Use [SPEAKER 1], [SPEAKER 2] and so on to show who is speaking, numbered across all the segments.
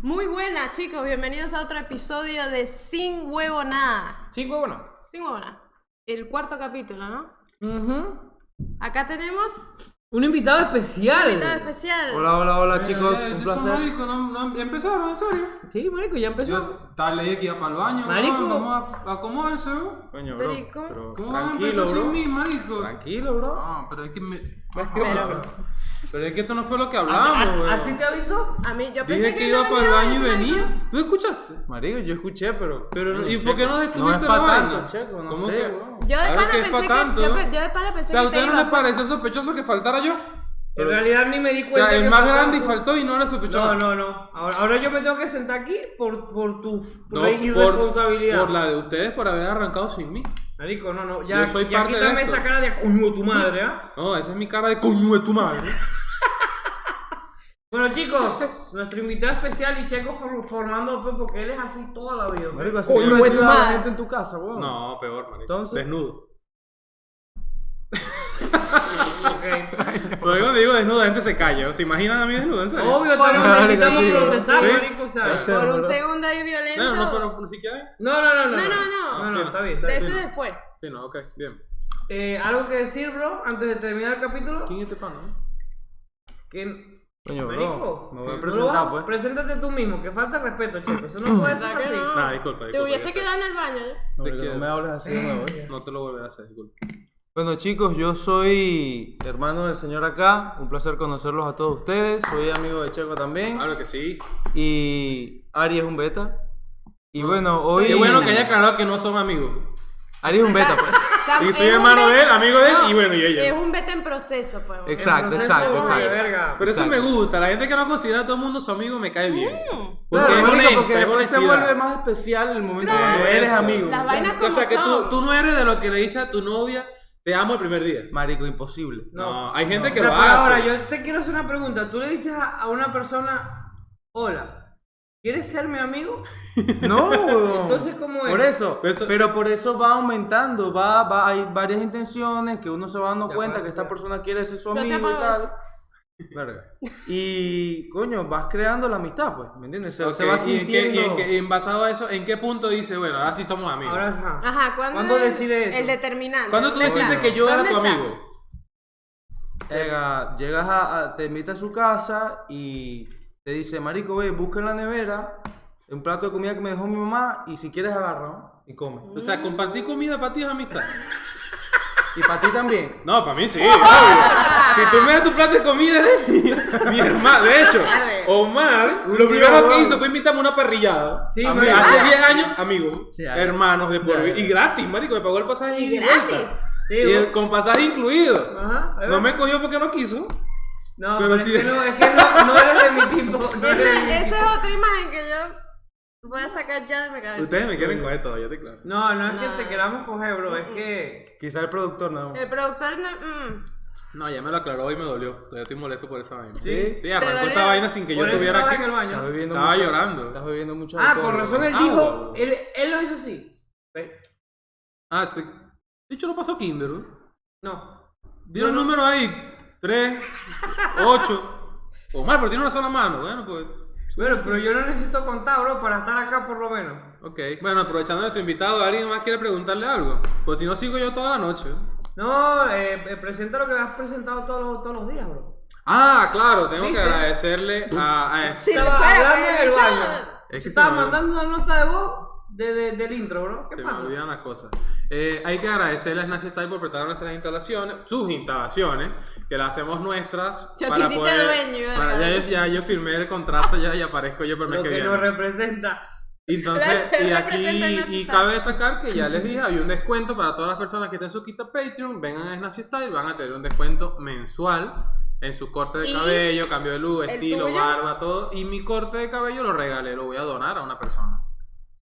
[SPEAKER 1] Muy buenas, chicos. Bienvenidos a otro episodio de Sin Huevo Nada.
[SPEAKER 2] Sí, huevo no.
[SPEAKER 1] Sin Huevo Nada. El cuarto capítulo, ¿no?
[SPEAKER 2] Ujú.
[SPEAKER 1] Acá tenemos
[SPEAKER 2] Un invitado especial.
[SPEAKER 1] invitado especial.
[SPEAKER 3] Hola, hola, hola
[SPEAKER 2] Eh,
[SPEAKER 4] Pero
[SPEAKER 3] chicos,
[SPEAKER 4] ya,
[SPEAKER 3] un
[SPEAKER 4] yo soy
[SPEAKER 3] placer.
[SPEAKER 4] marico, no- no- empezaron, en serio.
[SPEAKER 2] Sí, marico, ya empezó.
[SPEAKER 4] Yo tal, le dije que iba para el baño.
[SPEAKER 2] Marico.
[SPEAKER 4] weón, vamos a acomodarse, weón.
[SPEAKER 3] Coño,
[SPEAKER 1] Pero
[SPEAKER 3] bro.
[SPEAKER 1] ¿y cómo-
[SPEAKER 3] pero
[SPEAKER 4] ¿Cómo vas a
[SPEAKER 3] tranquilo,
[SPEAKER 4] empezar
[SPEAKER 3] bro.
[SPEAKER 4] sin mí, marico?
[SPEAKER 3] Tranquilo, bro.
[SPEAKER 4] Ah, pero es que me.
[SPEAKER 1] Pero-
[SPEAKER 4] Pero es que esto no fue lo que
[SPEAKER 2] ¿A,
[SPEAKER 4] hablamos,
[SPEAKER 2] a-
[SPEAKER 4] weón.
[SPEAKER 2] a ti te avisó?
[SPEAKER 1] A mí, yo pensé
[SPEAKER 4] Dije que iba
[SPEAKER 1] no
[SPEAKER 4] para el baño y
[SPEAKER 1] venía hoy, marico.
[SPEAKER 4] venía. ¿Tú escuchaste?
[SPEAKER 3] Marico, yo escuché, pero.
[SPEAKER 4] Pero,
[SPEAKER 3] Coño,
[SPEAKER 4] ¿y
[SPEAKER 3] Checo,
[SPEAKER 4] por qué no
[SPEAKER 3] No
[SPEAKER 4] descubriste
[SPEAKER 3] es
[SPEAKER 4] la
[SPEAKER 3] para
[SPEAKER 4] vaina?
[SPEAKER 3] tanto, checo, no
[SPEAKER 4] ¿Cómo
[SPEAKER 3] sé,
[SPEAKER 4] que-
[SPEAKER 3] bro.
[SPEAKER 1] Yo de
[SPEAKER 4] Claro
[SPEAKER 1] pana
[SPEAKER 4] que es
[SPEAKER 1] pensé
[SPEAKER 4] pa'
[SPEAKER 1] que.
[SPEAKER 4] tanto,
[SPEAKER 1] yo,
[SPEAKER 4] ¿no?
[SPEAKER 1] pe- yo de pana
[SPEAKER 4] O
[SPEAKER 1] pensé
[SPEAKER 4] sea, ¿a
[SPEAKER 1] que. te
[SPEAKER 4] ustedes no les
[SPEAKER 1] iba-
[SPEAKER 4] pareció sospechoso que faltara yo?
[SPEAKER 2] En realidad ni me di
[SPEAKER 4] O
[SPEAKER 1] Pues
[SPEAKER 2] cuenta.
[SPEAKER 4] sea, el
[SPEAKER 2] que
[SPEAKER 4] más
[SPEAKER 2] faltaba
[SPEAKER 4] grande y
[SPEAKER 2] tú.
[SPEAKER 4] faltó y no era sospechoso.
[SPEAKER 2] No, no, no. Ahora, ahora yo me tengo que sentar aquí por, por tu
[SPEAKER 4] No,
[SPEAKER 2] re- irresponsabilidad.
[SPEAKER 4] Por, por la de ustedes por haber arrancado sin mí.
[SPEAKER 2] Marico, no, no. Ya,
[SPEAKER 4] Yo soy
[SPEAKER 2] ya
[SPEAKER 4] parte de
[SPEAKER 2] quítame
[SPEAKER 4] esto.
[SPEAKER 2] esa cara de coño tu madre, ¿ah?
[SPEAKER 4] No, esa es mi cara de coño de tu madre.
[SPEAKER 2] Bueno, chicos, nuestro invitado especial y Checo for- formando pues, porque él es así toda la vida.
[SPEAKER 3] Marico, así
[SPEAKER 1] Coño,
[SPEAKER 3] que no
[SPEAKER 1] es tu
[SPEAKER 3] ayuda a la
[SPEAKER 1] madre.
[SPEAKER 3] gente en tu casa, weón.
[SPEAKER 4] No, peor, marico.
[SPEAKER 3] Entonces-
[SPEAKER 4] Desnudo.
[SPEAKER 2] Ok.
[SPEAKER 4] Lo digo, digo desnudo, la gente se calla. ¿Se imaginan a mí desnudo? ¿En serio?
[SPEAKER 2] Obvio,
[SPEAKER 1] Por
[SPEAKER 2] también
[SPEAKER 1] un
[SPEAKER 2] necesitamos
[SPEAKER 3] segundo.
[SPEAKER 2] procesar,
[SPEAKER 4] Sí.
[SPEAKER 2] marico, ¿sabes?
[SPEAKER 3] Exacto.
[SPEAKER 1] Por un
[SPEAKER 3] bro.
[SPEAKER 1] segundo ahí violento.
[SPEAKER 4] No, no, pero Ah, ni siquiera.
[SPEAKER 2] No, no, no,
[SPEAKER 1] No,
[SPEAKER 2] no.
[SPEAKER 1] no, no.
[SPEAKER 2] No, no, está bien, está
[SPEAKER 1] De
[SPEAKER 2] bien.
[SPEAKER 1] eso después.
[SPEAKER 4] Sí, no, ok, bien.
[SPEAKER 2] Eh, ¿Algo que decir, bro, antes de terminar el capítulo?
[SPEAKER 4] ¿Quién es este pan, no?
[SPEAKER 2] ¿Quién?
[SPEAKER 3] Coño,
[SPEAKER 2] Marico,
[SPEAKER 3] eh? bro. Me voy a
[SPEAKER 4] Sí.
[SPEAKER 3] presentar,
[SPEAKER 2] Bro,
[SPEAKER 3] pues.
[SPEAKER 2] Preséntate tú mismo, que falta de respeto, chico. Eso no puede ser
[SPEAKER 1] ¿Verdad que
[SPEAKER 2] así.
[SPEAKER 1] no?
[SPEAKER 4] Ah, Nah, disculpa,
[SPEAKER 1] Te
[SPEAKER 4] disculpa, ya
[SPEAKER 1] hubiese
[SPEAKER 4] sé.
[SPEAKER 1] quedado en el baño. ¿eh?
[SPEAKER 3] Marico,
[SPEAKER 4] quiero.
[SPEAKER 3] no me hables así de nuevo. oye.
[SPEAKER 4] No te lo volveré a hacer, disculpa.
[SPEAKER 3] Bueno, chicos, yo soy hermano del señor acá. Un placer conocerlos a todos ustedes. Soy amigo de Checo también.
[SPEAKER 4] Claro que sí.
[SPEAKER 3] Y Ari es un beta. Y bueno, hoy.
[SPEAKER 4] Qué bueno que haya aclarado que no son amigos.
[SPEAKER 3] Ari es un beta, pues.
[SPEAKER 1] Está-
[SPEAKER 4] Y soy
[SPEAKER 1] es un
[SPEAKER 4] hermano de
[SPEAKER 1] beta-
[SPEAKER 4] él, amigo de él,
[SPEAKER 1] No,
[SPEAKER 4] y bueno, y ella.
[SPEAKER 1] Es un beta en proceso, pues. bueno.
[SPEAKER 3] Exacto,
[SPEAKER 2] El proceso,
[SPEAKER 3] exacto,
[SPEAKER 2] vamos a
[SPEAKER 3] exacto.
[SPEAKER 2] verga.
[SPEAKER 4] Pero eso me
[SPEAKER 3] Exacto.
[SPEAKER 4] gusta. La gente que no considera a todo el mundo su amigo me cae bien.
[SPEAKER 1] Mm.
[SPEAKER 4] Porque
[SPEAKER 3] Claro,
[SPEAKER 4] es
[SPEAKER 3] marico,
[SPEAKER 4] honesta,
[SPEAKER 3] porque
[SPEAKER 4] es
[SPEAKER 3] después se
[SPEAKER 4] honestidad.
[SPEAKER 3] vuelve más especial el momento
[SPEAKER 1] Claro.
[SPEAKER 3] cuando eres
[SPEAKER 4] Eso.
[SPEAKER 3] amigo.
[SPEAKER 1] Las
[SPEAKER 3] ¿me
[SPEAKER 1] vainas
[SPEAKER 4] O
[SPEAKER 1] como
[SPEAKER 4] sea, que tú,
[SPEAKER 1] son.
[SPEAKER 4] tú no eres de lo que le dices a tu novia, te amo el primer día.
[SPEAKER 3] Marico, imposible.
[SPEAKER 4] No, hay gente
[SPEAKER 2] O
[SPEAKER 4] que
[SPEAKER 2] sea,
[SPEAKER 4] lo
[SPEAKER 2] pero
[SPEAKER 4] hace.
[SPEAKER 2] ahora, yo te quiero hacer una pregunta. Tú le dices a, a una persona, hola, ¿quieres ser mi amigo?
[SPEAKER 3] No, huevón.
[SPEAKER 2] Entonces, ¿cómo es?
[SPEAKER 3] Por eso,
[SPEAKER 4] Pero eso-
[SPEAKER 3] pero por eso va aumentando, va, va, hay varias intenciones que uno se va dando
[SPEAKER 2] Ya,
[SPEAKER 3] cuenta
[SPEAKER 2] para
[SPEAKER 3] que
[SPEAKER 2] que
[SPEAKER 3] esta
[SPEAKER 2] sea.
[SPEAKER 3] persona quiere ser su
[SPEAKER 1] No sea
[SPEAKER 3] amigo y
[SPEAKER 1] para-
[SPEAKER 3] tal. Verga. Y coño, vas creando la amistad, pues, ¿me entiendes? Se, se
[SPEAKER 4] Ok,
[SPEAKER 3] va
[SPEAKER 4] ¿y en qué-
[SPEAKER 3] sintiendo.
[SPEAKER 4] y en qué- y en basado a eso, ¿en qué punto dices, bueno, ahora sí somos amigos?
[SPEAKER 2] Ahora, ajá.
[SPEAKER 1] Ajá, ¿cuándo,
[SPEAKER 2] ¿Cuándo
[SPEAKER 1] el-
[SPEAKER 2] decide eso?
[SPEAKER 1] El determinante.
[SPEAKER 4] ¿Cuándo tú
[SPEAKER 1] ¿Dónde
[SPEAKER 4] deciste
[SPEAKER 1] está?
[SPEAKER 4] que yo era
[SPEAKER 1] ¿Dónde
[SPEAKER 4] tu
[SPEAKER 1] está?
[SPEAKER 4] amigo?
[SPEAKER 3] Llega- llegas a, a- te invita a su casa y te dice, marico, ve, busca en la nevera un plato de comida que me dejó mi mamá y si quieres agarra ¿no? y come.
[SPEAKER 4] O sea, compartir comida para ti es amistad.
[SPEAKER 3] Y para ti también.
[SPEAKER 4] No, para mí sí, obvio. Si tú me das tu plato de comida, eres mi, mi hermano. De hecho,
[SPEAKER 1] Arre.
[SPEAKER 4] Omar,
[SPEAKER 3] Un
[SPEAKER 4] lo
[SPEAKER 3] día,
[SPEAKER 4] primero que
[SPEAKER 3] weón.
[SPEAKER 4] hizo fue invitarme a una parrillada.
[SPEAKER 2] Sí,
[SPEAKER 4] Ami-
[SPEAKER 2] marico.
[SPEAKER 4] hace 10 años, amigos,
[SPEAKER 3] Sí, arre.
[SPEAKER 4] hermanos de por
[SPEAKER 3] Ya,
[SPEAKER 4] vida.
[SPEAKER 3] ya, ya.
[SPEAKER 4] Y gratis, marico, me pagó el pasaje
[SPEAKER 1] Y
[SPEAKER 4] y
[SPEAKER 1] gratis.
[SPEAKER 2] Sí,
[SPEAKER 4] Y el-
[SPEAKER 2] vos-
[SPEAKER 4] con pasaje incluido.
[SPEAKER 2] ajá, es
[SPEAKER 4] No
[SPEAKER 2] verdad.
[SPEAKER 4] me cogió porque no quiso.
[SPEAKER 2] No,
[SPEAKER 4] pero
[SPEAKER 2] pero es
[SPEAKER 4] sí
[SPEAKER 2] que
[SPEAKER 4] es-
[SPEAKER 2] no, es que no, no eres de mi tipo. No eres de mi
[SPEAKER 1] Esa, esa
[SPEAKER 2] tipo.
[SPEAKER 1] es otra imagen que yo voy a sacar ya de mi cabeza.
[SPEAKER 4] Ustedes me quieren coger todavía, te claro.
[SPEAKER 2] No, no es
[SPEAKER 1] No.
[SPEAKER 2] que te queramos coger, bro. Es que.
[SPEAKER 3] Quizá el productor no.
[SPEAKER 1] El productor no. mm.
[SPEAKER 4] No, ya me lo aclaró y me dolió. Todavía estoy molesto por esa vaina.
[SPEAKER 3] Sí.
[SPEAKER 4] Sí, arrancó
[SPEAKER 1] dolió?
[SPEAKER 4] esta vaina sin que yo
[SPEAKER 2] por eso
[SPEAKER 4] estuviera
[SPEAKER 2] estaba
[SPEAKER 4] aquí.
[SPEAKER 2] en el
[SPEAKER 3] Estás
[SPEAKER 2] baño.
[SPEAKER 3] bebiendo
[SPEAKER 4] Estaba
[SPEAKER 3] mucho-
[SPEAKER 4] llorando.
[SPEAKER 3] Estás bebiendo mucho
[SPEAKER 2] Ah,
[SPEAKER 3] alcohol,
[SPEAKER 2] con razón
[SPEAKER 3] bro.
[SPEAKER 2] él
[SPEAKER 4] Ah,
[SPEAKER 2] dijo.
[SPEAKER 4] bueno.
[SPEAKER 2] Él, él lo hizo así. Ve,
[SPEAKER 4] Ah, sí. De hecho, no pasó Kinder. ¿no?
[SPEAKER 2] No.
[SPEAKER 4] Dieron un número ahí: 3, 8. Omar, pero tiene una sola mano. Bueno, pues.
[SPEAKER 2] Bueno, pero yo no necesito contar, bro, para estar acá por lo menos.
[SPEAKER 4] Ok. Bueno, aprovechando de tu invitado, ¿alguien más quiere preguntarle algo? Pues si no, sigo yo toda la noche.
[SPEAKER 2] No, eh, eh, presenta lo que has presentado todos los, todos los días, bro.
[SPEAKER 4] Ah, claro, tengo que
[SPEAKER 2] ¿Viste?
[SPEAKER 4] agradecerle a. a-
[SPEAKER 1] Sí,
[SPEAKER 2] Estaba
[SPEAKER 1] espera,
[SPEAKER 2] hablando
[SPEAKER 1] espera,
[SPEAKER 2] en el
[SPEAKER 1] bicho.
[SPEAKER 2] baño.
[SPEAKER 4] Es que se
[SPEAKER 2] Estaba
[SPEAKER 4] me olvidó.
[SPEAKER 2] mandando una nota de voz de, de- del intro, bro. ¿Qué
[SPEAKER 4] Se me
[SPEAKER 2] pasa?
[SPEAKER 4] olvidan las cosas. Eh, hay que agradecerle a Snatch Style por prestar nuestras instalaciones, sus instalaciones, que las hacemos nuestras.
[SPEAKER 1] Ya te hiciste dueño, ¿verdad?
[SPEAKER 4] para- ya, yo- ya yo firmé el contrato ya y aparezco yo para el mes
[SPEAKER 2] Lo
[SPEAKER 4] que
[SPEAKER 2] que
[SPEAKER 4] viene.
[SPEAKER 2] nos representa.
[SPEAKER 4] Entonces, y
[SPEAKER 1] Representa
[SPEAKER 4] aquí
[SPEAKER 1] Snatch
[SPEAKER 4] y
[SPEAKER 1] Style.
[SPEAKER 4] cabe destacar que ya les dije, hay un descuento para todas las personas que estén suscritas a Patreon, vengan a Snatch Style, van a tener un descuento mensual en su corte de
[SPEAKER 1] ¿Y
[SPEAKER 4] cabello, cambio de luz,
[SPEAKER 1] el
[SPEAKER 4] estilo,
[SPEAKER 1] tuyo?
[SPEAKER 4] barba, todo. Y mi corte de cabello lo regalé, lo voy a donar a una persona.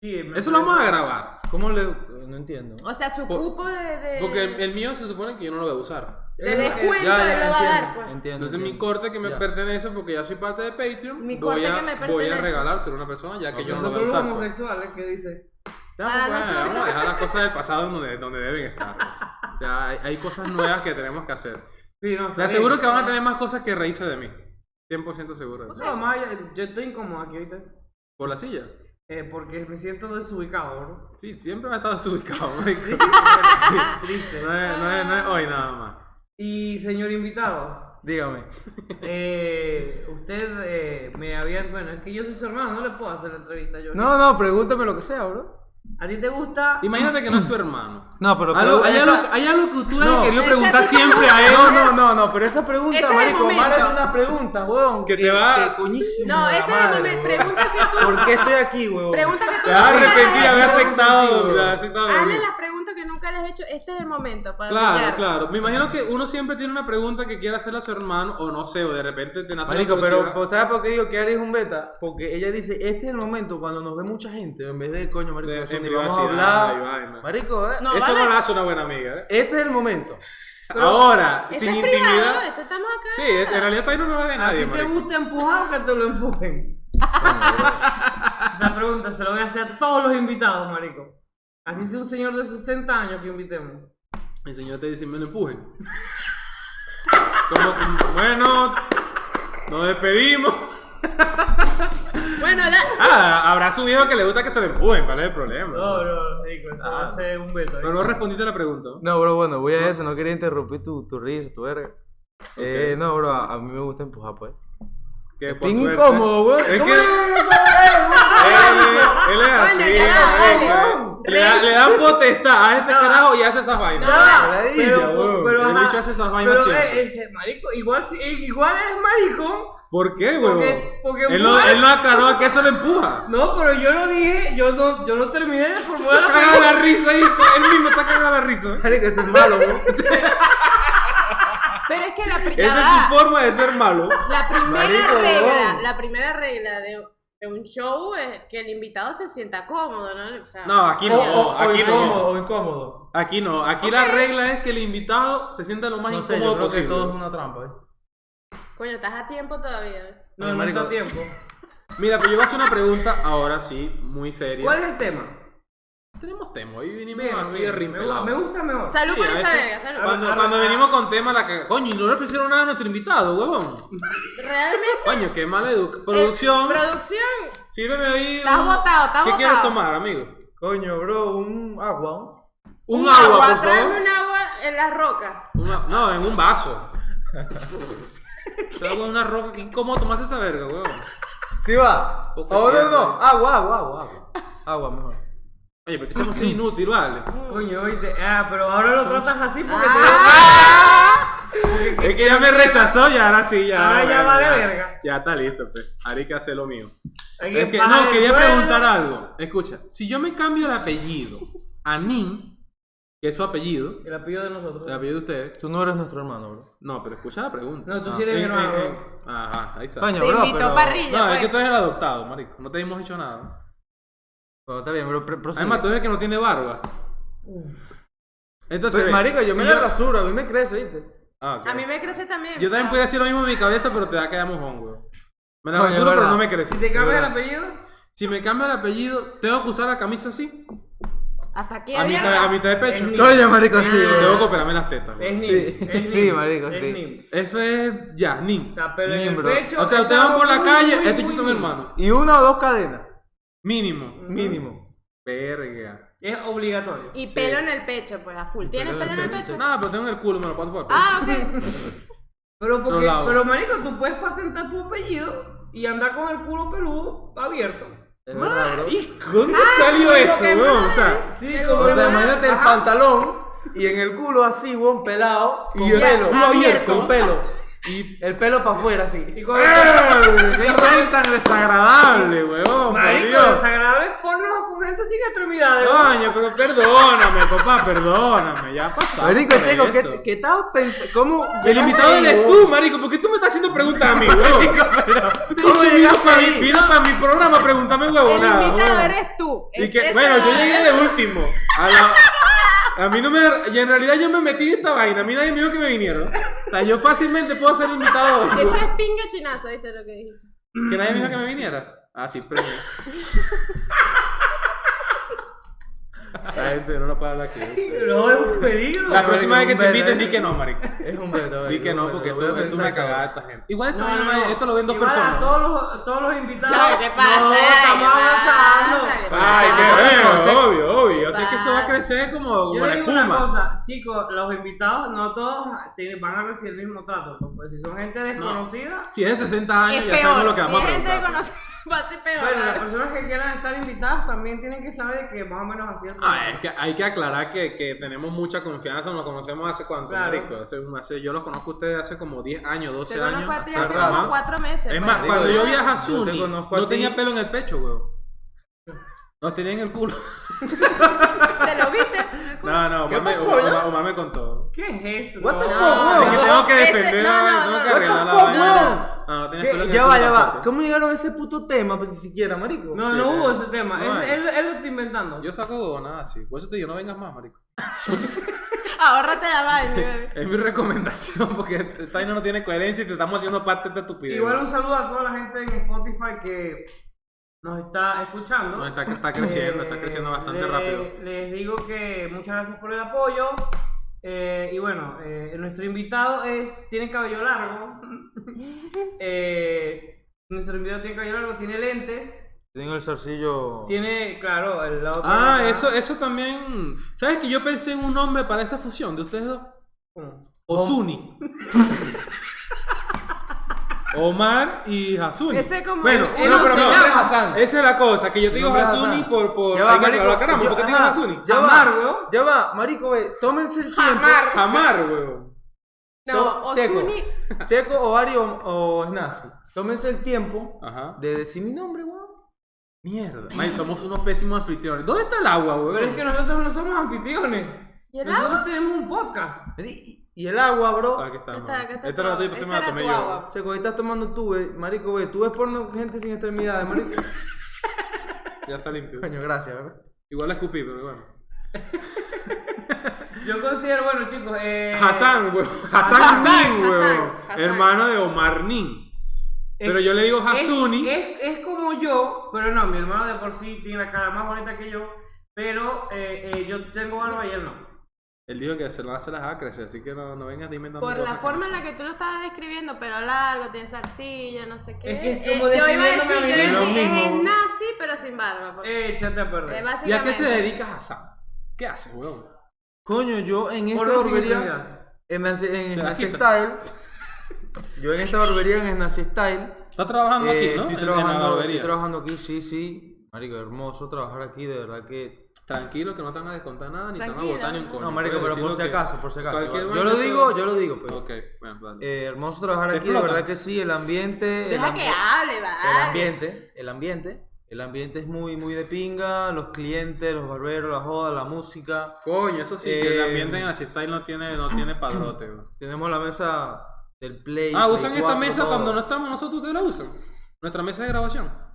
[SPEAKER 2] Sí, me
[SPEAKER 4] Eso lo vamos a
[SPEAKER 2] parece.
[SPEAKER 4] grabar.
[SPEAKER 3] ¿Cómo le.? No entiendo.
[SPEAKER 1] O sea, su
[SPEAKER 4] Por-
[SPEAKER 1] cupo de. de-
[SPEAKER 4] Porque el, el mío se supone que yo no lo voy a usar.
[SPEAKER 1] de descuento él lo va a dar, pues.
[SPEAKER 3] Entiendo.
[SPEAKER 4] Entonces mi
[SPEAKER 3] entiendo.
[SPEAKER 4] corte que me
[SPEAKER 3] Ya.
[SPEAKER 4] pertenece, porque ya soy parte de Patreon,
[SPEAKER 1] Mi
[SPEAKER 4] voy,
[SPEAKER 1] corte
[SPEAKER 4] a,
[SPEAKER 1] que me
[SPEAKER 4] voy a
[SPEAKER 1] pertenece.
[SPEAKER 4] regalárselo a una persona ya que yo no lo voy
[SPEAKER 2] Nosotros
[SPEAKER 4] a
[SPEAKER 2] los
[SPEAKER 4] usar. pues.
[SPEAKER 2] homosexuales, ¿qué dice?
[SPEAKER 1] Ah,
[SPEAKER 4] Ya, pues, bueno,
[SPEAKER 1] nosotros.
[SPEAKER 4] vamos a dejar las cosas del pasado en donde, donde deben estar. pues. Ya hay, hay cosas nuevas que tenemos que hacer.
[SPEAKER 2] Sí, no,
[SPEAKER 4] Te aseguro que van a tener más cosas que reírse de mí. 100% seguro de eso.
[SPEAKER 2] No, Maya, yo estoy incómodo aquí ahorita.
[SPEAKER 4] por la silla.
[SPEAKER 2] Eh, porque me siento desubicado, bro.
[SPEAKER 4] Sí, siempre ha estado desubicado. marico.
[SPEAKER 2] Sí, bueno, triste.
[SPEAKER 4] No es, no es- no es hoy nada más.
[SPEAKER 2] Y señor invitado,
[SPEAKER 3] Dígame.
[SPEAKER 2] eh, usted eh, me había... Bueno, es que yo soy su hermano, no le puedo hacer la entrevista yo.
[SPEAKER 3] No, no, pregúntame lo que sea, bro.
[SPEAKER 2] ¿A ti te gusta?
[SPEAKER 4] Imagínate que no es tu hermano.
[SPEAKER 3] No, pero.
[SPEAKER 4] Algo-
[SPEAKER 3] pero
[SPEAKER 4] Ah, hay,
[SPEAKER 3] esa-
[SPEAKER 4] algo, hay algo que tú le
[SPEAKER 3] No.
[SPEAKER 4] has querido
[SPEAKER 1] Esa es
[SPEAKER 4] preguntar
[SPEAKER 1] tu
[SPEAKER 4] siempre a él.
[SPEAKER 3] No, no, no, no, pero esa pregunta,
[SPEAKER 1] Este es el
[SPEAKER 3] marico,
[SPEAKER 1] momento.
[SPEAKER 3] mala es una pregunta, weón.
[SPEAKER 4] Que te va-
[SPEAKER 3] que coñísimo
[SPEAKER 1] No,
[SPEAKER 3] de la
[SPEAKER 1] este es el
[SPEAKER 3] madre,
[SPEAKER 1] momento.
[SPEAKER 3] weón.
[SPEAKER 1] Pregunta que tú.
[SPEAKER 3] ¿Por qué estoy aquí, weón?
[SPEAKER 1] Pregunta que tú.
[SPEAKER 4] Te vas a
[SPEAKER 1] nunca le has
[SPEAKER 4] arrepentir de haber
[SPEAKER 1] hecho.
[SPEAKER 4] aceptado.
[SPEAKER 3] Hazle
[SPEAKER 4] de haber aceptado
[SPEAKER 1] Hazle
[SPEAKER 4] venir.
[SPEAKER 1] las preguntas que nunca le has hecho. Este es el momento para brillar.
[SPEAKER 4] Claro, claro. Me imagino que uno siempre tiene una pregunta que quiere hacerle a su hermano, o no sé, o de repente te nace la
[SPEAKER 3] Marico, pero
[SPEAKER 4] curiosidad.
[SPEAKER 3] pues, ¿sabes por qué digo que Ari es un beta? Porque ella dice, este es el momento cuando nos ve mucha gente, en vez de, coño, marico,
[SPEAKER 4] De-
[SPEAKER 3] eso
[SPEAKER 4] en
[SPEAKER 3] ni vamos a
[SPEAKER 4] privacidad,
[SPEAKER 3] hablar.
[SPEAKER 4] y vaina.
[SPEAKER 3] Marico, eh,
[SPEAKER 1] No,
[SPEAKER 4] Eso
[SPEAKER 1] vale.
[SPEAKER 4] no lo hace una buena amiga, ¿eh?
[SPEAKER 3] este es el momento.
[SPEAKER 4] Ahora,
[SPEAKER 1] Este
[SPEAKER 4] sin
[SPEAKER 1] es
[SPEAKER 4] intimidad.
[SPEAKER 1] privado. Este estamos acá.
[SPEAKER 4] Sí, en realidad Taino no la ve
[SPEAKER 2] ¿A
[SPEAKER 4] nadie,
[SPEAKER 2] ti te
[SPEAKER 4] marico.
[SPEAKER 2] gusta empujar o que te lo empujen? Esa pregunta se la voy a hacer a todos los invitados, marico. Así sea un señor de 60 años que invitemos.
[SPEAKER 4] El señor te dice, me lo empujen. Como, como, bueno, nos despedimos.
[SPEAKER 1] Bueno, da-
[SPEAKER 4] Ah, habrá su viejo que le gusta que se le empujen, ¿cuál es el problema?
[SPEAKER 2] No, no, marico, eso va a ser un veto. ¿eh?
[SPEAKER 4] Pero no respondiste a la pregunta.
[SPEAKER 3] No, bro, bueno, voy a eso, no quería interrumpir tu, tu risa, tu verga. Eh, no, bro, a, a mí me gusta empujar, pues.
[SPEAKER 4] Que por
[SPEAKER 3] Bien
[SPEAKER 4] suerte-
[SPEAKER 3] incómodo, weón.
[SPEAKER 4] Es
[SPEAKER 3] ¿Cómo
[SPEAKER 4] que- Eh.
[SPEAKER 3] le vas a
[SPEAKER 4] Él, es- él es así,
[SPEAKER 1] Coño, ya va,
[SPEAKER 4] marico. le, da, le da potestad a este carajo y hace esas vainas.
[SPEAKER 3] dar, weón?
[SPEAKER 2] Pero,
[SPEAKER 3] Ladilla, weón.
[SPEAKER 2] pero,
[SPEAKER 4] El
[SPEAKER 2] ajá,
[SPEAKER 4] bicho hace esas vainas
[SPEAKER 2] Pero,
[SPEAKER 4] siempre.
[SPEAKER 2] eh, ese marico, igual, si- eh, igual eres marico.
[SPEAKER 4] ¿Por qué, huevón?
[SPEAKER 2] Porque- porque
[SPEAKER 4] él, no,
[SPEAKER 2] empuja-
[SPEAKER 4] él no aclaró a qué se le empuja.
[SPEAKER 2] No, pero yo lo dije, yo no, yo no terminé de
[SPEAKER 4] Se
[SPEAKER 2] formular la
[SPEAKER 4] caga
[SPEAKER 2] pregunta.
[SPEAKER 4] la risa ahí. Él mismo está cagando la risa.
[SPEAKER 3] Marico, eso es malo, weón.
[SPEAKER 1] pero es que la pri- ya
[SPEAKER 4] Esa
[SPEAKER 1] va.
[SPEAKER 4] es su forma de ser malo.
[SPEAKER 1] La primera
[SPEAKER 3] Marico,
[SPEAKER 1] regla,
[SPEAKER 3] huevón.
[SPEAKER 1] la primera regla de, de un show es que el invitado se sienta cómodo, ¿no? O sea,
[SPEAKER 4] No, aquí no,
[SPEAKER 1] O- o-
[SPEAKER 4] aquí
[SPEAKER 3] incómodo,
[SPEAKER 4] no.
[SPEAKER 3] o incómodo.
[SPEAKER 4] Aquí no, aquí la regla es que el invitado se sienta lo más
[SPEAKER 3] No sé, yo
[SPEAKER 4] incómodo
[SPEAKER 3] creo que
[SPEAKER 4] posible.
[SPEAKER 3] todo es una trampa, ¿eh?
[SPEAKER 1] Coño, estás a tiempo todavía.
[SPEAKER 2] No,
[SPEAKER 3] Ay,
[SPEAKER 2] no
[SPEAKER 3] marico.
[SPEAKER 2] está tiempo.
[SPEAKER 4] Mira, pero yo voy a hacer una pregunta ahora sí, muy seria.
[SPEAKER 2] ¿Cuál es el tema?
[SPEAKER 4] Tenemos tema, hoy vinimos
[SPEAKER 2] Bien,
[SPEAKER 4] aquí
[SPEAKER 2] bien,
[SPEAKER 4] de
[SPEAKER 2] me, gu-
[SPEAKER 4] rimpelado.
[SPEAKER 2] me gusta mejor.
[SPEAKER 1] Salud
[SPEAKER 4] Sí,
[SPEAKER 1] por
[SPEAKER 4] a
[SPEAKER 1] esa
[SPEAKER 4] veces- Ah,
[SPEAKER 1] verga, salud.
[SPEAKER 4] Cuando, cuando venimos con tema, la que... Coño, y no le ofrecieron nada a nuestro invitado, huevón.
[SPEAKER 1] Realmente.
[SPEAKER 4] Coño, qué mala
[SPEAKER 1] eh,
[SPEAKER 4] educación. Producción,
[SPEAKER 1] producción.
[SPEAKER 4] sírveme ahí.
[SPEAKER 1] Estás
[SPEAKER 4] un-
[SPEAKER 1] botado, estás
[SPEAKER 4] ¿Qué
[SPEAKER 1] botado.
[SPEAKER 4] quieres tomar, amigo?
[SPEAKER 3] Coño, bro, un agua.
[SPEAKER 4] Un, agua, por favor.
[SPEAKER 1] tráeme un agua en las rocas.
[SPEAKER 4] Una- no, en un vaso. Trago una roca, qué incómodo tomarse esa verga, huevón.
[SPEAKER 3] ¿Sí va?
[SPEAKER 4] Poco
[SPEAKER 3] Oh, no,
[SPEAKER 4] tiempo.
[SPEAKER 3] no, agua, agua, agua, agua. Agua, mejor.
[SPEAKER 4] Oye, pero te echamos así inútil, vale.
[SPEAKER 2] Coño, oíste. Ah, pero ahora lo tratas así porque
[SPEAKER 4] Es que ya me rechazó y ahora sí, ya.
[SPEAKER 2] Ahora ya
[SPEAKER 4] Ah, bueno,
[SPEAKER 2] vale verga.
[SPEAKER 4] Ya está listo, pues. Ahora hay que hacer lo mío.
[SPEAKER 2] te. hay
[SPEAKER 4] Es que,
[SPEAKER 2] bajar
[SPEAKER 4] no,
[SPEAKER 2] el
[SPEAKER 4] quería
[SPEAKER 2] sueldo.
[SPEAKER 4] preguntar algo. Escucha, si yo me cambio de apellido a Nin, que es su apellido,
[SPEAKER 2] El apellido de
[SPEAKER 4] el
[SPEAKER 2] nosotros.
[SPEAKER 4] apellido de ustedes.
[SPEAKER 3] Tú no eres nuestro hermano, bro.
[SPEAKER 4] No, pero escucha la pregunta.
[SPEAKER 2] No, tú
[SPEAKER 4] Ah.
[SPEAKER 2] sí eres mi
[SPEAKER 4] Eh, eh,
[SPEAKER 2] hermano.
[SPEAKER 4] eh. Ajá, ahí está.
[SPEAKER 3] Coño,
[SPEAKER 1] Te
[SPEAKER 3] bro,
[SPEAKER 1] invitó
[SPEAKER 3] pero...
[SPEAKER 1] parrilla,
[SPEAKER 4] No,
[SPEAKER 1] pues.
[SPEAKER 4] es que tú eres el adoptado, marico. No te hemos hecho nada.
[SPEAKER 3] Pero Oh, está bien, bro, pre- prosigue.
[SPEAKER 4] Además, tú eres el que no tiene barba. Entonces,
[SPEAKER 3] Pues,
[SPEAKER 4] ve,
[SPEAKER 3] marico, yo
[SPEAKER 4] si
[SPEAKER 3] me la rasuro, a mí me crece, ¿viste?
[SPEAKER 4] Ah, ok.
[SPEAKER 1] A mí me crece también.
[SPEAKER 4] Yo también
[SPEAKER 1] Ah.
[SPEAKER 4] podría decir lo mismo en mi cabeza, pero te da que dar mojón, güey. Me la
[SPEAKER 3] Coño,
[SPEAKER 4] rasuro, pero
[SPEAKER 3] ¿verdad?
[SPEAKER 4] no me crece.
[SPEAKER 2] Si te cambias el
[SPEAKER 4] ¿verdad?
[SPEAKER 2] apellido,
[SPEAKER 4] Si me cambio el apellido, ¿tengo que usar la camisa así?
[SPEAKER 1] Hasta aquí
[SPEAKER 4] A mitad,
[SPEAKER 1] abierta.
[SPEAKER 4] a mitad de pecho.
[SPEAKER 2] Es
[SPEAKER 4] Tengo
[SPEAKER 2] mi-
[SPEAKER 3] Oye, marico, sí, bro.
[SPEAKER 4] que operarme las tetas.
[SPEAKER 2] es
[SPEAKER 4] güey.
[SPEAKER 2] Nim.
[SPEAKER 3] Sí.
[SPEAKER 2] es
[SPEAKER 3] Sí,
[SPEAKER 2] Nim,
[SPEAKER 3] marico,
[SPEAKER 2] es
[SPEAKER 3] sí.
[SPEAKER 2] Nim.
[SPEAKER 4] Eso es ya, ni.
[SPEAKER 2] O sea, pero en
[SPEAKER 3] Nim,
[SPEAKER 2] el
[SPEAKER 3] bro.
[SPEAKER 2] pecho.
[SPEAKER 4] O sea, ustedes van por la calle, este estos chicos son
[SPEAKER 2] mi
[SPEAKER 4] hermanos.
[SPEAKER 3] Y una o dos cadenas,
[SPEAKER 4] Mínimo.
[SPEAKER 3] mínimo.
[SPEAKER 4] Verga.
[SPEAKER 2] Es obligatorio.
[SPEAKER 1] Y pelo en el pecho, pues a full. ¿Tienes
[SPEAKER 3] pelo
[SPEAKER 1] pelo en
[SPEAKER 3] en el
[SPEAKER 1] el
[SPEAKER 3] pecho,
[SPEAKER 1] pecho?
[SPEAKER 4] Nada, pero tengo en el culo, me lo paso por el pecho.
[SPEAKER 1] Ah, ok.
[SPEAKER 2] Pero, porque,
[SPEAKER 4] No, no.
[SPEAKER 2] pero, marico, tú puedes patentar tu apellido y andar con el culo peludo abierto.
[SPEAKER 3] Es verdad, bro. Ah.
[SPEAKER 4] ¿Y dónde salió eso,
[SPEAKER 1] que
[SPEAKER 4] weón?
[SPEAKER 1] mal.
[SPEAKER 4] O sea,
[SPEAKER 3] Sí,
[SPEAKER 1] Pero
[SPEAKER 3] como o sea,
[SPEAKER 1] bueno,
[SPEAKER 3] imagínate el
[SPEAKER 2] ajá.
[SPEAKER 3] pantalón y en el culo así, weón, pelado, con
[SPEAKER 4] Y el
[SPEAKER 3] pelo,
[SPEAKER 1] culo abierto.
[SPEAKER 3] con pelo.
[SPEAKER 4] y.
[SPEAKER 3] El pelo para afuera, así.
[SPEAKER 2] Y con el-
[SPEAKER 4] ¡Qué vaina tan desagradable, weón! Por
[SPEAKER 2] Marico,
[SPEAKER 4] Dios.
[SPEAKER 2] desagradable es porno con gente sin extremidades. bro.
[SPEAKER 4] Coño, pero perdóname, papá, perdóname. Ya pasó.
[SPEAKER 3] Marico,
[SPEAKER 4] por
[SPEAKER 3] chico,
[SPEAKER 4] eso.
[SPEAKER 3] ¿qué, qué estabas pensando? ¿Cómo?
[SPEAKER 4] El
[SPEAKER 3] llegaste
[SPEAKER 4] invitado
[SPEAKER 3] ahí,
[SPEAKER 4] eres
[SPEAKER 3] weón?
[SPEAKER 4] tú, marico. ¿Por qué tú me estás haciendo preguntas a mí, huevón?
[SPEAKER 3] ¿Cómo
[SPEAKER 4] vino
[SPEAKER 3] llegaste
[SPEAKER 4] para,
[SPEAKER 3] ahí?
[SPEAKER 4] mi programa a preguntarme
[SPEAKER 1] El
[SPEAKER 4] huevonada.
[SPEAKER 1] invitado
[SPEAKER 4] huevón.
[SPEAKER 1] eres tú.
[SPEAKER 4] Y
[SPEAKER 1] Es-
[SPEAKER 4] que,
[SPEAKER 1] esa
[SPEAKER 4] bueno,
[SPEAKER 1] es
[SPEAKER 4] yo
[SPEAKER 1] la
[SPEAKER 4] llegué
[SPEAKER 1] verdad.
[SPEAKER 4] de último. A, la- a mí no me... Y en realidad yo me metí en esta vaina. A mí nadie me dijo que me vinieron. O sea, yo fácilmente puedo ser invitado.
[SPEAKER 1] Eso es pinga chinazo, ¿viste lo que dijiste?
[SPEAKER 4] Que nadie me dijo que me viniera. Ah, sí, premio. Esta gente no la puede hablar aquí. ¿eh?
[SPEAKER 2] No, es un peligro.
[SPEAKER 4] La próxima vez que te
[SPEAKER 3] Humberto,
[SPEAKER 4] inviten, di
[SPEAKER 3] eh.
[SPEAKER 4] que no, marico.
[SPEAKER 3] Es un reto.
[SPEAKER 4] Di que no,
[SPEAKER 3] Humberto,
[SPEAKER 4] porque
[SPEAKER 3] lo
[SPEAKER 4] esto
[SPEAKER 3] voy a
[SPEAKER 4] esto es una
[SPEAKER 3] pensar,
[SPEAKER 4] cagada de
[SPEAKER 3] cabrón.
[SPEAKER 4] esta gente. Igual esto,
[SPEAKER 2] No, no, no.
[SPEAKER 4] esto lo ven dos
[SPEAKER 2] Igual A
[SPEAKER 4] personas.
[SPEAKER 2] todos los, a todos los invitados.
[SPEAKER 5] ¿Qué te pasa?
[SPEAKER 2] No,
[SPEAKER 5] ¿Qué
[SPEAKER 2] estamos
[SPEAKER 5] pasa?
[SPEAKER 2] avanzando.
[SPEAKER 4] Ay, qué
[SPEAKER 3] Ah,
[SPEAKER 4] bueno,
[SPEAKER 3] check.
[SPEAKER 4] obvio, obvio. O sea, que esto va a crecer como, como
[SPEAKER 2] Yo
[SPEAKER 4] la
[SPEAKER 2] les digo una
[SPEAKER 4] espuma.
[SPEAKER 2] cosa, chicos, los invitados no todos te- van a recibir el mismo trato. pues, Porque si son gente desconocida,
[SPEAKER 4] Si es de 60 años, ya
[SPEAKER 5] es
[SPEAKER 4] sabemos
[SPEAKER 5] peor.
[SPEAKER 4] lo que
[SPEAKER 5] Si
[SPEAKER 4] vamos
[SPEAKER 5] es
[SPEAKER 4] a
[SPEAKER 5] gente que
[SPEAKER 4] preguntar.
[SPEAKER 5] conoce, va a ser peor.
[SPEAKER 2] bueno, las personas que quieran estar invitadas también tienen que saber que más o menos así es.
[SPEAKER 4] Ah, es que hay que aclarar que, que tenemos mucha confianza, nos conocemos hace cuánto,
[SPEAKER 2] Claro.
[SPEAKER 4] marico. Hace, hace- yo los conozco a ustedes hace como 10 años, 12
[SPEAKER 5] Te
[SPEAKER 4] años.
[SPEAKER 5] conozco a ti
[SPEAKER 4] hace
[SPEAKER 5] hace
[SPEAKER 4] rato.
[SPEAKER 5] como cuatro meses.
[SPEAKER 1] pues.
[SPEAKER 4] Es más,
[SPEAKER 5] marico.
[SPEAKER 4] cuando yo viajé a
[SPEAKER 3] yo te
[SPEAKER 4] Zuni,
[SPEAKER 3] conozco a
[SPEAKER 4] no
[SPEAKER 3] ti.
[SPEAKER 4] tenía pelo en el pecho, weón. Nos tenía en el culo.
[SPEAKER 5] ¿Te lo viste?
[SPEAKER 4] No, no,
[SPEAKER 3] ¿Qué
[SPEAKER 4] Omar me,
[SPEAKER 3] pasó,
[SPEAKER 4] Omar-
[SPEAKER 3] no?
[SPEAKER 4] Omar me contó.
[SPEAKER 2] ¿Qué es eso? Ah.
[SPEAKER 3] What the
[SPEAKER 2] No,
[SPEAKER 3] fuck, weón?
[SPEAKER 4] Es que tengo que
[SPEAKER 5] este-
[SPEAKER 4] defender la
[SPEAKER 5] no,
[SPEAKER 4] vaina,
[SPEAKER 5] no, no.
[SPEAKER 4] tengo que
[SPEAKER 5] What
[SPEAKER 3] the
[SPEAKER 4] arreglar la
[SPEAKER 3] fuck,
[SPEAKER 4] vaina. No, no tenía
[SPEAKER 3] ¿Qué?
[SPEAKER 4] pelo en el
[SPEAKER 3] Ya
[SPEAKER 4] culo
[SPEAKER 3] va, ya va.
[SPEAKER 4] tampoco.
[SPEAKER 3] ¿Cómo llegaron a ese puto tema? Pues ni siquiera, marico.
[SPEAKER 2] No,
[SPEAKER 4] Sí,
[SPEAKER 2] no hubo
[SPEAKER 4] eh.
[SPEAKER 2] ese tema.
[SPEAKER 4] No,
[SPEAKER 2] Es-
[SPEAKER 4] eh.
[SPEAKER 2] él, él lo está inventando.
[SPEAKER 4] Yo saco huevonadas así. Por eso te digo, no vengas más, marico.
[SPEAKER 5] Ahórrate la vaina, bebé.
[SPEAKER 4] Es mi recomendación porque esta vaina no tiene coherencia y te estamos haciendo parte de esta estupidez.
[SPEAKER 2] Igual un saludo a toda la gente en Spotify que nos está escuchando.
[SPEAKER 4] No, está, está creciendo, está
[SPEAKER 2] Eh,
[SPEAKER 4] creciendo bastante
[SPEAKER 2] le-
[SPEAKER 4] rápido.
[SPEAKER 2] Les digo que muchas gracias por el apoyo. Eh, y bueno, eh, nuestro invitado es. Tiene cabello largo. Eh, nuestro invitado tiene cabello largo, tiene lentes.
[SPEAKER 3] Tengo el zarcillo.
[SPEAKER 2] Tiene, claro, el lado.
[SPEAKER 4] Ah, eso, eso también. ¿Sabes que yo pensé en un nombre para esa fusión de ustedes dos?
[SPEAKER 3] Oh.
[SPEAKER 4] Ozuni. Omar y Hasuni.
[SPEAKER 5] Ese como-
[SPEAKER 4] Bueno,
[SPEAKER 5] él-
[SPEAKER 4] no,
[SPEAKER 5] él
[SPEAKER 4] pero
[SPEAKER 3] se
[SPEAKER 4] no,
[SPEAKER 3] llama
[SPEAKER 4] esa-
[SPEAKER 3] Hassan.
[SPEAKER 4] Esa es la cosa, que yo te digo
[SPEAKER 3] Nombre
[SPEAKER 4] Hasuni
[SPEAKER 3] Hassan.
[SPEAKER 4] por. por
[SPEAKER 3] Ya va,
[SPEAKER 4] hay que
[SPEAKER 3] marico.
[SPEAKER 4] hablar, caramba,
[SPEAKER 3] yo-
[SPEAKER 4] ¿Por qué te digo
[SPEAKER 3] ajá,
[SPEAKER 4] Hasuni?
[SPEAKER 3] Ya
[SPEAKER 2] Jamar,
[SPEAKER 3] va,
[SPEAKER 2] weón.
[SPEAKER 3] Ya va, marico, ve. Tómense el tiempo.
[SPEAKER 4] Jamar, weón.
[SPEAKER 5] No,
[SPEAKER 3] Checo.
[SPEAKER 5] Ozuni.
[SPEAKER 3] Checo, Ovario o Snazi. Tómense el tiempo
[SPEAKER 4] Ajá.
[SPEAKER 3] de decir mi nombre, weón.
[SPEAKER 4] Mierda. Man, somos unos pésimos anfitriones. ¿Dónde está el agua, weón?
[SPEAKER 2] Pero es que nosotros no somos anfitriones.
[SPEAKER 5] ¿Y el
[SPEAKER 2] Nosotros tenemos un podcast.
[SPEAKER 3] Y, y el agua, bro.
[SPEAKER 4] Ah, aquí está,
[SPEAKER 5] Está, acá está
[SPEAKER 4] Esta
[SPEAKER 5] tu agua.
[SPEAKER 4] la tuya, pues, se
[SPEAKER 5] Esta
[SPEAKER 4] me la
[SPEAKER 5] era
[SPEAKER 4] tomé
[SPEAKER 5] tu
[SPEAKER 4] yo.
[SPEAKER 5] agua.
[SPEAKER 3] Checo, ahí estás tomando tú, ve. Marico, ve. Tú ves porno con gente sin extremidades, marico.
[SPEAKER 4] Ya está limpio.
[SPEAKER 3] Coño, gracias, ¿verdad?
[SPEAKER 4] Igual la escupí, pero bueno.
[SPEAKER 2] Yo considero, bueno, chicos. Eh,
[SPEAKER 4] Hassan, weón. Hassan,
[SPEAKER 5] Hassan,
[SPEAKER 4] Nin, weón.
[SPEAKER 5] Hassan, Hassan.
[SPEAKER 4] Hermano de Omar Nin. Pero yo le digo
[SPEAKER 2] Es-
[SPEAKER 4] Hasuni.
[SPEAKER 2] Es, es como yo, pero no, mi hermano de por sí tiene la cara más bonita que yo, pero eh, eh, yo tengo barba y él no.
[SPEAKER 4] Él dijo que se lo hace las acres, así que no, no vengas inventando
[SPEAKER 1] Por la
[SPEAKER 4] cosas
[SPEAKER 1] forma en
[SPEAKER 4] no
[SPEAKER 1] la que tú lo estabas describiendo, pelo largo, tiene zarcilla, no sé qué.
[SPEAKER 2] Es que
[SPEAKER 5] Eh,
[SPEAKER 2] es como
[SPEAKER 1] yo iba a
[SPEAKER 2] describiéndome
[SPEAKER 1] decir, yo
[SPEAKER 2] a mí
[SPEAKER 1] iba a
[SPEAKER 4] mismo.
[SPEAKER 1] decir,
[SPEAKER 4] Lo mismo.
[SPEAKER 1] es nazi, pero sin barba. porque-
[SPEAKER 2] Eh, Échate a
[SPEAKER 1] eh,
[SPEAKER 2] perder.
[SPEAKER 4] sabes.
[SPEAKER 1] básicamente.
[SPEAKER 4] ¿Y a qué se dedica Hassan? ¿Qué hace, weón?
[SPEAKER 3] Coño, yo en esta
[SPEAKER 2] Porno sin
[SPEAKER 3] barbería.
[SPEAKER 2] extremidades.
[SPEAKER 3] En, la- en
[SPEAKER 4] Se la
[SPEAKER 3] Snazi
[SPEAKER 4] quita.
[SPEAKER 3] Style. Yo en esta barbería, en Snazi Style.
[SPEAKER 4] Está trabajando
[SPEAKER 3] eh,
[SPEAKER 4] aquí, Ah, ¿no? En-
[SPEAKER 3] estoy,
[SPEAKER 4] en la
[SPEAKER 3] trabajando,
[SPEAKER 4] barbería.
[SPEAKER 3] estoy trabajando aquí, sí, sí. Marico, hermoso trabajar aquí, de verdad que
[SPEAKER 4] Tranquilo, que no te van a descontar nada, ni te van a
[SPEAKER 1] Tranquilo,
[SPEAKER 4] botar ni un
[SPEAKER 1] ¿no?
[SPEAKER 4] coño.
[SPEAKER 3] No, marico,
[SPEAKER 4] Puedes
[SPEAKER 3] pero
[SPEAKER 4] decir
[SPEAKER 3] por
[SPEAKER 4] lo
[SPEAKER 3] si
[SPEAKER 4] que-
[SPEAKER 3] acaso, por si acaso.
[SPEAKER 4] cualquier
[SPEAKER 3] igual. Yo
[SPEAKER 4] vaina
[SPEAKER 3] lo
[SPEAKER 4] que-
[SPEAKER 3] digo, yo lo digo, pues.
[SPEAKER 4] Ok, bueno, dale.
[SPEAKER 3] Eh, hermoso trabajar
[SPEAKER 4] Te
[SPEAKER 3] aquí, de
[SPEAKER 4] explota.
[SPEAKER 3] verdad que sí, el ambiente. el
[SPEAKER 5] Deja
[SPEAKER 3] ambi-
[SPEAKER 5] que hable,
[SPEAKER 3] el
[SPEAKER 5] vale.
[SPEAKER 3] ambiente, el ambiente. El ambiente es muy, muy de pinga, los clientes, los barberos, la joda, la música.
[SPEAKER 4] Coño, eso sí, que el
[SPEAKER 3] eh,
[SPEAKER 4] ambiente en la siesta no tiene, no tiene padrote, weón.
[SPEAKER 3] Tenemos la mesa del Play.
[SPEAKER 4] Ah,
[SPEAKER 3] Play
[SPEAKER 4] usan esta
[SPEAKER 3] 4,
[SPEAKER 4] mesa
[SPEAKER 3] todo.
[SPEAKER 4] cuando no estamos nosotros, ustedes la usan. Nuestra mesa de grabación.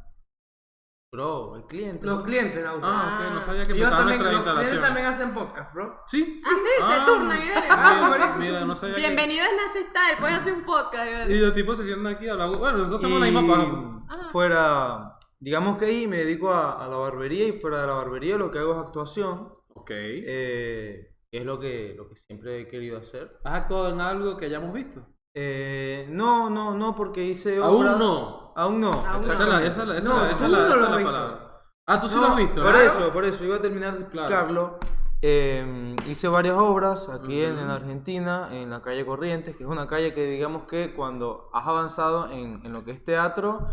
[SPEAKER 3] Bro, el cliente.
[SPEAKER 2] Los
[SPEAKER 3] bro.
[SPEAKER 2] clientes, la usan.
[SPEAKER 4] Ah, ok, no sabía que
[SPEAKER 2] Ellos
[SPEAKER 4] estaba
[SPEAKER 2] también,
[SPEAKER 4] nuestra
[SPEAKER 2] los clientes
[SPEAKER 4] instalación.
[SPEAKER 2] también hacen podcast, bro.
[SPEAKER 4] Sí.
[SPEAKER 1] Ah, sí,
[SPEAKER 4] Ah,
[SPEAKER 1] se turnan y ven.
[SPEAKER 2] Ah,
[SPEAKER 4] Mira,
[SPEAKER 2] marico.
[SPEAKER 4] mira, no sabía que-
[SPEAKER 5] Bienvenido a Nazi Style. Puedes hacer un podcast,
[SPEAKER 4] Y
[SPEAKER 5] bebé.
[SPEAKER 4] los tipos se sientan aquí a hablar. Bueno, nosotros hacemos la
[SPEAKER 3] Y
[SPEAKER 4] misma paja. pues.
[SPEAKER 5] Ah.
[SPEAKER 3] Fuera. Digamos que ahí me dedico a, a la barbería y fuera de la barbería lo que hago es actuación.
[SPEAKER 4] Ok.
[SPEAKER 3] eh, que es lo que, lo que siempre he querido hacer.
[SPEAKER 4] ¿Has actuado en algo que hayamos visto?
[SPEAKER 3] Eh, no, no, no, porque hice
[SPEAKER 4] Aún
[SPEAKER 3] obras-
[SPEAKER 4] no.
[SPEAKER 3] Aún no.
[SPEAKER 4] Esa es la, esa es la, esa es
[SPEAKER 2] No,
[SPEAKER 4] la- esa
[SPEAKER 2] tú
[SPEAKER 4] es la-
[SPEAKER 2] no
[SPEAKER 4] esa
[SPEAKER 2] lo
[SPEAKER 4] es
[SPEAKER 2] has
[SPEAKER 4] la
[SPEAKER 2] visto.
[SPEAKER 4] palabra. Ah, tú sí
[SPEAKER 3] No,
[SPEAKER 4] lo has visto,
[SPEAKER 3] Por
[SPEAKER 4] ¿verdad?
[SPEAKER 3] eso, por eso, iba a terminar de
[SPEAKER 4] Claro.
[SPEAKER 3] explicarlo. Eh, hice varias obras aquí en, en
[SPEAKER 4] Ujú.
[SPEAKER 3] Argentina, en la calle Corrientes, que es una calle que digamos que cuando has avanzado en, en lo que es teatro,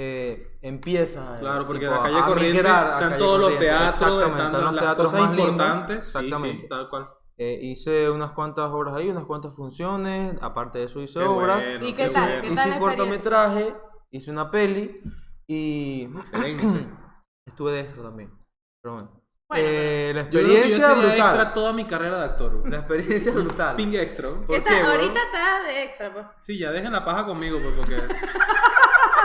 [SPEAKER 3] eh, empieza eh,
[SPEAKER 4] Claro, porque
[SPEAKER 3] tipo,
[SPEAKER 4] la
[SPEAKER 3] a
[SPEAKER 4] calle corriente
[SPEAKER 3] migrar a
[SPEAKER 4] están
[SPEAKER 3] Calle
[SPEAKER 4] todos los
[SPEAKER 3] Corrientes.
[SPEAKER 4] teatros,
[SPEAKER 3] Exactamente,
[SPEAKER 4] están
[SPEAKER 3] están
[SPEAKER 4] las,
[SPEAKER 3] los teatros
[SPEAKER 4] cosas
[SPEAKER 3] más lindos.
[SPEAKER 4] importantes. Sí, sí,
[SPEAKER 3] Exactamente.
[SPEAKER 4] tal cual.
[SPEAKER 3] Eh, hice unas cuantas obras ahí, unas cuantas funciones, aparte de eso hice
[SPEAKER 4] Qué
[SPEAKER 3] obras.
[SPEAKER 4] bueno,
[SPEAKER 5] ¿Y qué tal? ¿Qué tal
[SPEAKER 4] bueno.
[SPEAKER 5] la
[SPEAKER 3] hice un
[SPEAKER 5] experiencia?
[SPEAKER 3] cortometraje, hice una peli y
[SPEAKER 4] Excelente.
[SPEAKER 3] estuve de extra también. Pero bueno.
[SPEAKER 5] Bueno,
[SPEAKER 3] Eh, la
[SPEAKER 4] Yo creo que yo
[SPEAKER 3] experiencia
[SPEAKER 4] sería
[SPEAKER 3] brutal.
[SPEAKER 4] extra toda mi carrera de actor. güey.
[SPEAKER 3] La experiencia brutal.
[SPEAKER 4] Ping extra.
[SPEAKER 3] ¿Por
[SPEAKER 5] ¿Qué
[SPEAKER 3] qué,
[SPEAKER 5] tal?
[SPEAKER 3] weón?
[SPEAKER 5] Ahorita estás de extra, pues.
[SPEAKER 4] Sí, ya dejen la paja conmigo, pues, porque...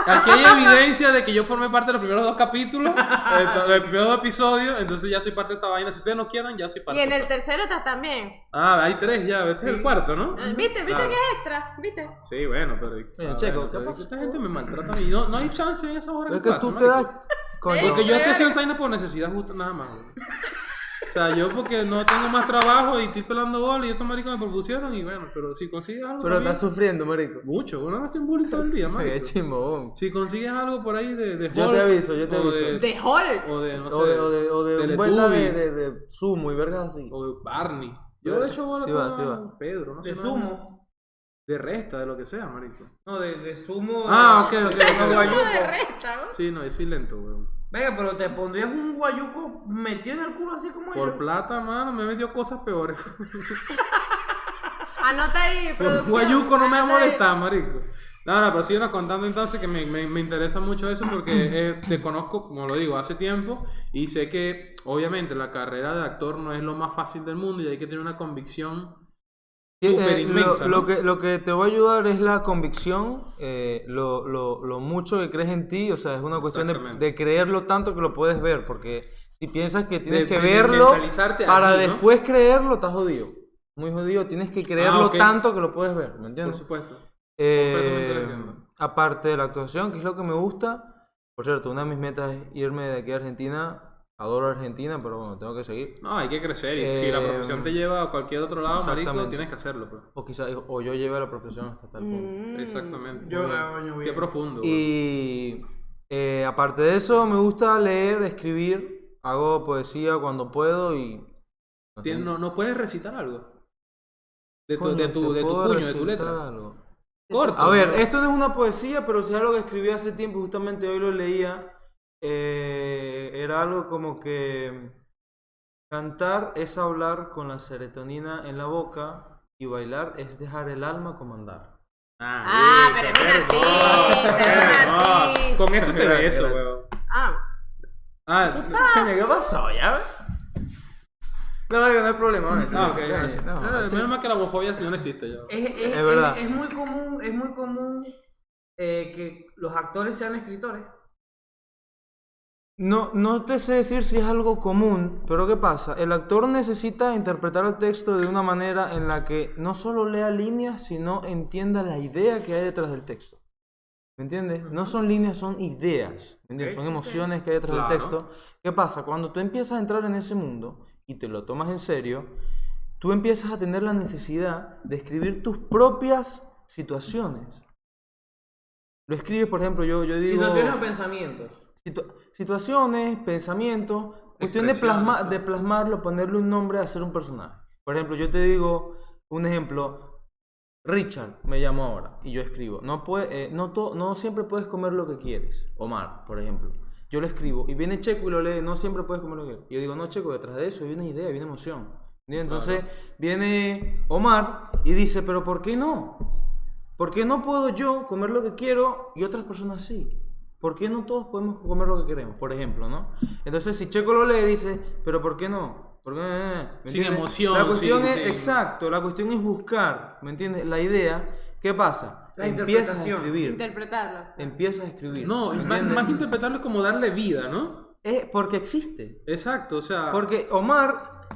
[SPEAKER 4] Aquí hay evidencia de que yo formé parte de los primeros dos capítulos, eh, de los primeros dos episodios, entonces ya soy parte de esta vaina. Si ustedes no quieran, ya soy parte.
[SPEAKER 5] Y en el tercero estás también.
[SPEAKER 4] Ah, hay tres ya, a veces el cuarto, ¿no?
[SPEAKER 5] Eh, ¿Viste? ¿Viste
[SPEAKER 4] Claro.
[SPEAKER 5] que es extra? ¿Viste?
[SPEAKER 4] Sí, bueno, pero. ah,
[SPEAKER 3] Checo,
[SPEAKER 4] bueno,
[SPEAKER 3] ¿qué
[SPEAKER 4] pero
[SPEAKER 3] pasa?
[SPEAKER 4] Esta gente me maltrata a mí. No, no hay chance en esas horas
[SPEAKER 3] Es
[SPEAKER 4] que
[SPEAKER 3] que
[SPEAKER 4] pasa,
[SPEAKER 3] tú te
[SPEAKER 4] marico. Eh,
[SPEAKER 3] das. Coño.
[SPEAKER 4] Porque yo estoy haciendo vaina por necesidad justa, nada más. güey. sea, yo porque no tengo más trabajo y estoy pelando bola y estos maricos me propusieron y bueno, pero si consigues algo.
[SPEAKER 3] Pero
[SPEAKER 4] por ahí-
[SPEAKER 3] estás sufriendo, marico.
[SPEAKER 4] Mucho, bueno, hacen bullying todo el día,
[SPEAKER 3] Qué
[SPEAKER 4] marico.
[SPEAKER 3] chimbo, weón.
[SPEAKER 4] Si consigues algo por ahí de, de
[SPEAKER 3] Yo te
[SPEAKER 4] Hulk
[SPEAKER 3] aviso, yo te
[SPEAKER 4] o
[SPEAKER 3] aviso.
[SPEAKER 4] De,
[SPEAKER 5] De Hulk.
[SPEAKER 4] O de, no sé,
[SPEAKER 3] O de, o de, o de un buen
[SPEAKER 4] Teletubby,
[SPEAKER 3] de, de, de sumo y vergas así.
[SPEAKER 4] o de Barney. Yo de hecho bola
[SPEAKER 3] Sí
[SPEAKER 4] con
[SPEAKER 3] va, sí va.
[SPEAKER 4] Pedro, no sé.
[SPEAKER 2] De
[SPEAKER 4] nada más.
[SPEAKER 2] sumo.
[SPEAKER 4] De resta, de lo que sea, marico.
[SPEAKER 2] No, de, de sumo.
[SPEAKER 4] Ah, ok, ok,
[SPEAKER 2] de
[SPEAKER 4] ok.
[SPEAKER 2] guayuco.
[SPEAKER 5] de resta, ¿no?
[SPEAKER 4] Sí, no, yo soy lento, weón.
[SPEAKER 2] Venga, pero te pondrías un guayuco metido en el culo así como
[SPEAKER 4] Por
[SPEAKER 2] yo.
[SPEAKER 4] plata, mano, me he metido cosas peores.
[SPEAKER 5] Anota ahí,
[SPEAKER 4] Por
[SPEAKER 5] producción.
[SPEAKER 4] guayuco no me va a
[SPEAKER 5] anota ahí.
[SPEAKER 4] molestar, marico. No, no, pero síguenos contando entonces que me, me- me interesa mucho eso porque eh, te conozco, como lo digo, hace tiempo y sé que obviamente la carrera de actor no es lo más fácil del mundo y hay que tener una convicción
[SPEAKER 3] Sí,
[SPEAKER 4] súper
[SPEAKER 3] eh,
[SPEAKER 4] inmensa.
[SPEAKER 3] lo, lo
[SPEAKER 4] ¿no?
[SPEAKER 3] que, lo que te va a ayudar es la convicción, eh, lo, lo, lo mucho que crees en ti, o sea, es una cuestión de,
[SPEAKER 4] Exactamente.
[SPEAKER 3] de creerlo tanto que lo puedes ver, porque si piensas que tienes
[SPEAKER 4] De-
[SPEAKER 3] que
[SPEAKER 4] de
[SPEAKER 3] verlo
[SPEAKER 4] mentalizarte
[SPEAKER 3] para
[SPEAKER 4] allí, ¿no?
[SPEAKER 3] después creerlo, estás jodido. Muy jodido, tienes que creerlo
[SPEAKER 4] Ah, ok.
[SPEAKER 3] tanto que lo puedes ver, ¿me
[SPEAKER 4] Por
[SPEAKER 3] entiendes?
[SPEAKER 4] supuesto.
[SPEAKER 3] Eh,
[SPEAKER 4] lo entiendo.
[SPEAKER 3] aparte de la actuación, que es lo que me gusta, por cierto, una de mis metas es irme de aquí a Argentina, adoro Argentina, pero bueno, tengo que seguir.
[SPEAKER 4] No, hay que crecer y si la
[SPEAKER 3] Eh,
[SPEAKER 4] profesión te lleva a cualquier otro lado, marico,
[SPEAKER 3] exactamente.
[SPEAKER 4] tienes que hacerlo, pues.
[SPEAKER 3] O quizás, o yo lleve a la profesión hasta tal punto.
[SPEAKER 1] Mm.
[SPEAKER 5] Mm.
[SPEAKER 4] Exactamente.
[SPEAKER 2] Yo, coño,
[SPEAKER 4] Qué
[SPEAKER 2] bien.
[SPEAKER 4] profundo. weón.
[SPEAKER 3] Y eh, aparte de eso, me gusta leer, escribir, hago poesía cuando puedo y... no sé,
[SPEAKER 4] Tien- no, no puedes recitar algo? De tu,
[SPEAKER 3] coño,
[SPEAKER 4] de tu,
[SPEAKER 3] te
[SPEAKER 4] de tu
[SPEAKER 3] puedo
[SPEAKER 4] puño, de tu
[SPEAKER 3] recitar
[SPEAKER 4] letra.
[SPEAKER 3] algo.
[SPEAKER 4] Corto.
[SPEAKER 3] A ver, esto no es una poesía, pero sí es algo que escribí hace tiempo, justamente hoy lo leía. Eh, era algo como que cantar es hablar con la serotonina en la boca y bailar es dejar el alma comandar.
[SPEAKER 5] Ah, pero es un artista, es un
[SPEAKER 4] Ah,
[SPEAKER 5] artista.
[SPEAKER 4] con eso te
[SPEAKER 3] Gracias,
[SPEAKER 4] beso,
[SPEAKER 3] gracias.
[SPEAKER 4] weón.
[SPEAKER 5] Ah,
[SPEAKER 4] Ah,
[SPEAKER 3] ¿Qué pasó? ¿Ya No, no, no hay problema.
[SPEAKER 4] ah, ok.
[SPEAKER 3] no,
[SPEAKER 4] gracias.
[SPEAKER 3] no,
[SPEAKER 4] No,
[SPEAKER 3] no, Eh,
[SPEAKER 4] menos mal que la homofobia no existe ya.
[SPEAKER 2] Es, es-
[SPEAKER 3] Es verdad.
[SPEAKER 2] es- es muy común, es muy común eh, que los actores sean escritores.
[SPEAKER 3] No, no te sé decir si es algo común, pero ¿qué pasa? El actor necesita interpretar el texto de una manera en la que no solo lea líneas, sino entienda la idea que hay detrás del texto. ¿Me entiendes? No son líneas, son ideas. ¿me entiendes?
[SPEAKER 2] Ok,
[SPEAKER 3] Son emociones que hay detrás
[SPEAKER 4] Claro.
[SPEAKER 3] del texto. ¿Qué pasa? Cuando tú empiezas a entrar en ese mundo y te lo tomas en serio, tú empiezas a tener la necesidad de escribir tus propias situaciones. Lo escribes, por ejemplo, yo, yo digo...
[SPEAKER 2] Situaciones o pensamientos.
[SPEAKER 3] Situ- situaciones, pensamientos, cuestión de,
[SPEAKER 4] Expresiones,
[SPEAKER 3] plasma-
[SPEAKER 4] ¿no?
[SPEAKER 3] de plasmarlo, ponerle un nombre, hacer un personaje. Por ejemplo, yo te digo un ejemplo, Richard me llamó ahora y yo escribo, no, puede, eh, no, to- no siempre puedes comer lo que quieres, Omar, por ejemplo. Yo lo escribo y viene Checo y lo lee, no siempre puedes comer lo que quieres. Y yo digo, no Checo, detrás de eso hay una idea, hay una emoción. ¿Entiendes? Entonces viene Omar y dice, pero ¿por qué no? ¿Por qué no puedo yo comer lo que quiero y otras personas sí? ¿Por qué no todos podemos comer lo que queremos? Por ejemplo, ¿no? Entonces, si Checo lo lee, dice, pero ¿por qué no? ¿Por qué? ¿Me
[SPEAKER 4] Sin
[SPEAKER 3] entiendes?
[SPEAKER 4] emoción,
[SPEAKER 3] La cuestión
[SPEAKER 4] sin-
[SPEAKER 3] es,
[SPEAKER 4] sin-
[SPEAKER 3] exacto, la cuestión es buscar, ¿me entiendes? La idea, ¿qué pasa?
[SPEAKER 2] La
[SPEAKER 3] empiezas a
[SPEAKER 2] interpretación.
[SPEAKER 3] escribir.
[SPEAKER 5] interpretarlo.
[SPEAKER 3] Empiezas a escribir.
[SPEAKER 4] No,
[SPEAKER 3] ¿me
[SPEAKER 4] y más,
[SPEAKER 3] entiendes?
[SPEAKER 4] más que interpretarlo es como darle vida, ¿no?
[SPEAKER 3] Eh, porque existe.
[SPEAKER 4] Exacto, o sea.
[SPEAKER 3] Porque Omar,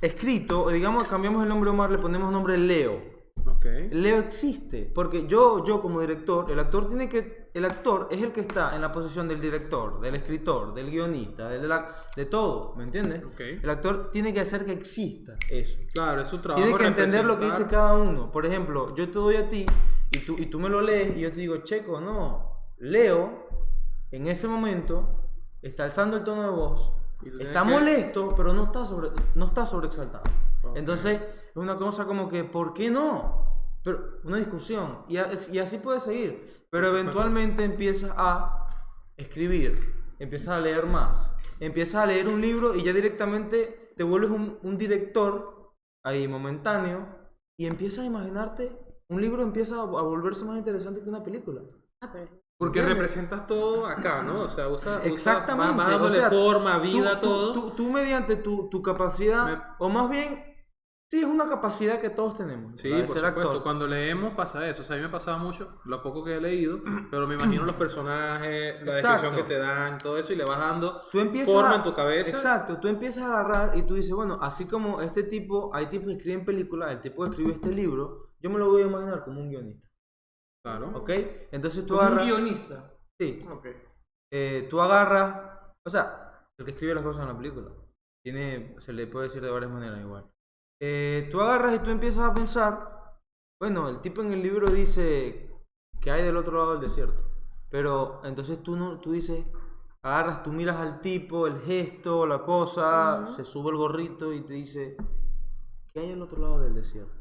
[SPEAKER 3] escrito, o digamos, cambiamos el nombre de Omar, le ponemos nombre Leo.
[SPEAKER 4] Ok.
[SPEAKER 3] Leo existe, porque yo, yo como director, el actor tiene que, el actor es el que está en la posición del director, del escritor, del guionista, del- de, la- de todo, ¿me entiendes?
[SPEAKER 4] Ok.
[SPEAKER 3] El actor tiene que hacer que exista eso.
[SPEAKER 4] Claro, es su trabajo.
[SPEAKER 3] Tiene que entender lo que dice
[SPEAKER 4] representar.
[SPEAKER 3] cada uno. Por ejemplo, yo te doy a ti y tú, y tú me lo lees y yo te digo, Checo, no, Leo en ese momento está alzando el tono de voz,
[SPEAKER 4] Y tú tienes
[SPEAKER 3] está
[SPEAKER 4] que-
[SPEAKER 3] molesto, pero no está, sobre, no está sobreexaltado.
[SPEAKER 4] Ok.
[SPEAKER 3] Entonces, es una cosa como que, ¿por qué no? Pero una discusión. Y, a- y así puedes seguir. Pero eventualmente empiezas a escribir, empiezas a leer más, empiezas a leer un libro y ya directamente te vuelves un, un director ahí momentáneo y empiezas a imaginarte, un libro empieza a, a volverse más interesante que una película.
[SPEAKER 5] Ah, pero-
[SPEAKER 4] Porque
[SPEAKER 3] ¿Entiendes?
[SPEAKER 4] representas todo acá, ¿no? O sea, usa. usa-
[SPEAKER 3] Exactamente.
[SPEAKER 4] va- va
[SPEAKER 3] o
[SPEAKER 4] dándole
[SPEAKER 3] sea,
[SPEAKER 4] forma,
[SPEAKER 3] tú-
[SPEAKER 4] vida,
[SPEAKER 3] tú-
[SPEAKER 4] todo.
[SPEAKER 3] Tú, tú mediante tu, tu capacidad,
[SPEAKER 4] Me-
[SPEAKER 3] o más bien, sí, es una capacidad que todos tenemos.
[SPEAKER 4] Sí,
[SPEAKER 3] la de
[SPEAKER 4] por
[SPEAKER 3] ser
[SPEAKER 4] supuesto.
[SPEAKER 3] actor.
[SPEAKER 4] Cuando leemos pasa eso. O sea, a mí me pasaba mucho, lo poco que he leído, pero me imagino los personajes, la descripción
[SPEAKER 3] Exacto.
[SPEAKER 4] que te dan, todo eso, y le vas dando
[SPEAKER 3] Tú empiezas
[SPEAKER 4] forma
[SPEAKER 3] a-
[SPEAKER 4] en tu cabeza.
[SPEAKER 3] Exacto, tú empiezas a agarrar y tú dices, bueno, así como este tipo, hay tipos que escriben películas, el tipo que escribió este libro, yo me lo voy a imaginar como un guionista,
[SPEAKER 4] Claro.
[SPEAKER 3] ¿ok? Entonces tú
[SPEAKER 2] Como un
[SPEAKER 3] agarras,
[SPEAKER 2] guionista.
[SPEAKER 3] sí,
[SPEAKER 2] Ok.
[SPEAKER 3] eh, tú agarras, o sea, el que escribe las cosas en la película. Tiene, se le puede decir de varias maneras igual. Eh, tú agarras y tú empiezas a pensar, bueno, el tipo en el libro dice que hay del otro lado del desierto, pero entonces tú no, tú dices, agarras, tú miras al tipo, el gesto, la cosa, se sube el gorrito y te dice, ¿qué hay al otro lado del desierto?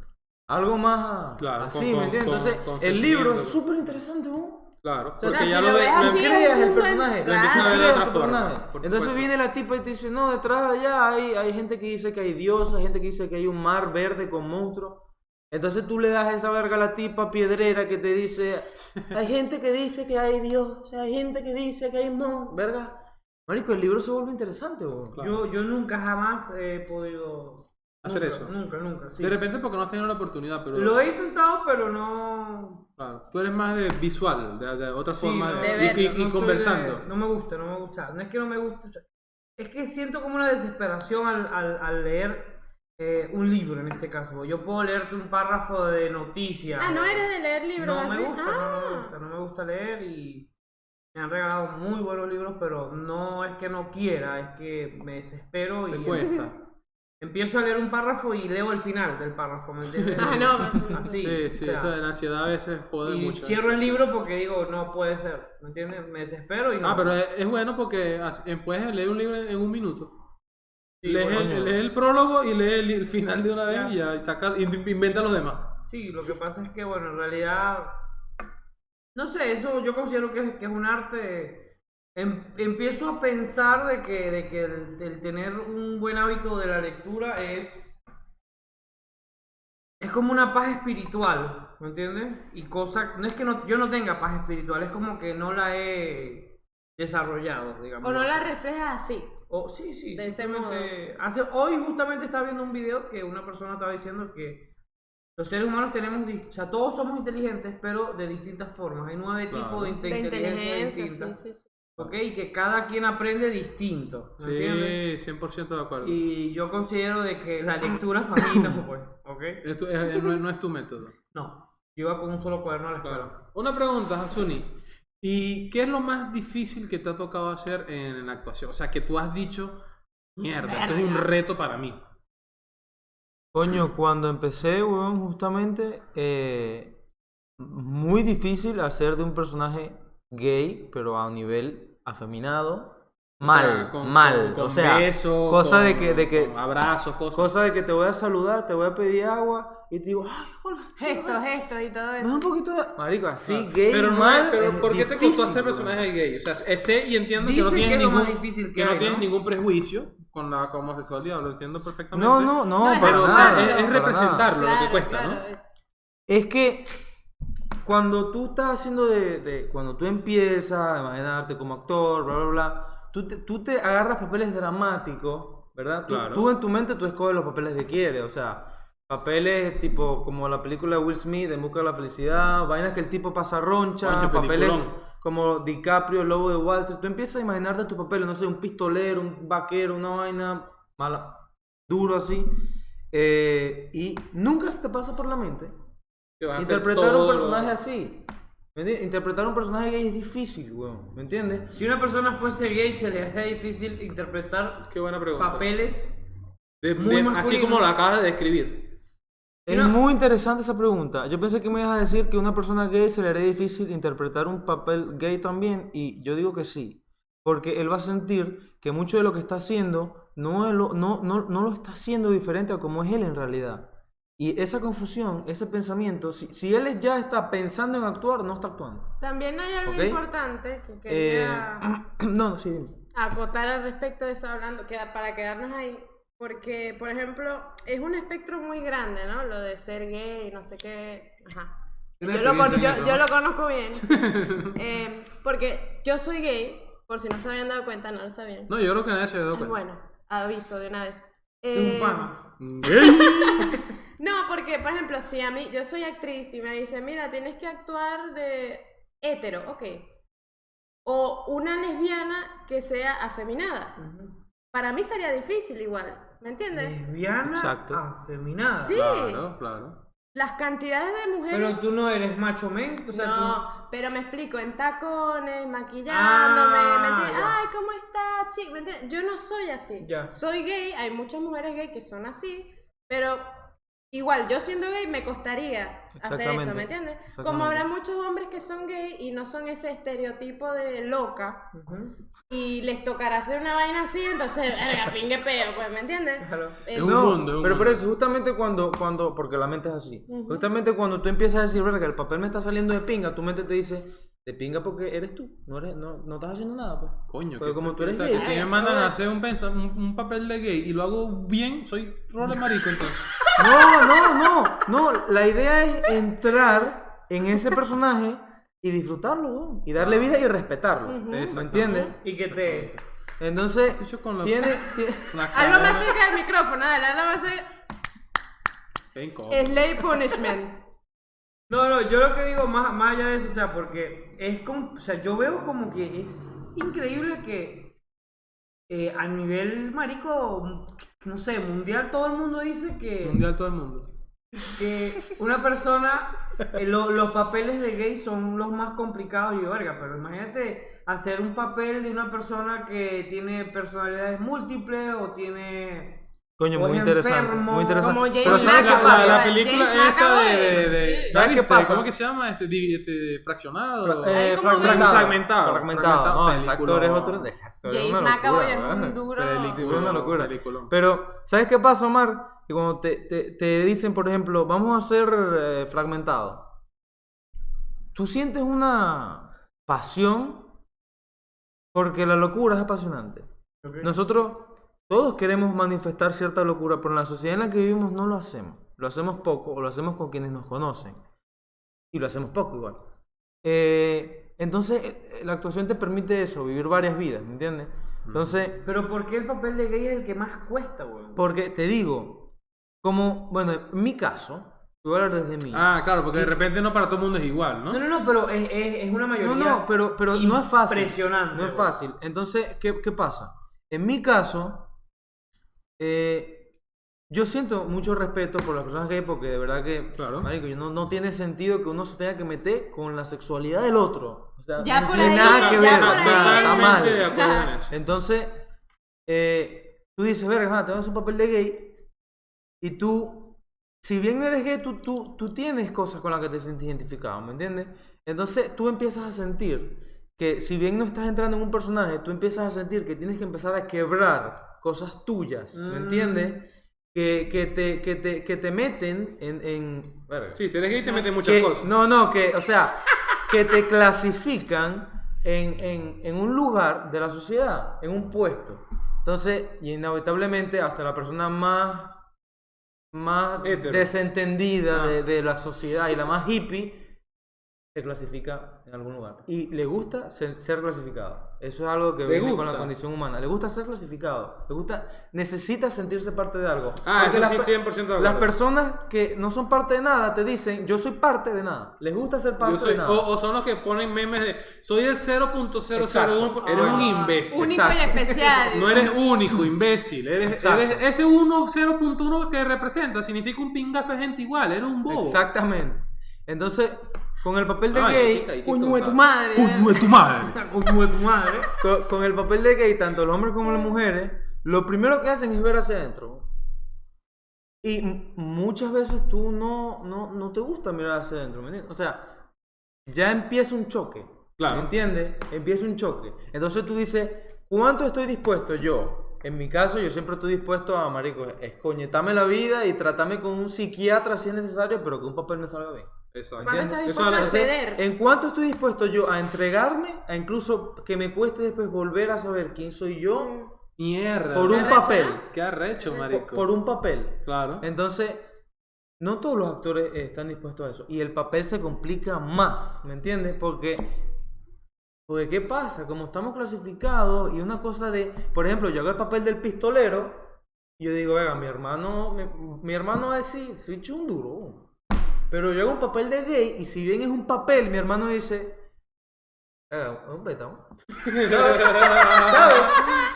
[SPEAKER 3] Algo más
[SPEAKER 4] Claro,
[SPEAKER 3] así,
[SPEAKER 4] con-
[SPEAKER 3] ¿me
[SPEAKER 4] con-
[SPEAKER 3] entiendes?
[SPEAKER 4] con-
[SPEAKER 3] Entonces,
[SPEAKER 4] con
[SPEAKER 3] el libro es
[SPEAKER 4] sentimiento.
[SPEAKER 3] súper interesante, ¿no?
[SPEAKER 4] Claro,
[SPEAKER 3] sea,
[SPEAKER 4] porque
[SPEAKER 5] si
[SPEAKER 4] ya
[SPEAKER 5] lo
[SPEAKER 4] lo
[SPEAKER 5] ves
[SPEAKER 4] lo-
[SPEAKER 5] así,
[SPEAKER 3] creas
[SPEAKER 5] es
[SPEAKER 3] el
[SPEAKER 5] un
[SPEAKER 3] personaje,
[SPEAKER 5] buen-
[SPEAKER 3] la empiezas a
[SPEAKER 5] Claro.
[SPEAKER 3] ver de
[SPEAKER 4] De
[SPEAKER 3] otra
[SPEAKER 4] otra forma,
[SPEAKER 3] forma.
[SPEAKER 4] por
[SPEAKER 3] Entonces
[SPEAKER 4] supuesto.
[SPEAKER 3] viene la tipa y te dice, no, detrás de allá hay, hay gente que dice que hay dioses, hay gente que dice que hay un mar verde con monstruos. Entonces tú le das esa verga a la tipa piedrera que te dice, hay gente que dice que hay dioses, hay gente que dice que hay monstruos. Verga, marico, el libro se vuelve interesante, bro.
[SPEAKER 2] Yo,
[SPEAKER 4] Claro.
[SPEAKER 2] yo nunca jamás he podido
[SPEAKER 4] Hacer
[SPEAKER 2] nunca,
[SPEAKER 4] eso.
[SPEAKER 2] Nunca, nunca. sí.
[SPEAKER 4] de repente porque no has tenido la oportunidad, pero
[SPEAKER 2] Lo he intentado, pero no.
[SPEAKER 4] claro, tú eres más de visual, de, de otra
[SPEAKER 2] Sí,
[SPEAKER 4] forma
[SPEAKER 2] no,
[SPEAKER 4] de-
[SPEAKER 1] De
[SPEAKER 4] y, y-
[SPEAKER 1] verlo.
[SPEAKER 4] y
[SPEAKER 2] no soy
[SPEAKER 4] conversando.
[SPEAKER 2] de- no me gusta, no me gusta. No es que no me guste. o sea, Es que siento como una desesperación al, al- al leer eh, un libro en este caso. Yo puedo leerte un párrafo de noticias.
[SPEAKER 5] Ah, no
[SPEAKER 2] o-
[SPEAKER 5] eres de leer libros
[SPEAKER 2] no
[SPEAKER 5] así.
[SPEAKER 2] Me gusta, no, me
[SPEAKER 5] ah.
[SPEAKER 2] gusta, no me gusta leer y me han regalado muy buenos libros, pero no es que no quiera, es que me desespero
[SPEAKER 4] Te
[SPEAKER 2] y
[SPEAKER 4] cuesta.
[SPEAKER 2] empiezo a leer un párrafo y leo el final del párrafo, ¿me entiendes?
[SPEAKER 5] Ah, no, pues,
[SPEAKER 2] Así.
[SPEAKER 4] sí, sí,
[SPEAKER 2] o sea,
[SPEAKER 4] esa de la ansiedad a veces jode
[SPEAKER 2] y
[SPEAKER 4] mucho.
[SPEAKER 2] cierro el libro porque digo, no puede ser, ¿me entiendes? Me desespero y no.
[SPEAKER 4] Ah, pero es, es bueno porque as- eh, puedes leer un libro en, en un minuto.
[SPEAKER 2] Sí,
[SPEAKER 4] lees,
[SPEAKER 2] bueno,
[SPEAKER 4] el, lees el prólogo y lees el, el final de una vez
[SPEAKER 2] Ya.
[SPEAKER 4] y ya, y saca, y inventa los demás.
[SPEAKER 2] Sí, lo que pasa es que, bueno, en realidad, no sé, eso yo considero que es, que es un arte. Em- empiezo a pensar de que, de que el, el tener un buen hábito de la lectura es... Es como una paz espiritual, ¿me entiendes? Y cosa, no es que no, yo no tenga paz espiritual, es como que no la he desarrollado, digamos.
[SPEAKER 1] O no la
[SPEAKER 2] así.
[SPEAKER 1] reflejas así.
[SPEAKER 2] O- sí, sí.
[SPEAKER 1] De ese
[SPEAKER 2] simplemente- Hace, hoy justamente estaba viendo un video que una persona estaba diciendo que los seres humanos tenemos, dis- o sea, todos somos inteligentes, pero de distintas formas. Hay nueve
[SPEAKER 4] Claro.
[SPEAKER 2] tipos de, inte-
[SPEAKER 1] La
[SPEAKER 2] inteligencia
[SPEAKER 1] inteligencia, sí,
[SPEAKER 2] distintas.
[SPEAKER 1] sí, sí.
[SPEAKER 2] ¿Ok? Y que cada quien aprende distinto. ¿me
[SPEAKER 4] Sí,
[SPEAKER 2] entiendes?
[SPEAKER 4] 100% de acuerdo.
[SPEAKER 2] Y yo considero de que la lectura es para mí, no, pues, ¿ok?
[SPEAKER 4] Esto es- es- no, es- no es tu método.
[SPEAKER 2] No. Yo iba con un solo cuaderno a la escuela.
[SPEAKER 4] Claro. Una pregunta, Hasuni. ¿Y qué es lo más difícil que te ha tocado hacer en, la actuación? O sea, que tú has dicho, mierda, esto es un reto para mí.
[SPEAKER 3] Coño, cuando empecé, weón, justamente, eh, muy difícil hacer de un personaje gay, pero a un nivel afeminado,
[SPEAKER 4] O
[SPEAKER 3] mal,
[SPEAKER 4] sea, con-
[SPEAKER 3] mal,
[SPEAKER 4] con- con
[SPEAKER 3] o sea,
[SPEAKER 4] besos,
[SPEAKER 3] cosa de
[SPEAKER 4] con-
[SPEAKER 3] que, de que,
[SPEAKER 4] con abrazos, cosas.
[SPEAKER 3] cosa de que te voy a saludar, te voy a pedir agua y te digo, ay, hola,
[SPEAKER 1] Gestos, gestos y todo
[SPEAKER 3] me da
[SPEAKER 1] eso.
[SPEAKER 3] un poquito de, marico, así
[SPEAKER 4] Claro.
[SPEAKER 3] gay,
[SPEAKER 4] pero no
[SPEAKER 3] mal,
[SPEAKER 4] es- pero
[SPEAKER 3] es
[SPEAKER 4] ¿por qué te costó
[SPEAKER 3] difícil,
[SPEAKER 4] hacer
[SPEAKER 3] weón.
[SPEAKER 4] personajes gay? O sea, eh, sé y entiendo que no
[SPEAKER 2] Dicen
[SPEAKER 4] tienes
[SPEAKER 2] que es lo
[SPEAKER 4] ningún
[SPEAKER 2] más difícil que
[SPEAKER 4] que no
[SPEAKER 2] hay,
[SPEAKER 4] tienes
[SPEAKER 2] ¿no?
[SPEAKER 4] ningún prejuicio con la homosexualidad, lo entiendo perfectamente.
[SPEAKER 3] No, no, no,
[SPEAKER 1] No, es
[SPEAKER 3] para
[SPEAKER 4] pero o sea,
[SPEAKER 3] nada,
[SPEAKER 1] actuarlo.
[SPEAKER 4] es, es
[SPEAKER 3] para nada.
[SPEAKER 4] representarlo lo
[SPEAKER 5] Claro,
[SPEAKER 4] que cuesta,
[SPEAKER 5] claro,
[SPEAKER 4] ¿no?
[SPEAKER 5] es-
[SPEAKER 3] Es que cuando tú estás haciendo de, de- cuando tú empiezas a imaginarte como actor, bla, bla, bla, tú te, tú te agarras papeles dramáticos, ¿verdad? Tú,
[SPEAKER 4] Claro.
[SPEAKER 3] tú en tu mente tú escoges los papeles que quieres, o sea, papeles tipo como la película de Will Smith, En Busca de la Felicidad, vainas que el tipo pasa roncha,
[SPEAKER 4] Coño,
[SPEAKER 3] papeles
[SPEAKER 4] peliculón.
[SPEAKER 3] como DiCaprio, Lobo de Wall Street. Tú empiezas a imaginarte tus papeles, no sé, un pistolero, un vaquero, una vaina mala, duro así. eh, y nunca se te pasa por la mente
[SPEAKER 4] Que vas a hacer
[SPEAKER 3] Interpretar un
[SPEAKER 4] todo-
[SPEAKER 3] personaje así. ¿me entiendes? Interpretar un personaje gay es difícil, weón. ¿Me entiendes?
[SPEAKER 2] Si una persona fuese gay, se le haría difícil interpretar
[SPEAKER 4] Qué buena pregunta.
[SPEAKER 2] papeles.
[SPEAKER 4] De-
[SPEAKER 2] muy
[SPEAKER 4] de- así
[SPEAKER 2] masculino.
[SPEAKER 4] como lo acabas de describir.
[SPEAKER 3] Es
[SPEAKER 2] no-
[SPEAKER 3] muy interesante esa pregunta. Yo pensé que me ibas a decir que a una persona gay se le haría difícil interpretar un papel gay también. Y yo digo que sí. Porque él va a sentir que mucho de lo que está haciendo no, es lo, no, no, no lo está haciendo diferente a como es él en realidad. Y esa confusión, ese pensamiento, si, si él ya está pensando en actuar, no está actuando.
[SPEAKER 1] También hay algo
[SPEAKER 3] Ok.
[SPEAKER 1] importante que
[SPEAKER 3] Eh,
[SPEAKER 1] quería...
[SPEAKER 3] no, sí.
[SPEAKER 1] acotar al respecto de eso hablando, queda- para quedarnos ahí, porque, por ejemplo, es un espectro muy grande, ¿no? Lo de ser gay, no sé qué. Ajá. Yo
[SPEAKER 4] Tienes
[SPEAKER 1] lo, con-
[SPEAKER 4] experiencia en
[SPEAKER 1] yo, yo
[SPEAKER 4] eso, ¿no?
[SPEAKER 1] lo conozco bien. Eh, porque yo soy gay, por si no se habían dado cuenta, no lo sabían.
[SPEAKER 4] No, pues. yo creo que nadie se dio cuenta.
[SPEAKER 1] Bueno, aviso de una vez.
[SPEAKER 2] Un
[SPEAKER 1] Eh,
[SPEAKER 2] pana.
[SPEAKER 4] Mm,
[SPEAKER 1] no, porque, por ejemplo, si a mí, yo soy actriz y me dicen, mira, tienes que actuar de hetero, ok. O una lesbiana que sea afeminada. Para mí sería difícil igual, ¿me entiendes?
[SPEAKER 2] Lesbiana
[SPEAKER 3] Exacto.
[SPEAKER 2] afeminada.
[SPEAKER 1] Sí,
[SPEAKER 4] Claro, claro.
[SPEAKER 1] las cantidades de mujeres...
[SPEAKER 2] Pero tú no eres macho men, o sea,
[SPEAKER 1] no, pero me explico, en tacones, maquillándome,
[SPEAKER 2] Ah,
[SPEAKER 1] ¿me entiendes?
[SPEAKER 2] ya.
[SPEAKER 1] Ay, ¿cómo está, chico? ¿Me entiendes? Yo no soy así.
[SPEAKER 2] Ya.
[SPEAKER 1] Soy gay, hay muchas mujeres gay que son así, pero igual, yo siendo gay me costaría hacer eso, ¿me
[SPEAKER 3] Exactamente,
[SPEAKER 1] entiendes? Como
[SPEAKER 3] exactamente.
[SPEAKER 1] habrá muchos hombres que son gay y no son ese estereotipo de loca
[SPEAKER 2] Ujú.
[SPEAKER 1] y les tocará hacer una vaina así, entonces, verga, pingue peo, pues, ¿me entiendes?
[SPEAKER 2] Claro.
[SPEAKER 1] Eh,
[SPEAKER 4] Es un
[SPEAKER 3] No,
[SPEAKER 4] mundo, es un
[SPEAKER 3] pero por
[SPEAKER 4] mundo.
[SPEAKER 3] eso, justamente cuando, cuando, porque la mente es así,
[SPEAKER 1] Ujú.
[SPEAKER 3] justamente cuando tú empiezas a decir, verga, el papel me está saliendo de pinga, tu mente te dice, de pinga porque eres tú, no, eres, no, no estás haciendo nada, pues.
[SPEAKER 4] Coño,
[SPEAKER 3] Porque
[SPEAKER 4] que-
[SPEAKER 3] como tú eres
[SPEAKER 4] o sea,
[SPEAKER 3] gay, eh,
[SPEAKER 4] que si me
[SPEAKER 1] eso
[SPEAKER 4] mandan a
[SPEAKER 1] es.
[SPEAKER 4] hacer un, pensa- un, un papel de gay y lo hago bien, soy role marico entonces.
[SPEAKER 3] No, no, no, no, la idea es entrar en ese personaje y disfrutarlo, weón, y darle vida y respetarlo,
[SPEAKER 1] Ujú.
[SPEAKER 3] ¿me
[SPEAKER 4] Exactamente.
[SPEAKER 3] entiendes?
[SPEAKER 2] Y que te.
[SPEAKER 3] Entonces,
[SPEAKER 4] Estoy yo con la-
[SPEAKER 3] tiene, tiene-
[SPEAKER 4] La
[SPEAKER 1] Hazlo
[SPEAKER 4] cara-
[SPEAKER 1] más cerca del micrófono, dale, hazlo más cerca.
[SPEAKER 4] Qué incómodo.
[SPEAKER 1] Slay punishment.
[SPEAKER 2] No, no, yo lo que digo más, más allá de eso, o sea, porque es como, o sea, yo veo como que es increíble que eh, a nivel marico, no sé, mundial, todo el mundo dice que,
[SPEAKER 4] Mundial todo el mundo.
[SPEAKER 2] que una persona, eh, lo- los papeles de gay son los más complicados y verga, pero imagínate hacer un papel de una persona que tiene personalidades múltiples o tiene...
[SPEAKER 3] coño,
[SPEAKER 2] O
[SPEAKER 3] muy
[SPEAKER 2] es
[SPEAKER 3] interesante,
[SPEAKER 2] enfermo,
[SPEAKER 3] muy interesante.
[SPEAKER 1] como James
[SPEAKER 3] Pero ¿sabes qué
[SPEAKER 1] McAvoy.
[SPEAKER 4] la, la
[SPEAKER 3] pasa?
[SPEAKER 4] película
[SPEAKER 1] James
[SPEAKER 4] esta de,
[SPEAKER 1] McAvoy.
[SPEAKER 4] de, de-
[SPEAKER 3] Sí. ¿Sabes qué
[SPEAKER 4] ¿viste?
[SPEAKER 3] pasa?
[SPEAKER 4] ¿Cómo que se llama? Este, di- este fraccionado.
[SPEAKER 1] Hay
[SPEAKER 3] Eh,
[SPEAKER 1] como
[SPEAKER 3] fragmentado,
[SPEAKER 4] menos-
[SPEAKER 3] fragmentado,
[SPEAKER 4] Fragmentado,
[SPEAKER 3] fragmentado, no, ese actor es
[SPEAKER 4] película.
[SPEAKER 3] otro, ese actor es
[SPEAKER 1] James
[SPEAKER 3] una
[SPEAKER 1] McAvoy
[SPEAKER 3] locura,
[SPEAKER 1] es
[SPEAKER 3] ¿verdad?
[SPEAKER 1] un duro.
[SPEAKER 3] Película, una locura.
[SPEAKER 4] Peliculón.
[SPEAKER 3] Pero, ¿sabes qué pasa, Omar? Que cuando te, te- te dicen, por ejemplo, vamos a ser eh, fragmentado, tú sientes una pasión porque la locura es apasionante. Nosotros todos queremos manifestar cierta locura, pero en la sociedad en la que vivimos no lo hacemos. Lo hacemos poco o lo hacemos con quienes nos conocen. Y lo hacemos poco igual. Eh, entonces, eh, la actuación te permite eso, vivir varias vidas, ¿me entiendes? Entonces,
[SPEAKER 2] Pero ¿por qué el papel de gay es el que más cuesta, weón?
[SPEAKER 3] porque te digo, como, bueno, en mi caso, voy a hablar desde mí.
[SPEAKER 4] Ah, claro, porque de repente no para todo el mundo es igual, ¿no?
[SPEAKER 2] No, no, no, pero es, es, es una
[SPEAKER 3] no,
[SPEAKER 2] mayoría.
[SPEAKER 3] no, pero, pero no es fácil.
[SPEAKER 2] Impresionante.
[SPEAKER 3] No es
[SPEAKER 2] weón.
[SPEAKER 3] fácil. Entonces, ¿qué, qué pasa? En mi caso, eh, yo siento mucho respeto por las personas gay porque de verdad que,
[SPEAKER 4] Claro.
[SPEAKER 3] marico, yo no, no tiene sentido que uno se tenga que meter con la sexualidad del otro. O sea,
[SPEAKER 1] Ya
[SPEAKER 3] no
[SPEAKER 1] por
[SPEAKER 3] tiene
[SPEAKER 1] ahí,
[SPEAKER 3] nada que
[SPEAKER 1] ya
[SPEAKER 3] ver.
[SPEAKER 1] por ahí.
[SPEAKER 3] Está mal.
[SPEAKER 4] Totalmente de acuerdo en eso.
[SPEAKER 3] Entonces, eh, tú dices, verga, ajá, te vas a hacer un papel de gay. Y tú, si bien eres gay, tú, tú, tú tienes cosas con las que te sientes identificado, ¿me entiendes? Entonces, tú empiezas a sentir que, si bien no estás entrando en un personaje, tú empiezas a sentir que tienes que empezar a quebrar cosas tuyas, ¿me entiendes? Que, que, te, que, te, que te meten en. en- verga.
[SPEAKER 4] Sí, si eres gay te meten muchas
[SPEAKER 3] Que-
[SPEAKER 4] cosas.
[SPEAKER 3] No, no, que, o sea, que te clasifican en, en, en un lugar de la sociedad, en un puesto. Entonces, y inevitablemente, hasta la persona más, más
[SPEAKER 4] Hétero.
[SPEAKER 3] desentendida
[SPEAKER 4] Ah.
[SPEAKER 3] de, de la sociedad y la más hippie, se clasifica en algún lugar. Y le gusta ser, ser clasificado. Eso es algo que
[SPEAKER 4] Le
[SPEAKER 3] viene con
[SPEAKER 4] gusta.
[SPEAKER 3] la condición humana. Le gusta ser clasificado. Le gusta, necesita sentirse parte de algo.
[SPEAKER 4] Ah,
[SPEAKER 3] Porque
[SPEAKER 4] eso
[SPEAKER 3] las
[SPEAKER 4] sí,
[SPEAKER 3] per-
[SPEAKER 4] 100% de
[SPEAKER 3] Las
[SPEAKER 4] acuerdo.
[SPEAKER 3] personas que no son parte de nada te dicen, yo soy parte de nada. Les gusta ser parte
[SPEAKER 4] Yo soy-
[SPEAKER 3] de nada.
[SPEAKER 4] o, o son los que ponen memes de soy el 0.001.
[SPEAKER 3] Exacto.
[SPEAKER 4] Eres un
[SPEAKER 3] Ah,
[SPEAKER 4] imbécil.
[SPEAKER 1] Único y
[SPEAKER 3] Exacto.
[SPEAKER 1] especial.
[SPEAKER 4] No eres único, imbécil. Eres,
[SPEAKER 3] Exacto.
[SPEAKER 4] eres- ese 1, 0.1 que representa significa un pingazo de gente igual. Eres un bobo.
[SPEAKER 3] Exactamente. Entonces, con el papel de
[SPEAKER 4] Ay,
[SPEAKER 3] gay,
[SPEAKER 4] chica, ¿y qué
[SPEAKER 1] Coño de
[SPEAKER 4] cosa?
[SPEAKER 1] tu madre.
[SPEAKER 4] Coño de tu madre.
[SPEAKER 2] Como tu madre.
[SPEAKER 3] con, con el papel de gay, tanto los hombres como las mujeres, lo primero que hacen es ver hacia adentro. Y m- muchas veces tú no, no, no te gusta mirar hacia adentro, ¿me entiendes? O sea, ya empieza un choque.
[SPEAKER 4] Claro.
[SPEAKER 3] ¿Me entiendes? Empieza un choque. Entonces tú dices, ¿cuánto estoy dispuesto yo? En mi caso, yo siempre estoy dispuesto a, marico, escoñetame la vida y tratame con un psiquiatra si es necesario, pero que un papel me salga bien.
[SPEAKER 4] Exacto.
[SPEAKER 1] ¿Cuándo estás
[SPEAKER 4] Eso
[SPEAKER 1] dispuesto a
[SPEAKER 4] habla-
[SPEAKER 1] ceder?
[SPEAKER 3] ¿En cuánto estoy dispuesto yo a entregarme, a incluso que me cueste después volver a saber quién soy yo
[SPEAKER 1] Mm.
[SPEAKER 4] Mierda.
[SPEAKER 3] por un
[SPEAKER 1] arrecho,
[SPEAKER 3] papel?
[SPEAKER 4] Qué arrecho,
[SPEAKER 3] Por,
[SPEAKER 4] marico.
[SPEAKER 3] por un papel.
[SPEAKER 4] Claro.
[SPEAKER 3] Entonces, no todos los actores eh, están dispuestos a eso. Y el papel se complica más, ¿me entiendes? Porque, porque ¿qué pasa? Como estamos clasificados y una cosa de, por ejemplo, yo hago el papel del pistolero. y Yo digo, venga, mi hermano, mi, mi hermano va a decir, soy hecho un duro. Pero yo hago un papel de gay y si bien es un papel, mi hermano "Eh, dice, "Verga, es un beta, ¿no?". ¿Sabes?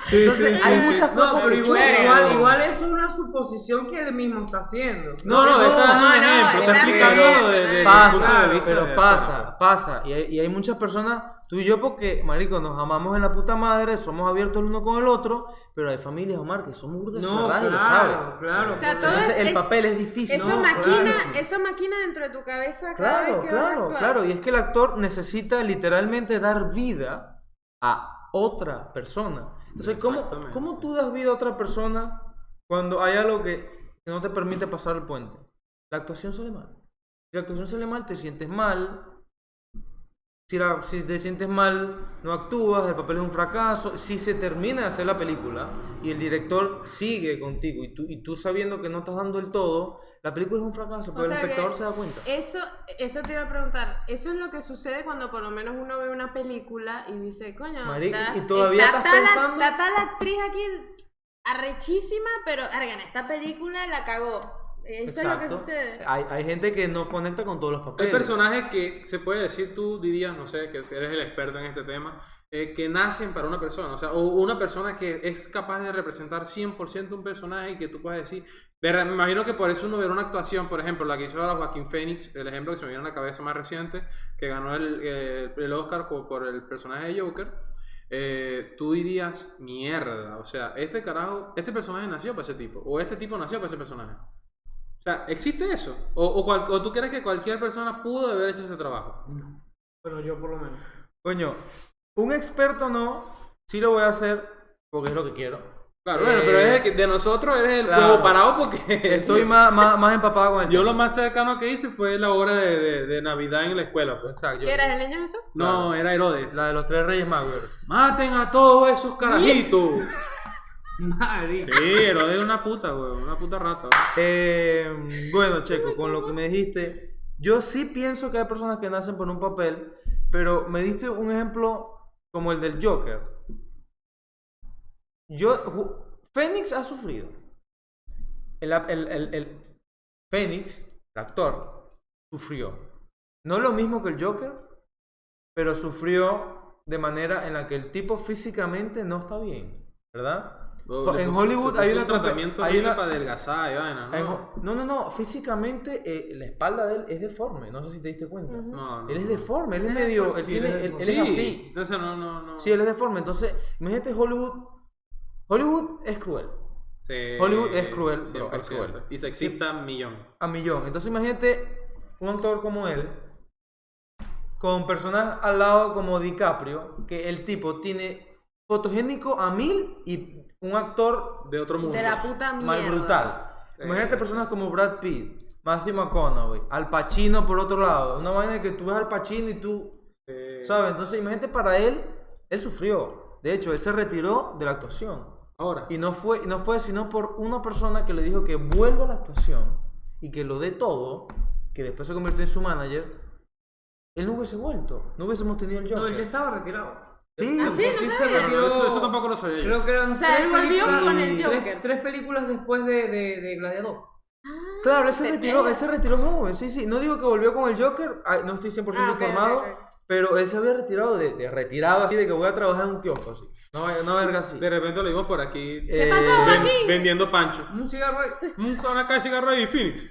[SPEAKER 4] Sí,
[SPEAKER 3] Entonces, hay muchas
[SPEAKER 4] No,
[SPEAKER 3] cosas
[SPEAKER 2] No, pero
[SPEAKER 3] que
[SPEAKER 2] igual,
[SPEAKER 3] chocan.
[SPEAKER 2] igual, igual eso es una suposición que él mismo está haciendo.
[SPEAKER 4] No, no, está dando un
[SPEAKER 5] no,
[SPEAKER 4] ejemplo, está
[SPEAKER 5] está
[SPEAKER 4] explicando
[SPEAKER 5] bien,
[SPEAKER 4] lo de, de-
[SPEAKER 5] está bien.
[SPEAKER 4] de punto de
[SPEAKER 3] Pasa,
[SPEAKER 4] vista de-
[SPEAKER 3] pero pasa, pasa. Y hay, y hay muchas personas, tú y yo, porque, marico, nos amamos en la puta madre, somos abiertos el uno con el otro, pero hay familias, Omar, que somos burdas
[SPEAKER 2] No,
[SPEAKER 3] cerradas y lo
[SPEAKER 2] claro,
[SPEAKER 3] saben.
[SPEAKER 2] claro.
[SPEAKER 1] O sea,
[SPEAKER 2] porque-
[SPEAKER 1] todo es-
[SPEAKER 3] Entonces, el papel es difícil.
[SPEAKER 1] Eso
[SPEAKER 2] No,
[SPEAKER 1] maquina,
[SPEAKER 2] claro, sí.
[SPEAKER 1] eso maquina dentro de tu cabeza cada
[SPEAKER 3] Claro,
[SPEAKER 1] vez que vas a
[SPEAKER 3] claro,
[SPEAKER 1] actuar.
[SPEAKER 3] claro. Y es que el actor necesita literalmente dar vida a otra persona. Entonces, ¿cómo,
[SPEAKER 4] Exactamente.
[SPEAKER 3] ¿cómo tú das vida a otra persona cuando hay algo que, que no te permite pasar el puente? La actuación sale mal. Si la actuación sale mal, te sientes mal. Si, la- si te sientes mal, no actúas, el papel es un fracaso. Si se termina de hacer la película y el director sigue contigo y tú, y tú sabiendo que no estás dando el todo, la película es un fracaso, pero
[SPEAKER 1] sea
[SPEAKER 3] el
[SPEAKER 1] que-
[SPEAKER 3] espectador se da cuenta.
[SPEAKER 1] Eso, eso te iba a preguntar. Eso es lo que sucede cuando por lo menos uno ve una película y dice, coño,
[SPEAKER 3] Marico,
[SPEAKER 1] está-
[SPEAKER 3] y todavía
[SPEAKER 1] está
[SPEAKER 3] estás
[SPEAKER 1] tal-
[SPEAKER 3] pensando-
[SPEAKER 1] Está tal actriz aquí arrechísima, pero, argan, esta película la cagó. Eso es
[SPEAKER 3] Exacto. Ah,
[SPEAKER 1] lo que sucede.
[SPEAKER 3] Hay, hay gente que no conecta con todos los
[SPEAKER 4] Hay
[SPEAKER 3] papeles.
[SPEAKER 4] personajes que se puede decir, tú dirías, no sé, que eres el experto en este tema, eh, que nacen para una persona, o sea, o una persona que es capaz de representar 100% un personaje y que tú puedas decir, pero me imagino que por eso uno verá una actuación, por ejemplo, la que hizo ahora Joaquín Phoenix, el ejemplo que se me viene a la cabeza más reciente, que ganó el, eh, el Oscar co- por el personaje de Joker, eh, tú dirías, mierda, o sea, este carajo, este personaje nació para ese tipo, o este tipo nació para ese personaje. O sea, ¿existe eso? ¿O, o cual- o tú crees que cualquier persona pudo haber hecho ese trabajo?
[SPEAKER 2] Bueno, yo por lo menos.
[SPEAKER 3] Coño, un experto no, sí lo voy a hacer porque es lo que quiero.
[SPEAKER 4] Claro,
[SPEAKER 3] Eh,
[SPEAKER 4] bueno, pero es el que- de nosotros eres el
[SPEAKER 3] claro.
[SPEAKER 4] huevo parado porque...
[SPEAKER 3] Estoy más, más, más empapado con el
[SPEAKER 4] Yo
[SPEAKER 3] tema.
[SPEAKER 4] lo más cercano que hice fue la obra de, de- de Navidad en la escuela, pues.
[SPEAKER 3] Exacto, yo-
[SPEAKER 1] ¿Qué eras el niño Jesús?
[SPEAKER 4] No, era Herodes.
[SPEAKER 3] La de los tres reyes magos.
[SPEAKER 4] ¡Maten a todos esos carajitos!
[SPEAKER 2] Marico.
[SPEAKER 4] sí, Herodes es una puta, güey, una puta rata. güey.
[SPEAKER 3] Eh, bueno, Checo, con lo que me dijiste, yo sí pienso que hay personas que nacen por un papel, pero me diste un ejemplo como el del Joker. Yo, ju- Fénix ha sufrido. El, ap- el- el- el- Fénix, el actor, sufrió. No lo mismo que el Joker, pero sufrió de manera en la que el tipo físicamente no está bien, ¿verdad?
[SPEAKER 4] Le
[SPEAKER 3] en
[SPEAKER 4] puso-
[SPEAKER 3] Hollywood
[SPEAKER 4] se
[SPEAKER 3] hay
[SPEAKER 4] puso
[SPEAKER 3] una
[SPEAKER 4] un
[SPEAKER 3] trata-
[SPEAKER 4] tratamiento
[SPEAKER 3] hay
[SPEAKER 4] horrible
[SPEAKER 3] una-
[SPEAKER 4] para adelgazar y vaina,
[SPEAKER 3] en-
[SPEAKER 4] ¿no?
[SPEAKER 3] No, no, no. Físicamente eh, la espalda de él es deforme. No sé si te diste cuenta.
[SPEAKER 4] No, no.
[SPEAKER 3] Él es deforme, él es medio. Él,
[SPEAKER 2] Ah, Sí,
[SPEAKER 3] tiene,
[SPEAKER 2] él es
[SPEAKER 3] él- él
[SPEAKER 4] Sí,
[SPEAKER 3] es así.
[SPEAKER 4] no sé, no, no, no.
[SPEAKER 3] Sí, él es deforme. Entonces, imagínate Hollywood. Hollywood es cruel.
[SPEAKER 4] Sí,
[SPEAKER 3] Hollywood es cruel, bro,
[SPEAKER 4] 100%.
[SPEAKER 3] es cruel.
[SPEAKER 4] Y sexista millón.
[SPEAKER 3] A millón. Entonces, imagínate un actor como él. Con personas al lado como DiCaprio. Que el tipo tiene fotogénico a mil y un actor
[SPEAKER 4] De otro mundo.
[SPEAKER 1] De la puta mierda.
[SPEAKER 3] mal brutal.
[SPEAKER 4] Sí.
[SPEAKER 3] Imagínate personas como Brad Pitt, Matthew McConaughey, Al Pacino por otro lado. Una vaina que tú ves Al Pacino y tú,
[SPEAKER 4] Sí.
[SPEAKER 3] ¿sabes? Entonces, imagínate para él, él sufrió. De hecho, él se retiró de la actuación.
[SPEAKER 4] Ahora.
[SPEAKER 3] Y no fue, y no fue sino por una persona que le dijo que vuelva a la actuación y que lo dé todo, que después se convirtió en su manager. Él no hubiese vuelto, no hubiésemos tenido el Joker.
[SPEAKER 2] No, él ya estaba retirado.
[SPEAKER 3] Sí,
[SPEAKER 1] Ah, sí, no
[SPEAKER 2] Sí se
[SPEAKER 1] sabía.
[SPEAKER 2] retiró.
[SPEAKER 4] Pero eso, eso tampoco lo sabía yo.
[SPEAKER 2] Creo que eran
[SPEAKER 1] O sea,
[SPEAKER 2] tres
[SPEAKER 1] él volvió
[SPEAKER 2] películas-
[SPEAKER 1] con el
[SPEAKER 2] tres-
[SPEAKER 1] Joker.
[SPEAKER 2] Tres películas después de, de, de Gladiador.
[SPEAKER 3] Claro, ese
[SPEAKER 1] Te
[SPEAKER 3] retiró,
[SPEAKER 1] pega.
[SPEAKER 3] ese retiró joven, sí, sí. No digo que volvió con el Joker, ah, no estoy 100%
[SPEAKER 1] Ah, ok,
[SPEAKER 3] informado,
[SPEAKER 1] ok, ok.
[SPEAKER 3] pero él se había retirado de, de retirado así, de que voy a trabajar en un kiosco así. No, no verga así.
[SPEAKER 4] De repente lo digo por aquí.
[SPEAKER 1] ¿Qué
[SPEAKER 3] Eh,
[SPEAKER 1] pasó,
[SPEAKER 4] ven-
[SPEAKER 1] Joaquín?
[SPEAKER 4] vendiendo pancho.
[SPEAKER 2] Un cigarro. ahí.
[SPEAKER 4] Un- Una caja de cigarro de Infinity.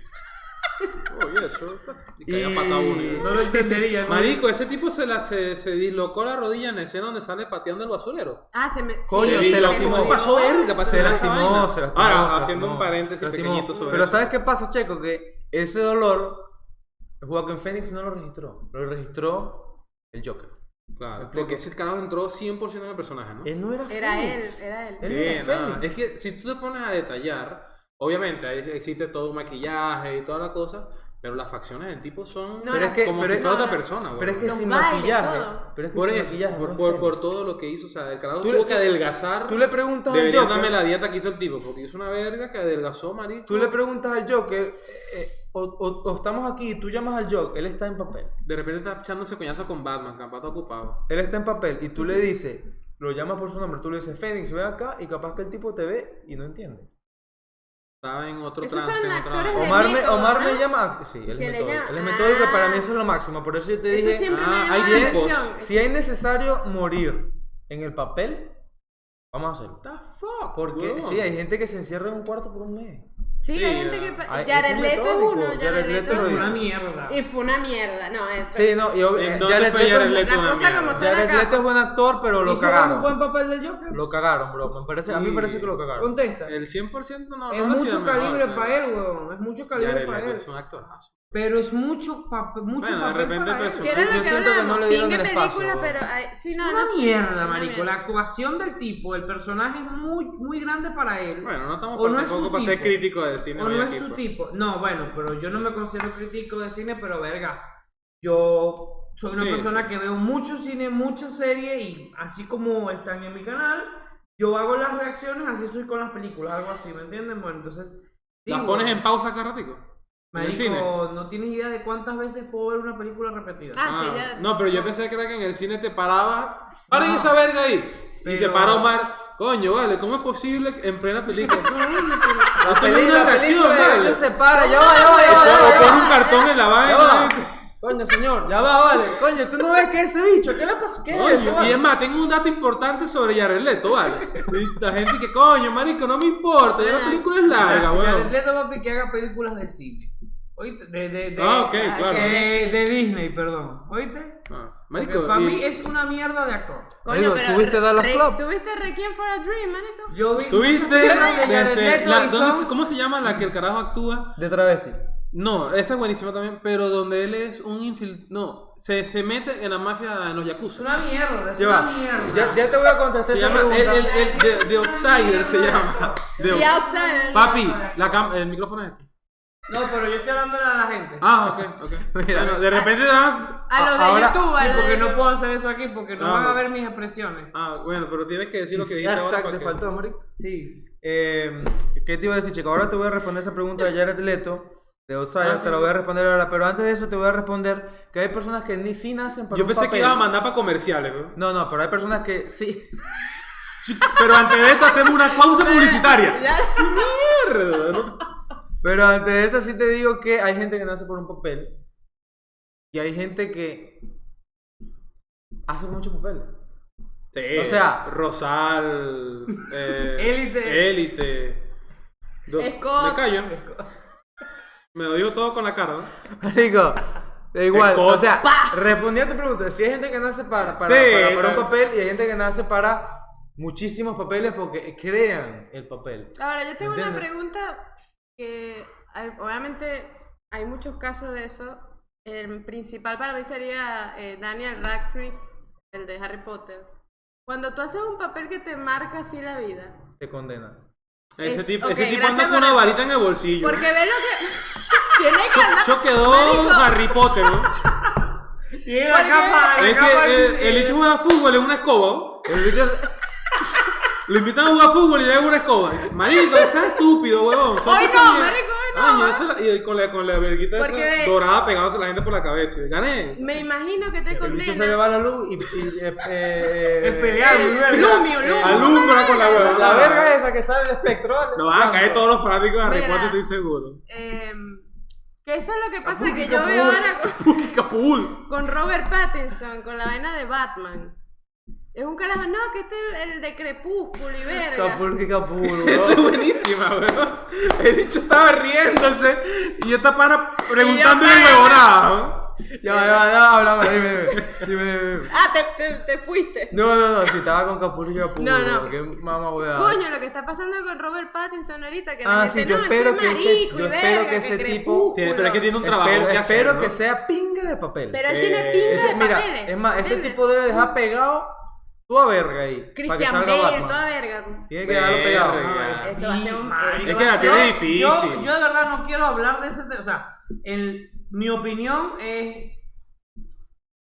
[SPEAKER 4] Oye, eso. pues, Y caía
[SPEAKER 3] Y-
[SPEAKER 4] pata uno. ¿eh?
[SPEAKER 2] No lo entendería. ¿no?
[SPEAKER 4] Marico, ese tipo se, la, se, se dislocó la rodilla en la escena donde sale pateando el basurero.
[SPEAKER 1] Ah, se me.
[SPEAKER 3] Coño,
[SPEAKER 1] sí,
[SPEAKER 3] se lastimó.
[SPEAKER 1] jodió.
[SPEAKER 4] Pasó verga, pasó
[SPEAKER 3] se
[SPEAKER 4] esa vaina.
[SPEAKER 3] lastimó, se lastimó.
[SPEAKER 4] Ahora,
[SPEAKER 3] se
[SPEAKER 4] haciendo
[SPEAKER 3] lastimó,
[SPEAKER 4] un paréntesis
[SPEAKER 3] se lastimó.
[SPEAKER 4] pequeñito sobre
[SPEAKER 3] Pero
[SPEAKER 4] eso.
[SPEAKER 3] ¿sabes qué pasa, Checo? Que ese dolor, Joaquín Phoenix no lo registró, lo registró el Joker.
[SPEAKER 4] Claro,
[SPEAKER 3] explico.
[SPEAKER 4] porque ese carajo entró 100% en el personaje, ¿no?
[SPEAKER 3] Él no era
[SPEAKER 1] Era él,
[SPEAKER 3] Phoenix.
[SPEAKER 1] era él.
[SPEAKER 3] Él
[SPEAKER 4] Sí,
[SPEAKER 3] no era
[SPEAKER 4] nada.
[SPEAKER 3] Fénix.
[SPEAKER 4] Es que si tú te pones a detallar, obviamente ahí existe todo un maquillaje y toda la cosa, pero las facciones del tipo son
[SPEAKER 1] No,
[SPEAKER 3] pero es que,
[SPEAKER 4] como
[SPEAKER 3] pero
[SPEAKER 4] si
[SPEAKER 3] es-
[SPEAKER 4] fuera otra
[SPEAKER 1] no.
[SPEAKER 4] persona, güey.
[SPEAKER 3] pero es que
[SPEAKER 1] Los
[SPEAKER 3] sin
[SPEAKER 1] bailes,
[SPEAKER 3] maquillaje.
[SPEAKER 1] todo.
[SPEAKER 3] Pero es que
[SPEAKER 4] por
[SPEAKER 3] sin
[SPEAKER 4] eso,
[SPEAKER 3] maquillaje.
[SPEAKER 4] por,
[SPEAKER 3] no
[SPEAKER 4] por-
[SPEAKER 3] es
[SPEAKER 4] por
[SPEAKER 3] Fénix.
[SPEAKER 4] todo lo que hizo, o sea, el carajo
[SPEAKER 3] Tú le-
[SPEAKER 4] tuvo que
[SPEAKER 3] tú-
[SPEAKER 4] adelgazar.
[SPEAKER 3] Tú le preguntas al
[SPEAKER 4] Debería
[SPEAKER 3] Joker.
[SPEAKER 4] darme la dieta que hizo el tipo, porque hizo una verga que adelgazó, marico.
[SPEAKER 3] Tú le preguntas al Joker, eh, eh, o, o- o estamos aquí y tú llamas al Joker, él está en papel.
[SPEAKER 4] De repente está echándose coñazo con Batman, capaz está ocupado.
[SPEAKER 3] Él está en papel y tú le dices, lo llamas por su nombre, tú le dices, Fénix, ven acá y capaz que el tipo te ve y no entiende.
[SPEAKER 4] Estaba en otro
[SPEAKER 1] Esos
[SPEAKER 4] trance,
[SPEAKER 1] son
[SPEAKER 4] en otra
[SPEAKER 1] actores
[SPEAKER 4] vaina.
[SPEAKER 1] de-
[SPEAKER 3] Omar, me,
[SPEAKER 1] método,
[SPEAKER 3] Omar
[SPEAKER 1] ¿no?
[SPEAKER 3] me llama. Sí, él
[SPEAKER 1] Que
[SPEAKER 3] es
[SPEAKER 1] le
[SPEAKER 3] metódico.
[SPEAKER 1] llama-
[SPEAKER 3] Él es metódico y para mí
[SPEAKER 1] Ah.
[SPEAKER 3] eso es lo máximo. Por eso yo te
[SPEAKER 1] Eso
[SPEAKER 3] dije,
[SPEAKER 1] siempre
[SPEAKER 4] ah,
[SPEAKER 1] me
[SPEAKER 4] hay
[SPEAKER 1] llama la
[SPEAKER 4] tipos.
[SPEAKER 1] atención.
[SPEAKER 3] si es necesario morir en el papel, Vamos a hacerlo.
[SPEAKER 4] the fuck?
[SPEAKER 3] Porque
[SPEAKER 4] huevón?
[SPEAKER 3] sí, hay gente que se encierra en un cuarto por un mes.
[SPEAKER 1] Sí,
[SPEAKER 4] Sí,
[SPEAKER 1] hay gente
[SPEAKER 4] ya.
[SPEAKER 1] que. pa-
[SPEAKER 3] Ay, Ah, ese
[SPEAKER 1] Jared
[SPEAKER 3] es
[SPEAKER 1] Leto es
[SPEAKER 3] metódico,
[SPEAKER 1] uno. Jared Leto es
[SPEAKER 3] lo
[SPEAKER 1] uno.
[SPEAKER 2] Una
[SPEAKER 3] dice.
[SPEAKER 2] mierda.
[SPEAKER 1] Y fue una mierda. No, es.
[SPEAKER 3] Sí, no, y ob-
[SPEAKER 4] ¿En
[SPEAKER 3] eh,
[SPEAKER 4] dónde
[SPEAKER 3] Jared
[SPEAKER 4] fue
[SPEAKER 3] Leto,
[SPEAKER 4] Jared Leto?
[SPEAKER 1] Las
[SPEAKER 4] una
[SPEAKER 1] cosas como
[SPEAKER 4] mierda.
[SPEAKER 1] son
[SPEAKER 3] Jared
[SPEAKER 1] acá.
[SPEAKER 3] Leto es buen actor, pero lo
[SPEAKER 2] ¿Hizo un buen
[SPEAKER 3] cagaron.
[SPEAKER 2] papel del Joker?
[SPEAKER 3] Lo cagaron, bro. Me parece, a mí me parece que lo cagaron.
[SPEAKER 2] Contesta.
[SPEAKER 4] El 100% no.
[SPEAKER 2] es
[SPEAKER 4] no ha sido
[SPEAKER 2] mucho
[SPEAKER 4] el
[SPEAKER 2] calibre
[SPEAKER 4] mejor,
[SPEAKER 2] para
[SPEAKER 4] pero-
[SPEAKER 2] él, weón. Es mucho
[SPEAKER 4] Jared
[SPEAKER 2] calibre para
[SPEAKER 4] Leto
[SPEAKER 2] él.
[SPEAKER 4] es un actorazo.
[SPEAKER 2] Pero es mucho, pa- mucho
[SPEAKER 4] Bueno, de
[SPEAKER 2] papel
[SPEAKER 4] repente
[SPEAKER 2] para él.
[SPEAKER 4] empezó.
[SPEAKER 1] Que era
[SPEAKER 3] Yo
[SPEAKER 1] lo que
[SPEAKER 3] siento que no
[SPEAKER 1] hablábamos,
[SPEAKER 3] le dieron
[SPEAKER 1] pin de
[SPEAKER 3] el espacio,
[SPEAKER 1] película,
[SPEAKER 3] weón.
[SPEAKER 1] pero... ay, sí, no,
[SPEAKER 2] una
[SPEAKER 1] no, sí, sí,
[SPEAKER 2] mierda,
[SPEAKER 1] una
[SPEAKER 2] marico.
[SPEAKER 1] mierda.
[SPEAKER 2] La actuación del tipo, el personaje es muy, muy grande para él.
[SPEAKER 4] Bueno, no estamos
[SPEAKER 2] O no
[SPEAKER 4] para-
[SPEAKER 2] es su
[SPEAKER 4] tampoco para ser
[SPEAKER 2] tipo.
[SPEAKER 4] crítico de cine.
[SPEAKER 2] o
[SPEAKER 4] hoy
[SPEAKER 2] no
[SPEAKER 4] aquí,
[SPEAKER 2] es su
[SPEAKER 4] pues.
[SPEAKER 2] tipo. No, bueno, pero yo no me considero crítico de cine, pero verga. Yo soy una
[SPEAKER 4] Sí,
[SPEAKER 2] persona
[SPEAKER 4] sí.
[SPEAKER 2] que veo mucho cine, muchas series y así como están en mi canal, yo hago las reacciones, así soy con las películas, algo así, ¿me entienden? Bueno, entonces...
[SPEAKER 4] ¿Las
[SPEAKER 2] digo,
[SPEAKER 4] pones en pausa cada ratico? ¿En el
[SPEAKER 2] Marico,
[SPEAKER 4] cine?
[SPEAKER 2] no tienes idea de cuántas veces puedo ver una película repetida.
[SPEAKER 1] Ah, sí, ya-
[SPEAKER 4] No, pero yo pensé que era que en el cine te paraba. ¡Paren
[SPEAKER 2] No.
[SPEAKER 4] esa verga ahí! Y
[SPEAKER 2] Pero-
[SPEAKER 4] se paró Omar. Coño, vale, ¿cómo es posible que en plena película?
[SPEAKER 3] La
[SPEAKER 4] No tengo
[SPEAKER 3] película,
[SPEAKER 4] una
[SPEAKER 3] la
[SPEAKER 4] reacción,
[SPEAKER 3] película, de
[SPEAKER 4] vale.
[SPEAKER 3] hecho, se para. Ya va, ya va, ya va, ya va,
[SPEAKER 4] O
[SPEAKER 3] ya
[SPEAKER 4] pon
[SPEAKER 3] va.
[SPEAKER 4] un cartón en la
[SPEAKER 3] Ya va.
[SPEAKER 4] vaina.
[SPEAKER 3] Coño, señor, ya va, vale. Coño, tú no ves que ese bicho, ¿qué le pasó? ¿Qué es eso,
[SPEAKER 4] Coño,
[SPEAKER 3] vale?
[SPEAKER 4] y es más, tengo un dato importante sobre Jared Leto, ¿vale? Y la gente que, coño, marico, no me importa, ya la película es larga,
[SPEAKER 2] Jared
[SPEAKER 4] weón.
[SPEAKER 2] Leto, papi, que haga películas de cine. ¿Oíste? De, de, de,
[SPEAKER 4] Ah, ok,
[SPEAKER 1] Ah,
[SPEAKER 4] claro.
[SPEAKER 1] que-
[SPEAKER 2] de, de Disney, perdón. ¿Oíste?
[SPEAKER 4] Ah,
[SPEAKER 2] Porque
[SPEAKER 4] Marico,
[SPEAKER 2] para
[SPEAKER 4] y-
[SPEAKER 2] mí es una mierda de actor.
[SPEAKER 1] Coño,
[SPEAKER 3] Marico,
[SPEAKER 1] pero...
[SPEAKER 3] ¿tuviste Dallas
[SPEAKER 1] Re-
[SPEAKER 3] Club?
[SPEAKER 1] ¿Tuviste Requiem for a Dream, marico?
[SPEAKER 2] Yo vi
[SPEAKER 4] ¿Tuviste?
[SPEAKER 2] muchas películas de Jared
[SPEAKER 4] desde
[SPEAKER 2] Leto
[SPEAKER 4] este, la-
[SPEAKER 2] y
[SPEAKER 4] ¿dónde
[SPEAKER 2] son-
[SPEAKER 4] se- ¿Cómo se llama la que el carajo actúa?
[SPEAKER 3] De travesti.
[SPEAKER 4] No, esa es buenísima también, pero donde él es un infil... No, se, se mete en la mafia, en los
[SPEAKER 2] Es
[SPEAKER 4] yakuza.
[SPEAKER 2] una mierda, es
[SPEAKER 3] Ya va.
[SPEAKER 2] una mierda.
[SPEAKER 3] Ya, ya te voy a contestar
[SPEAKER 4] Se
[SPEAKER 3] esa
[SPEAKER 4] llama... El,
[SPEAKER 3] pregunta.
[SPEAKER 4] el, el- The, The Outsider se llama. The
[SPEAKER 1] The
[SPEAKER 4] Outsider.
[SPEAKER 1] Outside.
[SPEAKER 4] Papi, la cam- el micrófono es este.
[SPEAKER 2] No, pero yo estoy hablando a la gente.
[SPEAKER 4] Ah, ok, ok.
[SPEAKER 3] Mira.
[SPEAKER 4] Bueno, de repente te dan...
[SPEAKER 1] A lo de
[SPEAKER 3] Ahora-
[SPEAKER 1] YouTube, a
[SPEAKER 2] Sí,
[SPEAKER 1] lo
[SPEAKER 2] porque
[SPEAKER 1] de
[SPEAKER 2] no
[SPEAKER 1] YouTube.
[SPEAKER 2] puedo hacer eso aquí porque no,
[SPEAKER 4] Ah, No.
[SPEAKER 2] van a ver mis expresiones.
[SPEAKER 4] Ah, bueno, pero tienes que decir lo que dijiste ahora
[SPEAKER 3] Hashtag
[SPEAKER 4] para
[SPEAKER 3] te
[SPEAKER 4] que-
[SPEAKER 3] faltó, marico.
[SPEAKER 2] Sí.
[SPEAKER 3] Eh, ¿Qué te iba a decir, chico? Ahora te voy a responder esa pregunta de Jared Leto, de Outsider,
[SPEAKER 4] Ah, sí.
[SPEAKER 3] te la voy a responder ahora. Pero antes de eso te voy a responder que hay personas que ni sí nacen para
[SPEAKER 4] Yo
[SPEAKER 3] un
[SPEAKER 4] pensé que
[SPEAKER 3] papel.
[SPEAKER 4] iba a mandar para comerciales, weón.
[SPEAKER 3] No, no, pero hay personas que sí.
[SPEAKER 4] Pero antes de esto hacemos una pausa publicitaria.
[SPEAKER 1] Ya-
[SPEAKER 4] Mierda, ¿no?
[SPEAKER 3] Pero antes de eso sí te digo que hay gente que nace por un papel y hay gente que hace mucho papel.
[SPEAKER 4] Sí,
[SPEAKER 3] O sea-
[SPEAKER 4] Rosal, eh,
[SPEAKER 2] Élite.
[SPEAKER 4] Élite. Do-
[SPEAKER 1] Scott.
[SPEAKER 4] Me callo. Me lo dijo todo con la cara. ¿no?
[SPEAKER 3] Marico, da igual.
[SPEAKER 4] Escote.
[SPEAKER 3] O sea, respondiendo a tu pregunta, si hay gente que nace para, para,
[SPEAKER 4] Sí,
[SPEAKER 3] para- para un
[SPEAKER 4] claro.
[SPEAKER 3] papel y hay gente que nace para muchísimos papeles porque crean el papel.
[SPEAKER 1] Ahora, yo tengo una
[SPEAKER 3] ¿Entiendes?
[SPEAKER 1] pregunta que ay, obviamente hay muchos casos de eso. El principal para mí sería eh, Daniel Radcliffe, el de Harry Potter. Cuando tú haces un papel que te marca así la vida.
[SPEAKER 3] Te condena.
[SPEAKER 4] Ese
[SPEAKER 1] Es-
[SPEAKER 4] tipo,
[SPEAKER 1] ok,
[SPEAKER 4] ese tipo
[SPEAKER 1] gracias
[SPEAKER 4] anda con
[SPEAKER 1] por
[SPEAKER 4] una
[SPEAKER 1] el-
[SPEAKER 4] varita en el bolsillo.
[SPEAKER 1] Porque ve lo que... Tiene que andar...
[SPEAKER 4] Yo quedó
[SPEAKER 1] Marico.
[SPEAKER 4] Harry Potter, ¿no?
[SPEAKER 2] Tiene la capa, la
[SPEAKER 4] es
[SPEAKER 2] capa
[SPEAKER 4] que
[SPEAKER 2] del-
[SPEAKER 4] eh, el hecho juega fútbol en una escoba. ¿no?
[SPEAKER 3] El bicho es-
[SPEAKER 4] Lo invitan a jugar fútbol y le dan una escoba. Marico, ese es estúpido, weón. Son
[SPEAKER 1] Hoy
[SPEAKER 4] cosas
[SPEAKER 1] no,
[SPEAKER 4] que-
[SPEAKER 1] marico, hoy no,
[SPEAKER 4] Coño,
[SPEAKER 1] ¿eh?
[SPEAKER 4] esa la- y el- con la, con la verguita esa
[SPEAKER 1] Porque ve-
[SPEAKER 4] dorada pegándose a la gente por la cabeza. Y, Gané.
[SPEAKER 1] Me imagino que te
[SPEAKER 3] el bicho
[SPEAKER 1] condena.
[SPEAKER 3] se le va la luz y. y- eh, eh,
[SPEAKER 2] Es pelear, mi verga.
[SPEAKER 1] Lumio, lumio.
[SPEAKER 4] Alumbra con la huevona.
[SPEAKER 3] La verga esa que sale del espectro. ¿vale?
[SPEAKER 4] No van a caer todos los fanáticos de Harry
[SPEAKER 1] Mira.
[SPEAKER 4] Potter, estoy seguro.
[SPEAKER 1] Em, que eso es lo que pasa que yo veo ahora con,
[SPEAKER 4] Puki Capul.
[SPEAKER 1] con Robert Pattinson, con la vaina de Batman. Es un carajo, no, que este es el de Crepúsculo y verga.
[SPEAKER 3] Capul que capul. bro.
[SPEAKER 4] Esa es buenísima, weón. El dicho estaba riéndose y esta pana preguntando
[SPEAKER 1] pana.
[SPEAKER 4] huevonada. ¿no?
[SPEAKER 3] Ya, va, ya, va, ya, habla, habla, dime, dime, dime, dime, dime.
[SPEAKER 1] Ah, te, te- te fuiste.
[SPEAKER 3] No, no, no, si estaba con capul y capul.
[SPEAKER 1] No, no.
[SPEAKER 3] bro, Qué mamá huevada.
[SPEAKER 1] Coño, lo que está pasando con Robert Pattinson ahorita, que la
[SPEAKER 3] Ah,
[SPEAKER 1] gente,
[SPEAKER 3] sí, yo
[SPEAKER 1] no,
[SPEAKER 3] espero
[SPEAKER 1] este
[SPEAKER 3] que
[SPEAKER 1] es
[SPEAKER 3] ese-
[SPEAKER 1] marico
[SPEAKER 3] yo
[SPEAKER 1] y
[SPEAKER 3] espero
[SPEAKER 1] verga,
[SPEAKER 3] que ese tipo-
[SPEAKER 1] crepúsculo.
[SPEAKER 4] Tiene- Pero es que tiene un
[SPEAKER 3] Espero,
[SPEAKER 4] trabajo que
[SPEAKER 3] espero
[SPEAKER 4] hacer, ¿no?
[SPEAKER 3] que sea pingue de papel.
[SPEAKER 1] Pero él
[SPEAKER 4] Sí.
[SPEAKER 1] tiene pinta
[SPEAKER 3] Ese-
[SPEAKER 1] de
[SPEAKER 3] mira,
[SPEAKER 1] papeles,
[SPEAKER 3] es más, ese
[SPEAKER 1] ¿entiendes?
[SPEAKER 3] tipo debe dejar pegado toda verga ahí. para que
[SPEAKER 1] Christian
[SPEAKER 3] salga
[SPEAKER 1] Bale,
[SPEAKER 3] Batman.
[SPEAKER 1] toda verga.
[SPEAKER 3] Tiene que dejarlo pegado.
[SPEAKER 4] Verga.
[SPEAKER 1] Eso va a ser un...
[SPEAKER 2] Marico.
[SPEAKER 1] eso
[SPEAKER 4] Es
[SPEAKER 1] va
[SPEAKER 4] que
[SPEAKER 1] a ser-
[SPEAKER 4] la tiene difícil.
[SPEAKER 2] Yo, yo de verdad no quiero hablar de ese tema. O sea, el- mi opinión es.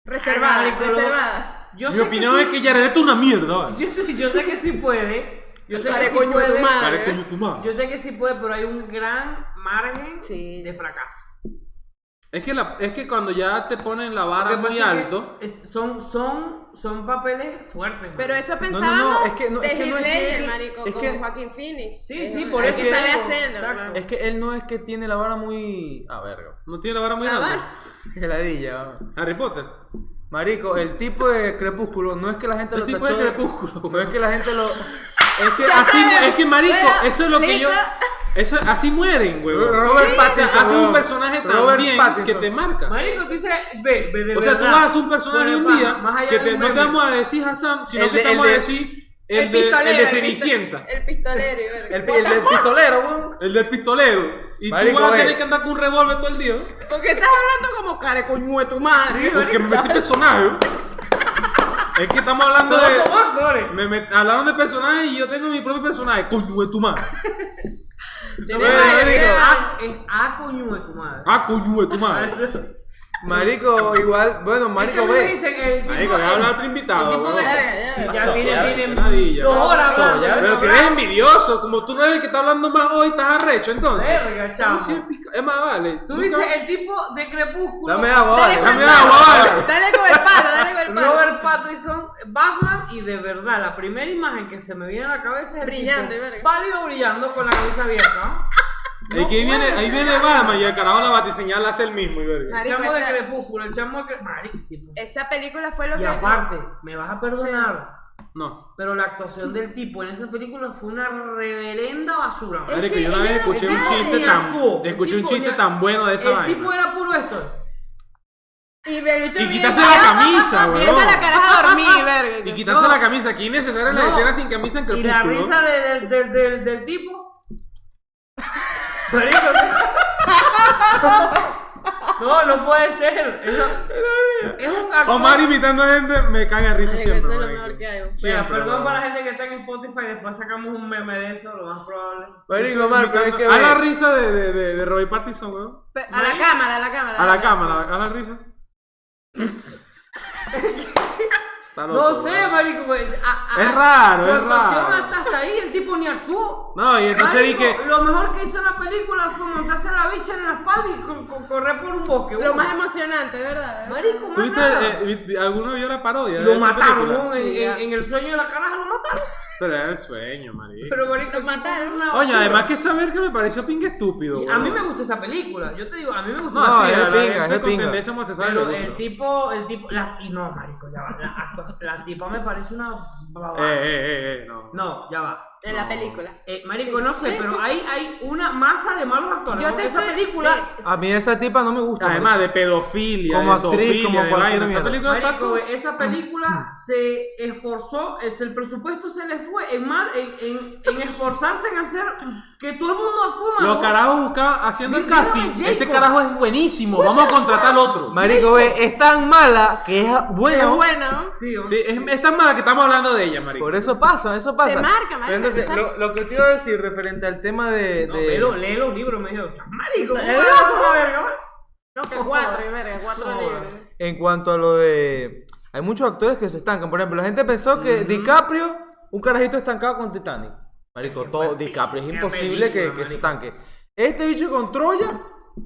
[SPEAKER 1] Reservada,
[SPEAKER 2] Marico, lo-
[SPEAKER 1] reservada.
[SPEAKER 2] Yo
[SPEAKER 4] Mi
[SPEAKER 2] sé
[SPEAKER 4] opinión
[SPEAKER 2] sí-
[SPEAKER 4] es que Jared es una mierda. ¿vale?
[SPEAKER 2] Yo, sé- yo sé que sí puede. Yo sé que
[SPEAKER 1] Pare
[SPEAKER 2] sí
[SPEAKER 1] coño de tu
[SPEAKER 2] puede.
[SPEAKER 1] madre.
[SPEAKER 4] Vale, coño, tu madre.
[SPEAKER 2] Yo sé que sí puede, pero hay un gran margen
[SPEAKER 1] Sí.
[SPEAKER 2] de fracaso.
[SPEAKER 4] Es que, la- es que cuando ya te ponen la
[SPEAKER 2] Lo
[SPEAKER 4] vara
[SPEAKER 2] que pasa
[SPEAKER 4] muy
[SPEAKER 2] es
[SPEAKER 4] alto,
[SPEAKER 2] que es- son, son, son papeles fuertes.
[SPEAKER 1] Pero
[SPEAKER 2] marico.
[SPEAKER 1] eso
[SPEAKER 3] no,
[SPEAKER 1] pensábamos
[SPEAKER 3] es que no-
[SPEAKER 1] de
[SPEAKER 3] es que no
[SPEAKER 1] Heath
[SPEAKER 3] es que-
[SPEAKER 1] Ledger, marico,
[SPEAKER 3] es
[SPEAKER 1] con
[SPEAKER 3] que-
[SPEAKER 1] Joaquín Phoenix.
[SPEAKER 2] Sí,
[SPEAKER 1] Es
[SPEAKER 2] sí,
[SPEAKER 1] un-
[SPEAKER 2] por
[SPEAKER 1] hay
[SPEAKER 2] eso
[SPEAKER 1] que sabe
[SPEAKER 2] digo,
[SPEAKER 1] hacerlo,
[SPEAKER 2] exacto.
[SPEAKER 1] hermano.
[SPEAKER 3] Es que él no es que tiene la vara muy. Ah, verga.
[SPEAKER 4] no tiene la vara muy
[SPEAKER 1] La
[SPEAKER 4] alta.
[SPEAKER 1] vara.
[SPEAKER 3] Heladilla, vamos.
[SPEAKER 4] Harry Potter.
[SPEAKER 3] Marico, el tipo de crepúsculo no es que la gente
[SPEAKER 4] El
[SPEAKER 3] lo
[SPEAKER 4] tipo
[SPEAKER 3] tachó
[SPEAKER 4] de Crepúsculo,
[SPEAKER 3] No es que la gente lo.
[SPEAKER 4] Es que
[SPEAKER 1] Ya
[SPEAKER 4] así,
[SPEAKER 1] sabemos.
[SPEAKER 4] es que marico,
[SPEAKER 1] Bueno,
[SPEAKER 4] eso es lo que yo,
[SPEAKER 1] listo.
[SPEAKER 4] eso así mueren, huevón.
[SPEAKER 3] Robert Pattinson,
[SPEAKER 4] O sea, hace
[SPEAKER 3] huevón.
[SPEAKER 4] un personaje tan
[SPEAKER 3] Robert
[SPEAKER 4] bien
[SPEAKER 3] Pattinson.
[SPEAKER 4] que te marca.
[SPEAKER 2] Marico, tú dices, ve, ve de
[SPEAKER 4] o sea, tú
[SPEAKER 2] verdad.
[SPEAKER 4] vas a hacer un personaje
[SPEAKER 2] Fuera de
[SPEAKER 4] un
[SPEAKER 2] pana,
[SPEAKER 4] día
[SPEAKER 2] más allá
[SPEAKER 4] que
[SPEAKER 2] de
[SPEAKER 4] te-
[SPEAKER 2] un
[SPEAKER 4] no te
[SPEAKER 2] meme.
[SPEAKER 4] vamos a decir Hassan, sino
[SPEAKER 3] El
[SPEAKER 4] que
[SPEAKER 3] de-
[SPEAKER 4] te vamos
[SPEAKER 3] el
[SPEAKER 4] a
[SPEAKER 3] de-
[SPEAKER 4] decir el, de, el de Cenicienta,
[SPEAKER 1] El pistolero, y verga.
[SPEAKER 3] El, pi- el del pistolero, weón.
[SPEAKER 4] el del pistolero. Y
[SPEAKER 3] Marico,
[SPEAKER 4] tú vas a
[SPEAKER 3] ve.
[SPEAKER 4] tener que andar con un revólver todo el día.
[SPEAKER 1] ¿Por qué estás hablando como care coño de tu madre?
[SPEAKER 4] Porque me metí personaje. es que estamos hablando
[SPEAKER 2] Todos
[SPEAKER 4] de.
[SPEAKER 2] somos actores.
[SPEAKER 4] Me met- hablaron de personajes y yo tengo mi propio personaje. Coño de tu madre.
[SPEAKER 2] No,
[SPEAKER 1] Tiene varios,
[SPEAKER 2] marico,
[SPEAKER 1] tiene
[SPEAKER 2] ah, es a coño de tu madre.
[SPEAKER 4] Ah, coño de tu madre.
[SPEAKER 3] Marico, igual, bueno, marico,
[SPEAKER 2] Es que me
[SPEAKER 3] ve.
[SPEAKER 2] dicen el tipo.
[SPEAKER 4] Marico, voy a hablar al invitado,
[SPEAKER 2] el tipo de-
[SPEAKER 4] huevón.
[SPEAKER 1] Verga, ya.
[SPEAKER 2] Ya que ya tienen
[SPEAKER 4] Nadie, ya.
[SPEAKER 2] dos horas
[SPEAKER 3] Pasó,
[SPEAKER 2] hablando.
[SPEAKER 3] ya.
[SPEAKER 2] ¿no?
[SPEAKER 4] Pero si eres envidioso, como tú no eres el que está hablando más hoy, estás arrecho, entonces.
[SPEAKER 2] Verga, chamo.
[SPEAKER 4] Sí, es pica- Es más, vale.
[SPEAKER 2] Tú
[SPEAKER 4] Nunca-
[SPEAKER 2] dices el tipo de Crepúsculo.
[SPEAKER 3] Dame agua,
[SPEAKER 1] Dale
[SPEAKER 3] vale.
[SPEAKER 1] con
[SPEAKER 4] Dame
[SPEAKER 1] el
[SPEAKER 4] agua,
[SPEAKER 1] palo,
[SPEAKER 4] vale.
[SPEAKER 1] Dale con el palo, dale con el palo.
[SPEAKER 2] Robert Pattinson, Batman y de verdad la primera imagen que se me viene a la cabeza es el
[SPEAKER 1] Brillando, y
[SPEAKER 2] tipo
[SPEAKER 1] verga.
[SPEAKER 2] pálido brillando con la cabeza abierta.
[SPEAKER 4] Ey, que ahí viene, ahí viene Batman y el carajo la batiseñal la hace el mismo, y verga.
[SPEAKER 2] El
[SPEAKER 1] Marico,
[SPEAKER 2] chamo de
[SPEAKER 1] esa-
[SPEAKER 2] crepúsculo, el chamo de Cre- Marico, este tipo.
[SPEAKER 1] Esa película fue lo
[SPEAKER 2] Y
[SPEAKER 1] que.
[SPEAKER 2] aparte, me vas a perdonar,
[SPEAKER 4] No.
[SPEAKER 2] pero la actuación del tipo en esa película fue una reverenda basura.
[SPEAKER 1] Es
[SPEAKER 2] marico.
[SPEAKER 4] Marico,
[SPEAKER 1] que
[SPEAKER 4] yo una vez
[SPEAKER 1] ella-
[SPEAKER 4] escuché
[SPEAKER 1] ella
[SPEAKER 4] un chiste
[SPEAKER 2] ni
[SPEAKER 4] tan.
[SPEAKER 2] actuó. El
[SPEAKER 4] Escuché un
[SPEAKER 2] tipo
[SPEAKER 4] chiste
[SPEAKER 2] ya-
[SPEAKER 4] tan bueno de esa
[SPEAKER 2] El
[SPEAKER 4] vaina.
[SPEAKER 2] tipo era puro esto.
[SPEAKER 1] Y, Belucho
[SPEAKER 4] Y
[SPEAKER 1] bien-
[SPEAKER 4] quítase la camisa, weón.
[SPEAKER 1] Viendo la cara a dormir, verga.
[SPEAKER 4] Y quitarse
[SPEAKER 2] No.
[SPEAKER 4] la camisa, aquí necesaria la
[SPEAKER 2] No.
[SPEAKER 4] escena sin camisa en
[SPEAKER 2] Y la
[SPEAKER 4] crepúsculo.
[SPEAKER 2] risa de- del, del, del, del tipo. Marico, no, no puede ser. Eso- es un actor.
[SPEAKER 4] Omar imitando a gente me caga de risa
[SPEAKER 1] Marico, eso
[SPEAKER 4] siempre.
[SPEAKER 1] es lo
[SPEAKER 4] marico.
[SPEAKER 1] mejor que hay. Mira,
[SPEAKER 2] Mira,
[SPEAKER 4] Siempre,
[SPEAKER 2] perdón
[SPEAKER 4] weón.
[SPEAKER 2] para la gente que está en Spotify, después sacamos un meme de eso, lo más probable.
[SPEAKER 3] Marico, Omar, pero es que
[SPEAKER 4] A la
[SPEAKER 3] ve.
[SPEAKER 4] risa de, de, de, de Roy Partison, weón.
[SPEAKER 1] Pe- A la cámara, a la cámara.
[SPEAKER 4] A la cámara, a la risa. Está
[SPEAKER 2] No
[SPEAKER 4] loco,
[SPEAKER 2] sé,
[SPEAKER 4] weón.
[SPEAKER 2] marico, pues, a- a-
[SPEAKER 4] Es raro,
[SPEAKER 2] su
[SPEAKER 4] es
[SPEAKER 2] actuación
[SPEAKER 4] raro.
[SPEAKER 2] hasta, hasta ahí, el tipo ni actuó.
[SPEAKER 4] No, y entonces
[SPEAKER 2] Marico,
[SPEAKER 4] dije.
[SPEAKER 2] Lo mejor que hizo la película fue montarse a la bicha en la espalda y co- co- correr por un bosque.
[SPEAKER 1] Lo
[SPEAKER 2] weón.
[SPEAKER 1] más emocionante, ¿verdad?
[SPEAKER 2] Marico, más
[SPEAKER 4] ¿Tuviste,
[SPEAKER 2] nada.
[SPEAKER 4] eh, vi- vi- ¿Alguno vio la parodia? de
[SPEAKER 2] Lo
[SPEAKER 4] esa
[SPEAKER 2] mataron,
[SPEAKER 4] película?
[SPEAKER 2] weón, en,
[SPEAKER 1] Sí,
[SPEAKER 2] en-
[SPEAKER 1] ya.
[SPEAKER 2] en el sueño de la caraja lo mataron.
[SPEAKER 4] Pero era el sueño, marico.
[SPEAKER 2] Pero marico, lo mataron.
[SPEAKER 4] Oye, además que saber que me pareció pingue estúpido,
[SPEAKER 2] A
[SPEAKER 4] weón.
[SPEAKER 2] mí me gustó esa película, yo te digo, a mí me gustó
[SPEAKER 4] No,
[SPEAKER 3] No,
[SPEAKER 4] sí,
[SPEAKER 3] es
[SPEAKER 4] a la
[SPEAKER 3] pinga,
[SPEAKER 4] gente
[SPEAKER 3] es
[SPEAKER 4] con
[SPEAKER 3] pinga.
[SPEAKER 4] tendencia homosexual.
[SPEAKER 2] Pero
[SPEAKER 4] le
[SPEAKER 2] el
[SPEAKER 4] gusta.
[SPEAKER 2] tipo, el tipo, la, y no, marico, ya va, la, actua- la tipa me parece una
[SPEAKER 4] Eh,
[SPEAKER 2] babada.
[SPEAKER 4] eh, eh, eh, no.
[SPEAKER 2] No, ya va.
[SPEAKER 1] En la película.
[SPEAKER 2] Eh, marico, no sé,
[SPEAKER 1] Sí,
[SPEAKER 2] pero
[SPEAKER 1] sí.
[SPEAKER 2] hay, hay una masa de malos actores.
[SPEAKER 1] Yo
[SPEAKER 2] ¿no?
[SPEAKER 1] te
[SPEAKER 2] esa
[SPEAKER 1] estoy-
[SPEAKER 2] película,
[SPEAKER 1] Sí.
[SPEAKER 3] A mí esa tipa no me gusta.
[SPEAKER 4] Además de pedofilia,
[SPEAKER 3] Como
[SPEAKER 4] de
[SPEAKER 3] actriz,
[SPEAKER 4] zoofilia,
[SPEAKER 3] como
[SPEAKER 4] de
[SPEAKER 3] cualquier
[SPEAKER 4] vaina. Esa
[SPEAKER 3] mierda.
[SPEAKER 4] película está
[SPEAKER 2] marico,
[SPEAKER 4] como-
[SPEAKER 2] esa película se esforzó, es- el presupuesto se le fue en, mal, en, en- en esforzarse en hacer que todo el mundo actúe.
[SPEAKER 4] Los
[SPEAKER 2] ¿no?
[SPEAKER 4] carajos buscaban haciendo el
[SPEAKER 2] Mira,
[SPEAKER 4] casting.
[SPEAKER 2] Jacob.
[SPEAKER 4] Este carajo es buenísimo. Vamos a contratar al otro.
[SPEAKER 3] Marico, ve, es tan mala que es
[SPEAKER 1] Es
[SPEAKER 3] buena. ¿no?
[SPEAKER 1] buena, ¿no?
[SPEAKER 2] Sí, ¿no?
[SPEAKER 4] Sí, es, es tan mala que estamos hablando de ella, marico.
[SPEAKER 3] Por eso pasa, eso pasa.
[SPEAKER 1] Te marca, marico,
[SPEAKER 3] Pero Entonces,
[SPEAKER 1] te
[SPEAKER 3] lo, lo que te iba a decir referente al tema de.
[SPEAKER 2] No,
[SPEAKER 3] de-
[SPEAKER 2] velo, lee los libros, me dijo. Marico,
[SPEAKER 1] Eh,
[SPEAKER 2] ¿cómo vas a ver, no?
[SPEAKER 1] No, que cuatro, y verga, cuatro libros.
[SPEAKER 3] en cuanto a lo de. Hay muchos actores que se estancan. Por ejemplo, la gente pensó que DiCaprio, un carajito estancado con Titanic. Marico, todo DiCaprio. Es
[SPEAKER 2] Qué
[SPEAKER 3] imposible que,
[SPEAKER 2] película,
[SPEAKER 3] que se
[SPEAKER 2] marico.
[SPEAKER 3] estanque. Este bicho con Troya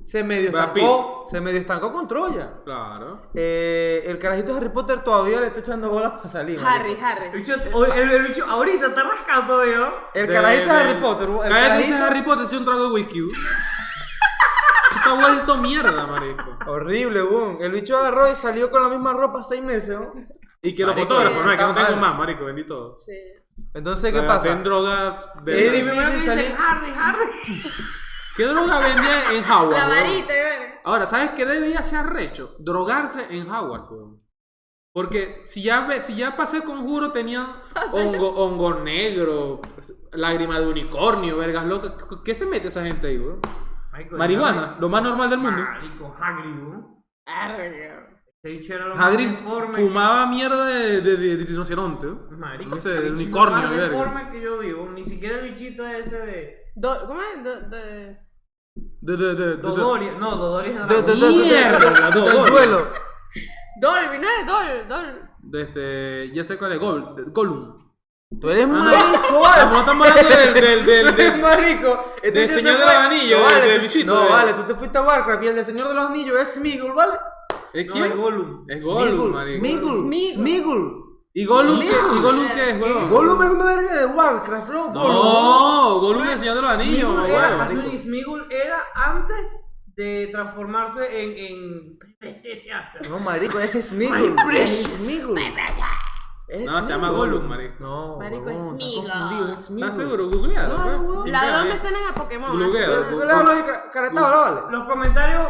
[SPEAKER 3] se medio
[SPEAKER 4] Brad
[SPEAKER 3] estancó. Se medio estancó con Troya.
[SPEAKER 4] Claro.
[SPEAKER 3] Eh, el carajito de Harry Potter todavía le está echando bolas para salir.
[SPEAKER 1] Harry,
[SPEAKER 3] marico.
[SPEAKER 2] El
[SPEAKER 1] Harry.
[SPEAKER 2] bicho, hoy- el, el bicho ahorita está rascado todavía. ¿no?
[SPEAKER 3] El carajito de, Harry Potter. El
[SPEAKER 4] Cállate, dices
[SPEAKER 3] carajito-
[SPEAKER 4] Harry Potter, si un trago de whisky. uh. Está vuelto mierda, marico.
[SPEAKER 3] Horrible, weón. El bicho agarró y salió con la misma ropa seis meses, weón.
[SPEAKER 4] Y que los
[SPEAKER 3] Marico,
[SPEAKER 4] fotógrafos,
[SPEAKER 3] eso
[SPEAKER 4] no, es que
[SPEAKER 3] está
[SPEAKER 4] no tengo
[SPEAKER 3] mal.
[SPEAKER 4] más, marico, bendito.
[SPEAKER 1] Sí.
[SPEAKER 3] Entonces, ¿qué
[SPEAKER 4] Eh,
[SPEAKER 3] pasa?
[SPEAKER 4] Ven drogas.
[SPEAKER 3] Es
[SPEAKER 4] verga.
[SPEAKER 3] difícil
[SPEAKER 2] Primero que dicen, "Ah,
[SPEAKER 3] salir.
[SPEAKER 2] Harry, Harry.
[SPEAKER 4] ¿Qué droga vendía en Howard?
[SPEAKER 1] La
[SPEAKER 4] weón?
[SPEAKER 1] varita, y verga.
[SPEAKER 4] Ahora, ¿sabes qué debería ser recho? Drogarse en Hogwarts, weón. Porque si ya, ve- si ya pasé conjuro, tenían hongo, hongo negro, lágrima de unicornio, vergas locas. ¿Qué- ¿Qué se mete esa gente ahí, weón? Marihuana, lo más normal del mundo.
[SPEAKER 2] Marico, Hagrid, ¿no?
[SPEAKER 1] Arga.
[SPEAKER 2] Ese bicho era lo más
[SPEAKER 4] Hagrid
[SPEAKER 2] deforme.
[SPEAKER 4] fumaba mierda de, de, de- de rinoceronte. ¿eh?
[SPEAKER 2] Marico,
[SPEAKER 4] no sé,
[SPEAKER 2] ese
[SPEAKER 4] de
[SPEAKER 2] bicho
[SPEAKER 4] unicornio,
[SPEAKER 2] Lo más
[SPEAKER 4] verga.
[SPEAKER 2] deforme que yo vivo. Ni siquiera el bichito ese de.
[SPEAKER 1] Do- ¿Cómo es? Do- de-
[SPEAKER 4] De, de, de, de-
[SPEAKER 2] Dodoria. No, Dodoria es
[SPEAKER 3] De- de-
[SPEAKER 2] dragón.
[SPEAKER 3] de- de- de-
[SPEAKER 4] Mierda,
[SPEAKER 3] del
[SPEAKER 4] Dodoria.
[SPEAKER 3] duelo.
[SPEAKER 1] Dolby, no es Dol, Dol.
[SPEAKER 4] de este, ya sé cuál es, Gol, de- Gollum.
[SPEAKER 3] Tú eres
[SPEAKER 4] no.
[SPEAKER 3] marico,
[SPEAKER 4] Ah, no, estamos hablando del- del- del-
[SPEAKER 3] Tú eres
[SPEAKER 4] del-
[SPEAKER 3] marico. Este
[SPEAKER 4] del
[SPEAKER 3] bicho se
[SPEAKER 4] Señor de
[SPEAKER 3] fue.
[SPEAKER 4] los Anillos,
[SPEAKER 3] No,
[SPEAKER 4] del-
[SPEAKER 3] vale,
[SPEAKER 4] del
[SPEAKER 3] tú-
[SPEAKER 4] bichito,
[SPEAKER 3] No,
[SPEAKER 4] de-
[SPEAKER 3] vale, tú te fuiste a Warcraft y el del Señor de los Anillos es Smigul, ¿vale?
[SPEAKER 4] ¿Es
[SPEAKER 2] No,
[SPEAKER 4] quién?
[SPEAKER 2] es Gollum.
[SPEAKER 4] Es Gollum, marico.
[SPEAKER 3] Smigul,
[SPEAKER 1] Sméagol.
[SPEAKER 3] Smigul.
[SPEAKER 4] ¿Y Gollum qué,
[SPEAKER 3] Sméagol.
[SPEAKER 4] ¿y Gollum qué es, weón?
[SPEAKER 3] Gollum es una verga de Warcraft, bro. Gollum.
[SPEAKER 4] No, Gollum es el señor de los anillos,
[SPEAKER 2] Smigul
[SPEAKER 4] weón.
[SPEAKER 2] era, Smigul- Smigul era antes de transformarse en. en... princesa.
[SPEAKER 3] No, marico, es Smigul. Es Smigul. Es
[SPEAKER 4] No, se llama
[SPEAKER 3] Smeagol.
[SPEAKER 4] Gollum, marico.
[SPEAKER 3] No,
[SPEAKER 1] Marico,
[SPEAKER 3] huevón,
[SPEAKER 1] es
[SPEAKER 3] estás
[SPEAKER 1] Smeagol.
[SPEAKER 3] confundido, es Smeagol.
[SPEAKER 4] ¿Estás seguro? Googlealo.
[SPEAKER 3] Claro,
[SPEAKER 4] pues.
[SPEAKER 3] huevón.
[SPEAKER 4] Sin
[SPEAKER 1] Las dos
[SPEAKER 4] pena,
[SPEAKER 1] me
[SPEAKER 4] ¿eh?
[SPEAKER 1] suenan a Pokémon.
[SPEAKER 4] Bloguea,
[SPEAKER 1] así que
[SPEAKER 3] Pero,
[SPEAKER 1] nada.
[SPEAKER 3] ¿cuál es
[SPEAKER 4] bloguea.
[SPEAKER 3] la lógica? Caretaba, la vale.
[SPEAKER 2] Los comentarios.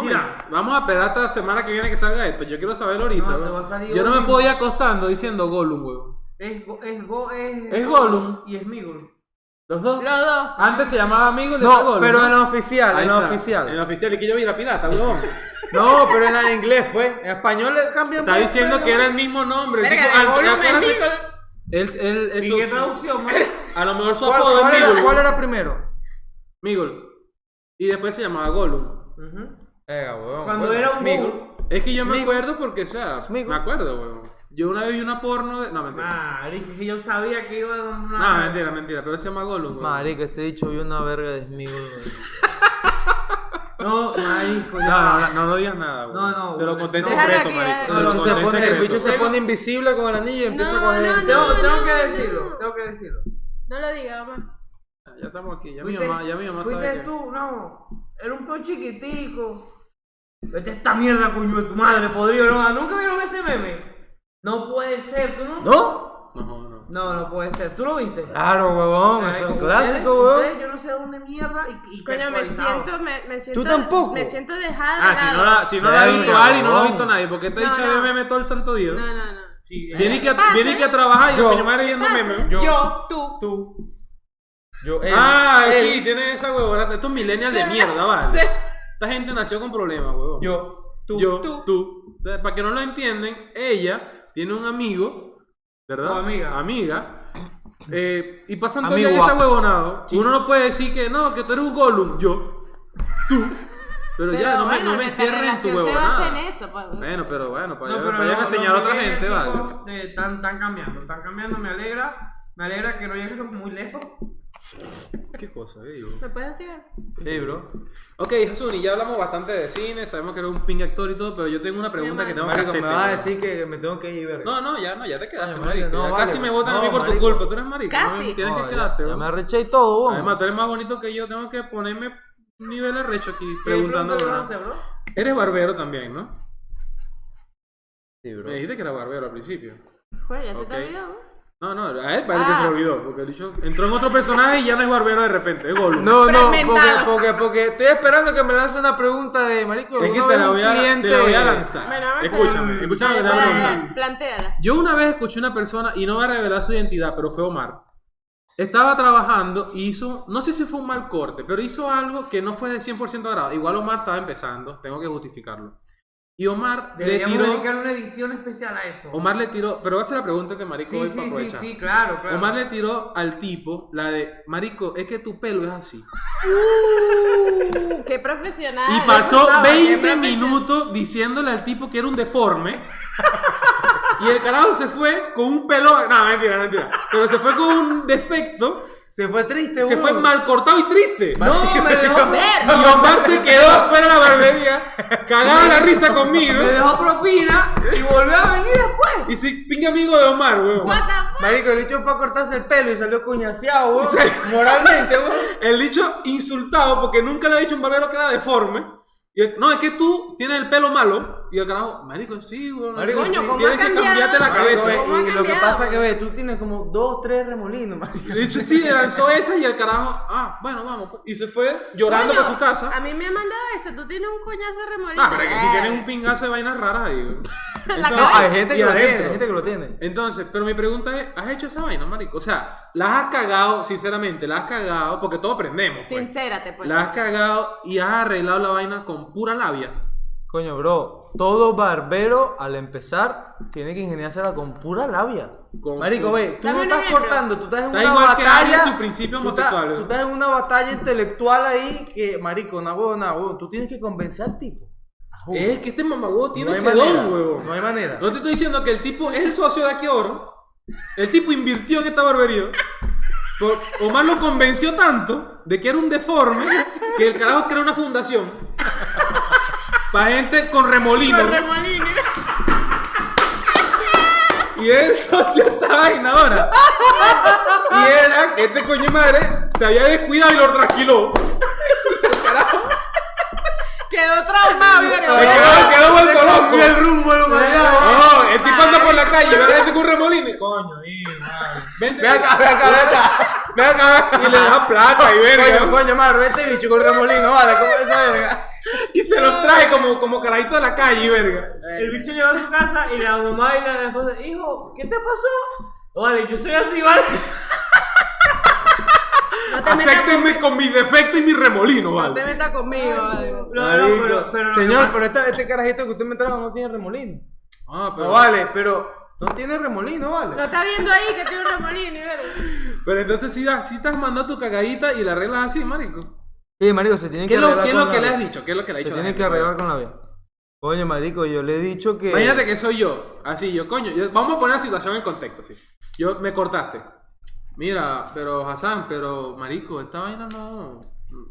[SPEAKER 4] Mira, vamos a esperar hasta la semana que viene que salga esto. Yo quiero saberlo ahorita.
[SPEAKER 2] No, te
[SPEAKER 4] weón.
[SPEAKER 2] va a salir
[SPEAKER 4] Yo no me
[SPEAKER 2] Gollum.
[SPEAKER 4] puedo ir acostando diciendo Gollum, huevón.
[SPEAKER 2] Es, go- es, go- es,
[SPEAKER 4] Es Gollum.
[SPEAKER 2] Y es Migol.
[SPEAKER 4] Los dos.
[SPEAKER 1] Los dos.
[SPEAKER 4] Antes se llamaba amigo y le
[SPEAKER 3] No,
[SPEAKER 4] Gollum.
[SPEAKER 3] pero en la
[SPEAKER 4] Ahí
[SPEAKER 3] oficial, en la
[SPEAKER 4] está. En la
[SPEAKER 3] oficial.
[SPEAKER 4] oficial, y que yo vi la pirata, huevón.
[SPEAKER 3] No, pero en la inglés, pues. En español le cambian.
[SPEAKER 4] Está
[SPEAKER 3] pues,
[SPEAKER 4] diciendo
[SPEAKER 3] pero-
[SPEAKER 4] que era el mismo nombre. El
[SPEAKER 1] Verga,
[SPEAKER 4] tipo-
[SPEAKER 1] de
[SPEAKER 4] ah,
[SPEAKER 1] Gollum es
[SPEAKER 4] acuérdate-
[SPEAKER 1] Migol.
[SPEAKER 4] Él, él,
[SPEAKER 2] ¿Y
[SPEAKER 4] eso-
[SPEAKER 2] qué traducción, man?
[SPEAKER 4] A lo mejor su
[SPEAKER 3] ¿Cuál,
[SPEAKER 4] apodo
[SPEAKER 3] cuál
[SPEAKER 4] es
[SPEAKER 3] era,
[SPEAKER 4] Migol.
[SPEAKER 3] cuál era primero?
[SPEAKER 4] Migol. Y después se llamaba Gollum.
[SPEAKER 2] Ujú.
[SPEAKER 3] Venga, huevón,
[SPEAKER 2] Cuando
[SPEAKER 3] huevón,
[SPEAKER 2] era un
[SPEAKER 3] Smeagol.
[SPEAKER 2] Migol.
[SPEAKER 4] Es que yo me
[SPEAKER 3] Smigol.
[SPEAKER 4] acuerdo porque, o sea,
[SPEAKER 3] Smigol.
[SPEAKER 4] me acuerdo, weón. Yo una vez vi una porno de. No,
[SPEAKER 1] Ah,
[SPEAKER 4] mentira.
[SPEAKER 2] Marico, que yo sabía que iba a dar una.
[SPEAKER 4] No, mentira, mentira. Pero se llama Gollum, weón.
[SPEAKER 3] Marico, este dicho vio una verga de Smigol.
[SPEAKER 2] No, marico,
[SPEAKER 4] No,
[SPEAKER 2] ya.
[SPEAKER 4] no, no, no lo digas nada, weón.
[SPEAKER 2] No, no,
[SPEAKER 4] Te lo
[SPEAKER 2] weón.
[SPEAKER 4] conté en
[SPEAKER 1] Déjala
[SPEAKER 4] secreto,
[SPEAKER 1] que-
[SPEAKER 4] marico. Te
[SPEAKER 2] No,
[SPEAKER 3] El
[SPEAKER 4] lo
[SPEAKER 3] bicho,
[SPEAKER 2] no,
[SPEAKER 3] se
[SPEAKER 4] conté en
[SPEAKER 3] pone, el
[SPEAKER 4] secreto.
[SPEAKER 3] bicho se pone invisible con el anillo y empieza a
[SPEAKER 1] No,
[SPEAKER 3] coger.
[SPEAKER 1] no, no.
[SPEAKER 2] Tengo, tengo que
[SPEAKER 1] no,
[SPEAKER 2] decirlo,
[SPEAKER 1] no.
[SPEAKER 2] tengo que decirlo.
[SPEAKER 1] No lo diga, mamá.
[SPEAKER 4] Ah, Ya estamos aquí. Ya mi
[SPEAKER 2] Fuiste-
[SPEAKER 4] mamá, ya mi mamá
[SPEAKER 2] Fuiste
[SPEAKER 4] sabe. que-
[SPEAKER 2] tú, no. Era un peo chiquitico. Vete a esta mierda, coño de tu madre, podrido, no. ¿Nunca vieron ese meme? No puede ser, tú no.
[SPEAKER 3] ¿No?
[SPEAKER 4] No, Ah, no.
[SPEAKER 2] No, no puede ser. ¿Tú lo viste?
[SPEAKER 3] Claro, huevón,
[SPEAKER 2] Ay,
[SPEAKER 3] eso es un
[SPEAKER 2] ustedes-
[SPEAKER 3] clásico,
[SPEAKER 2] ustedes,
[SPEAKER 3] huevón.
[SPEAKER 2] Yo no sé dónde mierda y, y que
[SPEAKER 1] Coño, me
[SPEAKER 2] actualizado.
[SPEAKER 1] siento, me, me siento.
[SPEAKER 3] tampoco?
[SPEAKER 1] Me siento dejada.
[SPEAKER 4] Ah,
[SPEAKER 1] de
[SPEAKER 4] si no
[SPEAKER 1] lado.
[SPEAKER 4] la, si no la ha
[SPEAKER 3] Verga,
[SPEAKER 4] visto Ari, no la ha
[SPEAKER 3] weón.
[SPEAKER 4] visto nadie. Porque esta
[SPEAKER 1] No,
[SPEAKER 4] dicha
[SPEAKER 1] no.
[SPEAKER 4] de meme todo el santo día.
[SPEAKER 1] No, no, no.
[SPEAKER 2] Sí,
[SPEAKER 4] Viene y que,
[SPEAKER 1] Pase.
[SPEAKER 4] viene y que a trabajar y
[SPEAKER 3] Yo.
[SPEAKER 4] la coño madre viendo
[SPEAKER 1] Pase.
[SPEAKER 4] memes.
[SPEAKER 1] Yo,
[SPEAKER 3] Yo.
[SPEAKER 1] tú.
[SPEAKER 3] Tú. Yo, él.
[SPEAKER 4] Ah,
[SPEAKER 3] él,
[SPEAKER 4] sí, tiene esa huevona. Estos millennials de
[SPEAKER 1] Se-
[SPEAKER 4] mierda, vale.
[SPEAKER 1] se-
[SPEAKER 4] Esta gente nació con problemas, huevón.
[SPEAKER 3] Yo, tú.
[SPEAKER 4] yo, tú. O sea, para que no lo entienden, ella tiene un amigo, ¿verdad?
[SPEAKER 2] O amiga.
[SPEAKER 4] Amiga. eh, y pasan todo el día en
[SPEAKER 3] Amigo
[SPEAKER 4] esa
[SPEAKER 3] guapo.
[SPEAKER 4] huevonado. Uno no puede decir que no, que tú eres un Gollum. Yo, tú. Pero, ya, no me,
[SPEAKER 1] bueno,
[SPEAKER 4] no me
[SPEAKER 1] nuestra
[SPEAKER 4] encierren en tu
[SPEAKER 1] relación se basa en
[SPEAKER 4] huevonada.
[SPEAKER 1] eso, pues.
[SPEAKER 4] Bueno, pero bueno, para,
[SPEAKER 2] No, pero
[SPEAKER 4] vayan
[SPEAKER 2] no,
[SPEAKER 4] a enseñar a
[SPEAKER 2] no,
[SPEAKER 4] otra
[SPEAKER 2] no,
[SPEAKER 4] gente,
[SPEAKER 2] chicos,
[SPEAKER 4] vale.
[SPEAKER 2] eh, están, están cambiando, están cambiando, me alegra. Me alegra que no lleguen muy lejos.
[SPEAKER 4] ¿Qué cosa, eh, yo?
[SPEAKER 1] ¿Me puedes decir?
[SPEAKER 3] Sí, bro.
[SPEAKER 4] Ok, Hasuni, ya hablamos bastante de cine, sabemos que eres un ping actor y todo, pero yo tengo una pregunta que tengo que
[SPEAKER 3] Marico,
[SPEAKER 4] hacerte.
[SPEAKER 3] me vas a
[SPEAKER 4] weón.
[SPEAKER 3] decir que me tengo que ir, verga.
[SPEAKER 4] No, no, ya no, ya te quedaste,
[SPEAKER 3] Coño,
[SPEAKER 4] marico.
[SPEAKER 3] marico, no,
[SPEAKER 4] Ya
[SPEAKER 3] vale,
[SPEAKER 4] casi me votan a
[SPEAKER 3] no,
[SPEAKER 4] mí por tu
[SPEAKER 3] marico.
[SPEAKER 4] culpa, tú eres marico.
[SPEAKER 1] Casi.
[SPEAKER 4] weón, Tienes
[SPEAKER 3] Joder,
[SPEAKER 4] que quedarte,
[SPEAKER 3] ya,
[SPEAKER 4] weón.
[SPEAKER 3] me arreché y todo, weón.
[SPEAKER 4] Además, tú eres más bonito que yo, tengo que ponerme un nivel de recho aquí preguntando.
[SPEAKER 2] Preguntando
[SPEAKER 4] ¿verdad? Eres barbero también, ¿no?
[SPEAKER 3] Sí, bro.
[SPEAKER 4] Me dijiste que era barbero al principio.
[SPEAKER 1] Bueno, ya se
[SPEAKER 4] Ok.
[SPEAKER 1] te olvidó. ¿no?
[SPEAKER 4] No, no, a él parece que
[SPEAKER 1] Ah.
[SPEAKER 4] se lo olvidó, porque el dicho entró en otro personaje y ya no es barbero de repente, es Gollum.
[SPEAKER 3] No, no, porque,
[SPEAKER 1] Fragmentado.
[SPEAKER 3] porque, porque estoy esperando que me lance una pregunta de marico.
[SPEAKER 4] es que
[SPEAKER 3] ¿alguna
[SPEAKER 4] te
[SPEAKER 3] vez
[SPEAKER 4] la,
[SPEAKER 3] un
[SPEAKER 4] voy a,
[SPEAKER 3] cliente-
[SPEAKER 4] te la voy a lanzar.
[SPEAKER 1] Bueno, vamos a-
[SPEAKER 4] escúchame, escúchame que te voy a preguntar.
[SPEAKER 1] Plantéala. Plantéala.
[SPEAKER 4] Yo una vez escuché una persona, y no va a revelar su identidad, pero fue Omar. Estaba trabajando y hizo, no sé si fue un mal corte, pero hizo algo que no fue de 100% agrado. Igual Omar estaba empezando, tengo que justificarlo. Y Omar le
[SPEAKER 2] Deberíamos
[SPEAKER 4] tiró,
[SPEAKER 2] dedicar una edición especial a eso.
[SPEAKER 4] Omar le tiró, pero voy a hacer la pregunta de Marico
[SPEAKER 2] sí,
[SPEAKER 4] hoy
[SPEAKER 2] sí,
[SPEAKER 4] para
[SPEAKER 2] sí,
[SPEAKER 4] aprovechar.
[SPEAKER 2] sí, claro, claro.
[SPEAKER 4] Omar le tiró al tipo la de, Marico, es que tu pelo es así.
[SPEAKER 1] Uh, qué profesional.
[SPEAKER 4] Y pasó
[SPEAKER 1] Qué
[SPEAKER 4] 20
[SPEAKER 1] profesional.
[SPEAKER 4] minutos diciéndole al tipo que era un deforme. Y el carajo se fue con un pelo. No, mentira, mentira. Pero se fue con un defecto.
[SPEAKER 3] Se fue triste,
[SPEAKER 4] Se
[SPEAKER 3] weón.
[SPEAKER 4] fue mal cortado y triste.
[SPEAKER 2] No, me dejó,
[SPEAKER 1] Ver.
[SPEAKER 4] Y Omar se quedó afuera de la barbería. Cagaba la risa conmigo.
[SPEAKER 2] me dejó propina y volvió a venir después.
[SPEAKER 4] Y sí, pinche amigo de Omar, weón.
[SPEAKER 1] What the fuck?
[SPEAKER 3] Marico, el bicho fue a cortarse el pelo y salió cuñaseado, weón. Moralmente, weón.
[SPEAKER 4] El dicho insultado porque nunca le ha dicho un barbero que era deforme. Y el- no, es que tú tienes el pelo malo. Y el carajo, marico, sí, weón.
[SPEAKER 3] Marico,
[SPEAKER 1] Coño, ¿cómo
[SPEAKER 4] tienes
[SPEAKER 1] ha
[SPEAKER 4] que
[SPEAKER 1] cambiado?
[SPEAKER 4] cambiarte la
[SPEAKER 3] Marico, eh,
[SPEAKER 4] cabeza.
[SPEAKER 3] ve,
[SPEAKER 1] ¿Cómo ha
[SPEAKER 3] y lo que
[SPEAKER 1] cambiado,
[SPEAKER 3] pasa es que,
[SPEAKER 1] weón?
[SPEAKER 3] ve, tú tienes como dos, tres remolinos, marico.
[SPEAKER 4] De hecho, sí, le lanzó esa y el carajo, ah, bueno, vamos. pues. Y se fue llorando
[SPEAKER 1] Coño,
[SPEAKER 4] para su casa.
[SPEAKER 1] A mí me ha mandado eso. Tú tienes un coñazo de remolino.
[SPEAKER 4] Ah, pero que si
[SPEAKER 1] Eh,
[SPEAKER 4] tienes un pingazo de vainas raras ahí. güey.
[SPEAKER 1] La
[SPEAKER 3] No,
[SPEAKER 1] cabeza.
[SPEAKER 3] hay gente que
[SPEAKER 4] Y
[SPEAKER 3] lo
[SPEAKER 4] adentro.
[SPEAKER 3] tiene, hay gente que lo tiene.
[SPEAKER 4] Entonces, pero mi pregunta es, ¿has hecho esa vaina, marico? O sea, las has cagado, sinceramente, las has cagado, porque todos aprendemos, pues.
[SPEAKER 1] Sincérate, pues.
[SPEAKER 4] Las has cagado y has arreglado la vaina con pura labia.
[SPEAKER 3] Coño, bro, todo barbero al empezar tiene que ingeniársela con pura labia.
[SPEAKER 4] Con
[SPEAKER 3] Marico,
[SPEAKER 4] pura-
[SPEAKER 3] ve, tú
[SPEAKER 1] Dame
[SPEAKER 3] no
[SPEAKER 1] un
[SPEAKER 3] estás
[SPEAKER 1] ejemplo.
[SPEAKER 3] cortando, tú estás en
[SPEAKER 4] Está
[SPEAKER 3] una
[SPEAKER 4] igual que
[SPEAKER 3] batalla.
[SPEAKER 4] Ari en su principio
[SPEAKER 3] tú estás-
[SPEAKER 4] homosexual.
[SPEAKER 3] Tú estás en una batalla intelectual ahí que, marico, una huevona, huevón, tú tienes que convencer al tipo.
[SPEAKER 4] Es que este mamagüevo tiene
[SPEAKER 3] No hay
[SPEAKER 4] ese
[SPEAKER 3] manera,
[SPEAKER 4] don, huevón.
[SPEAKER 3] no hay manera.
[SPEAKER 4] No te estoy diciendo que el tipo es el socio de aquí oro. El tipo invirtió en esta barbería. Por- Omar lo convenció tanto de que era un deforme que el carajo creó una fundación. Para gente con remolino.
[SPEAKER 1] Con remolino.
[SPEAKER 4] Y él socio de esta vaina ahora. Y era que este coño de madre se había descuidado y lo tranquiló.
[SPEAKER 1] Quedó traumado.
[SPEAKER 4] quedó- quedó vuelto
[SPEAKER 3] Le cambió
[SPEAKER 4] loco.
[SPEAKER 3] el rumbo de la humanidad,
[SPEAKER 4] No, el tipo andando por la calle, ve a gente con un remolino. Coño, y, madre. Vente.
[SPEAKER 3] Ve acá, ve acá, ve acá. Ve acá, ve acá.
[SPEAKER 4] Y le das plata y verga.
[SPEAKER 3] Coño, coño, madre, vete bicho con remolino, vale, ¿cómo es esa verga?
[SPEAKER 4] Y se los trae como, como carajito de la calle, y verga.
[SPEAKER 2] El bicho llegó a su casa y la mamá y la esposa, hijo, ¿qué te pasó? Vale, yo soy así, vale.
[SPEAKER 1] No te metas
[SPEAKER 4] Acéptenme con mi defecto y mi remolino,
[SPEAKER 1] No te
[SPEAKER 4] vale.
[SPEAKER 1] metas conmigo. eh. vale.
[SPEAKER 2] No, no, pero, pero no,
[SPEAKER 3] Señor, pero esta- este carajito que usted me trajo no tiene remolino.
[SPEAKER 4] Ah,
[SPEAKER 3] No vale, pero no tiene remolino,
[SPEAKER 1] Lo
[SPEAKER 3] vale.
[SPEAKER 1] está viendo ahí que tiene un remolino, y verga.
[SPEAKER 4] Pero entonces si, das- si estás mandando tu cagadita y la arreglas así, marico.
[SPEAKER 3] Sí, marico, se tiene que
[SPEAKER 4] ¿Qué es lo,
[SPEAKER 3] arreglar
[SPEAKER 4] qué es lo
[SPEAKER 3] con
[SPEAKER 4] que
[SPEAKER 3] la
[SPEAKER 4] le has
[SPEAKER 3] vida.
[SPEAKER 4] dicho? ¿Qué es lo que le has
[SPEAKER 3] Se
[SPEAKER 4] dicho? a la
[SPEAKER 3] tiene que
[SPEAKER 4] gente?
[SPEAKER 3] arreglar con la vida. Coño, marico, yo le he dicho que...
[SPEAKER 4] Imagínate que soy yo, así yo, coño, yo- vamos a poner la situación en contexto, sí. Yo me cortaste. Mira, pero Hassan, pero marico, esta vaina no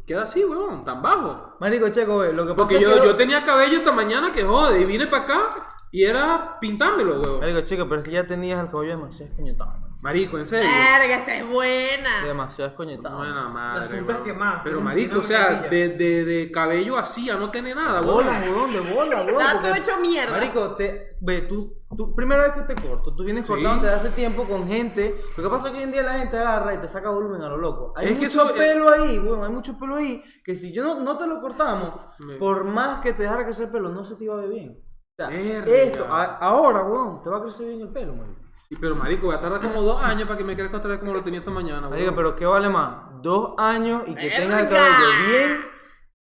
[SPEAKER 4] queda así, weón, tan bajo.
[SPEAKER 3] Marico, checo, ve, lo que pasa
[SPEAKER 4] Porque
[SPEAKER 3] es
[SPEAKER 4] yo,
[SPEAKER 3] que...
[SPEAKER 4] yo tenía cabello esta mañana que jode y vine para acá y era pintármelo,
[SPEAKER 2] Eh.
[SPEAKER 4] weón.
[SPEAKER 3] Marico, chico, pero es que ya tenías el cabello demasiado escoñetado. man.
[SPEAKER 4] Marico, en serio.
[SPEAKER 1] Verga, esa es
[SPEAKER 4] Ah.
[SPEAKER 1] buena.
[SPEAKER 3] Demasiado escoñetado.
[SPEAKER 4] Buena
[SPEAKER 2] Eh, Las
[SPEAKER 4] madre.
[SPEAKER 2] puntas
[SPEAKER 4] weón.
[SPEAKER 2] quemadas,
[SPEAKER 4] Pero
[SPEAKER 2] tiene-
[SPEAKER 4] marico,
[SPEAKER 2] tiene
[SPEAKER 4] o sea,
[SPEAKER 2] una
[SPEAKER 4] de, de, de cabello así a no tener nada, weón.
[SPEAKER 3] Bola, weón, de bola, weón.
[SPEAKER 1] Está
[SPEAKER 3] porque-
[SPEAKER 1] todo hecho mierda.
[SPEAKER 3] Marico, te, ve, tú, tú, primera vez que te corto, tú vienes
[SPEAKER 4] Sí.
[SPEAKER 3] cortándote de hace tiempo con gente. Lo que pasa es que hoy en día la gente agarra y te saca volumen a lo loco. Hay
[SPEAKER 4] Es que
[SPEAKER 3] mucho
[SPEAKER 4] eso-
[SPEAKER 3] pelo ahí, weón, hay mucho pelo ahí. Que si yo no, no te lo cortamos,
[SPEAKER 4] Me-
[SPEAKER 3] por más que te dejara crecer el pelo, no se te iba a ver bien. O sea,
[SPEAKER 4] Verga.
[SPEAKER 3] esto, a- ahora, weón, te va a crecer bien el pelo, marico.
[SPEAKER 4] Sí, Pero marico, voy a tardar como dos años para que me crezca otra vez como lo tenía esta mañana, weón.
[SPEAKER 3] Marico, pero ¿qué vale más? ¿Dos años y que tengas el
[SPEAKER 1] Verga.
[SPEAKER 3] cabello bien?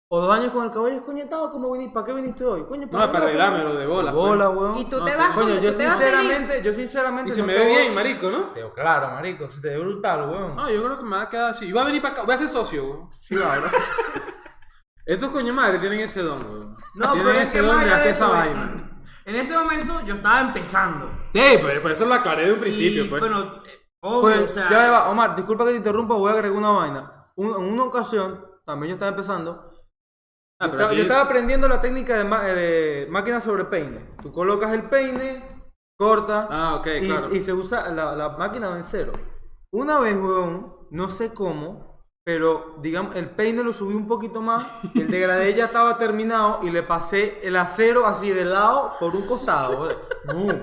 [SPEAKER 3] ¿O dos años con el cabello escoñetado? ¿Cómo viniste? ¿Para qué viniste hoy? Coño,
[SPEAKER 4] No, para arreglármelo de bola, pues.
[SPEAKER 3] Bola, weón.
[SPEAKER 1] Y tú
[SPEAKER 4] No,
[SPEAKER 1] te
[SPEAKER 4] pero-
[SPEAKER 1] vas con-
[SPEAKER 3] Coño, yo
[SPEAKER 1] tú te vas feliz.
[SPEAKER 3] sinceramente, yo sinceramente.
[SPEAKER 4] Y se
[SPEAKER 3] no
[SPEAKER 4] me
[SPEAKER 3] te
[SPEAKER 4] ve
[SPEAKER 3] voy-
[SPEAKER 4] bien, marico, ¿no?
[SPEAKER 3] Teo, Claro, marico, se te ve brutal, weón.
[SPEAKER 4] No, yo creo que me va a quedar así. Y va a venir para acá, voy a ser socio, weón.
[SPEAKER 3] Sí, claro.
[SPEAKER 4] Estos coño madre tienen ese don, weón.
[SPEAKER 2] No,
[SPEAKER 4] tienen
[SPEAKER 2] pero es
[SPEAKER 4] ese
[SPEAKER 2] que
[SPEAKER 4] don
[SPEAKER 2] más
[SPEAKER 4] de
[SPEAKER 2] allá
[SPEAKER 4] hacer
[SPEAKER 2] de
[SPEAKER 4] esa
[SPEAKER 2] eso,
[SPEAKER 4] vaina.
[SPEAKER 2] En ese momento yo estaba empezando.
[SPEAKER 4] Sí, pero por eso la aclaré de un
[SPEAKER 2] Y,
[SPEAKER 4] principio, pues.
[SPEAKER 2] Bueno, eh, obvio,
[SPEAKER 3] Pues,
[SPEAKER 2] o sea.
[SPEAKER 3] ya va, Omar, disculpa que te interrumpa, voy a agregar una vaina. Un- en una ocasión, también yo estaba empezando.
[SPEAKER 4] Ah,
[SPEAKER 3] yo,
[SPEAKER 4] pero
[SPEAKER 3] estaba,
[SPEAKER 4] aquí-
[SPEAKER 3] yo estaba aprendiendo la técnica de, ma- eh, de máquina sobre peine. Tú colocas el peine, corta.
[SPEAKER 4] Ah, ok,
[SPEAKER 3] y,
[SPEAKER 4] claro.
[SPEAKER 3] y se usa, la, la máquina va en cero. Una vez, weón, no sé cómo, pero digamos, el peine lo subí un poquito más, el degradé ya estaba terminado y le pasé el acero así de lado por un costado. weón.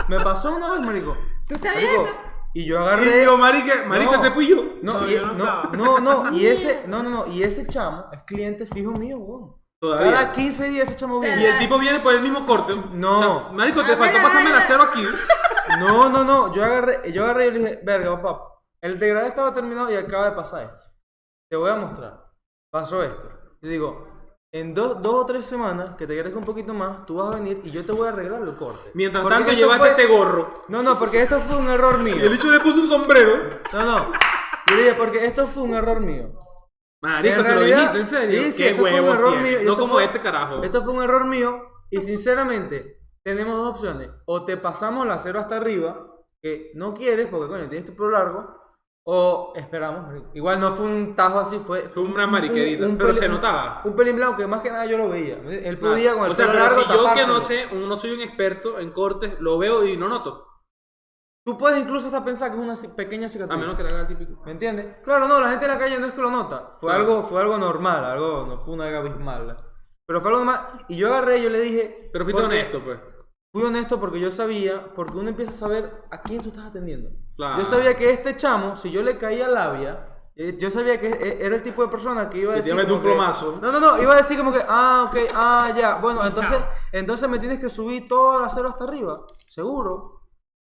[SPEAKER 3] No. Me pasó una vez, marico.
[SPEAKER 1] ¿Tú sabías
[SPEAKER 3] Marico,
[SPEAKER 1] eso?
[SPEAKER 3] Y yo
[SPEAKER 4] Y
[SPEAKER 3] agarré.
[SPEAKER 4] digo, marica, marica,
[SPEAKER 3] No.
[SPEAKER 4] ese fui yo.
[SPEAKER 3] No,
[SPEAKER 2] No,
[SPEAKER 3] y-
[SPEAKER 2] yo no
[SPEAKER 3] no,
[SPEAKER 2] estaba.
[SPEAKER 3] no, no, y ese, no, no, no, y ese chamo es cliente fijo mío, weón.
[SPEAKER 4] Todavía.
[SPEAKER 3] Cada 15 días ese chamo
[SPEAKER 1] O sea,
[SPEAKER 3] viene.
[SPEAKER 4] Y el tipo viene por el mismo corte.
[SPEAKER 3] No.
[SPEAKER 4] marico, te
[SPEAKER 1] Ah,
[SPEAKER 4] faltó
[SPEAKER 1] bueno,
[SPEAKER 4] pasarme el
[SPEAKER 1] bueno.
[SPEAKER 4] acero aquí.
[SPEAKER 3] No, no, no. Yo agarré, yo agarré y le dije, verga, papá, el degradé estaba terminado y acaba de pasar esto. Te voy a mostrar. Pasó esto. Y digo, en dos, dos o tres semanas, que te crezca un poquito más, tú vas a venir y yo te voy a arreglar el corte.
[SPEAKER 4] Mientras
[SPEAKER 3] Porque
[SPEAKER 4] tanto,
[SPEAKER 3] esto
[SPEAKER 4] llevaste
[SPEAKER 3] fue-
[SPEAKER 4] este gorro.
[SPEAKER 3] No, no, porque esto fue un error mío.
[SPEAKER 4] Y el hecho le puso un sombrero.
[SPEAKER 3] No, no. Yo le dije, porque esto fue un error mío.
[SPEAKER 4] Marico,
[SPEAKER 3] En
[SPEAKER 4] se lo
[SPEAKER 3] realidad-
[SPEAKER 4] dijiste, en serio.
[SPEAKER 3] Sí, sí,
[SPEAKER 4] Qué
[SPEAKER 3] esto fue un
[SPEAKER 4] huevos
[SPEAKER 3] error
[SPEAKER 4] tiene.
[SPEAKER 3] mío,
[SPEAKER 4] No
[SPEAKER 3] esto
[SPEAKER 4] como
[SPEAKER 3] fue-
[SPEAKER 4] este carajo.
[SPEAKER 3] Esto fue un error mío y sinceramente tenemos dos opciones. O te pasamos la cero hasta arriba, que no quieres porque coño tienes tu pelo largo, o esperamos. marico. Igual no fue un tajo así, fue...
[SPEAKER 4] Fue una mariquerita, pero se notaba. Ah,
[SPEAKER 3] Un pelín blanco que más que nada yo lo veía. Él podía con el
[SPEAKER 4] o sea,
[SPEAKER 3] pelo
[SPEAKER 4] pero
[SPEAKER 3] largo
[SPEAKER 4] si yo que no
[SPEAKER 3] tapárselo.
[SPEAKER 4] sé, un- no soy un experto en cortes, lo veo y no noto.
[SPEAKER 3] Tú puedes incluso hasta pensar que es una ci- pequeña cicatriz.
[SPEAKER 4] A menos que le haga el típico.
[SPEAKER 3] ¿Me entiendes? Claro, no, la gente en la calle no es que lo nota. Fue
[SPEAKER 4] Claro.
[SPEAKER 3] algo, fue algo normal, algo, no fue una gabismala. Pero fue algo normal. Y yo agarré y yo le dije.
[SPEAKER 4] Pero fuiste
[SPEAKER 3] porque-
[SPEAKER 4] honesto, pues.
[SPEAKER 3] Fui honesto porque yo sabía, porque uno empieza a saber a quién tú estás atendiendo.
[SPEAKER 4] Claro.
[SPEAKER 3] Yo sabía que este chamo, si yo le caía labia, eh, yo sabía que e- era el tipo de persona que iba a
[SPEAKER 4] Que te
[SPEAKER 3] decir.
[SPEAKER 4] iba a meter
[SPEAKER 3] como
[SPEAKER 4] un
[SPEAKER 3] que-
[SPEAKER 4] plomazo.
[SPEAKER 3] no, no, no, iba a decir como que, ah, ok, ah, ya. Bueno, entonces, entonces me tienes que subir todo a cero hasta arriba, seguro.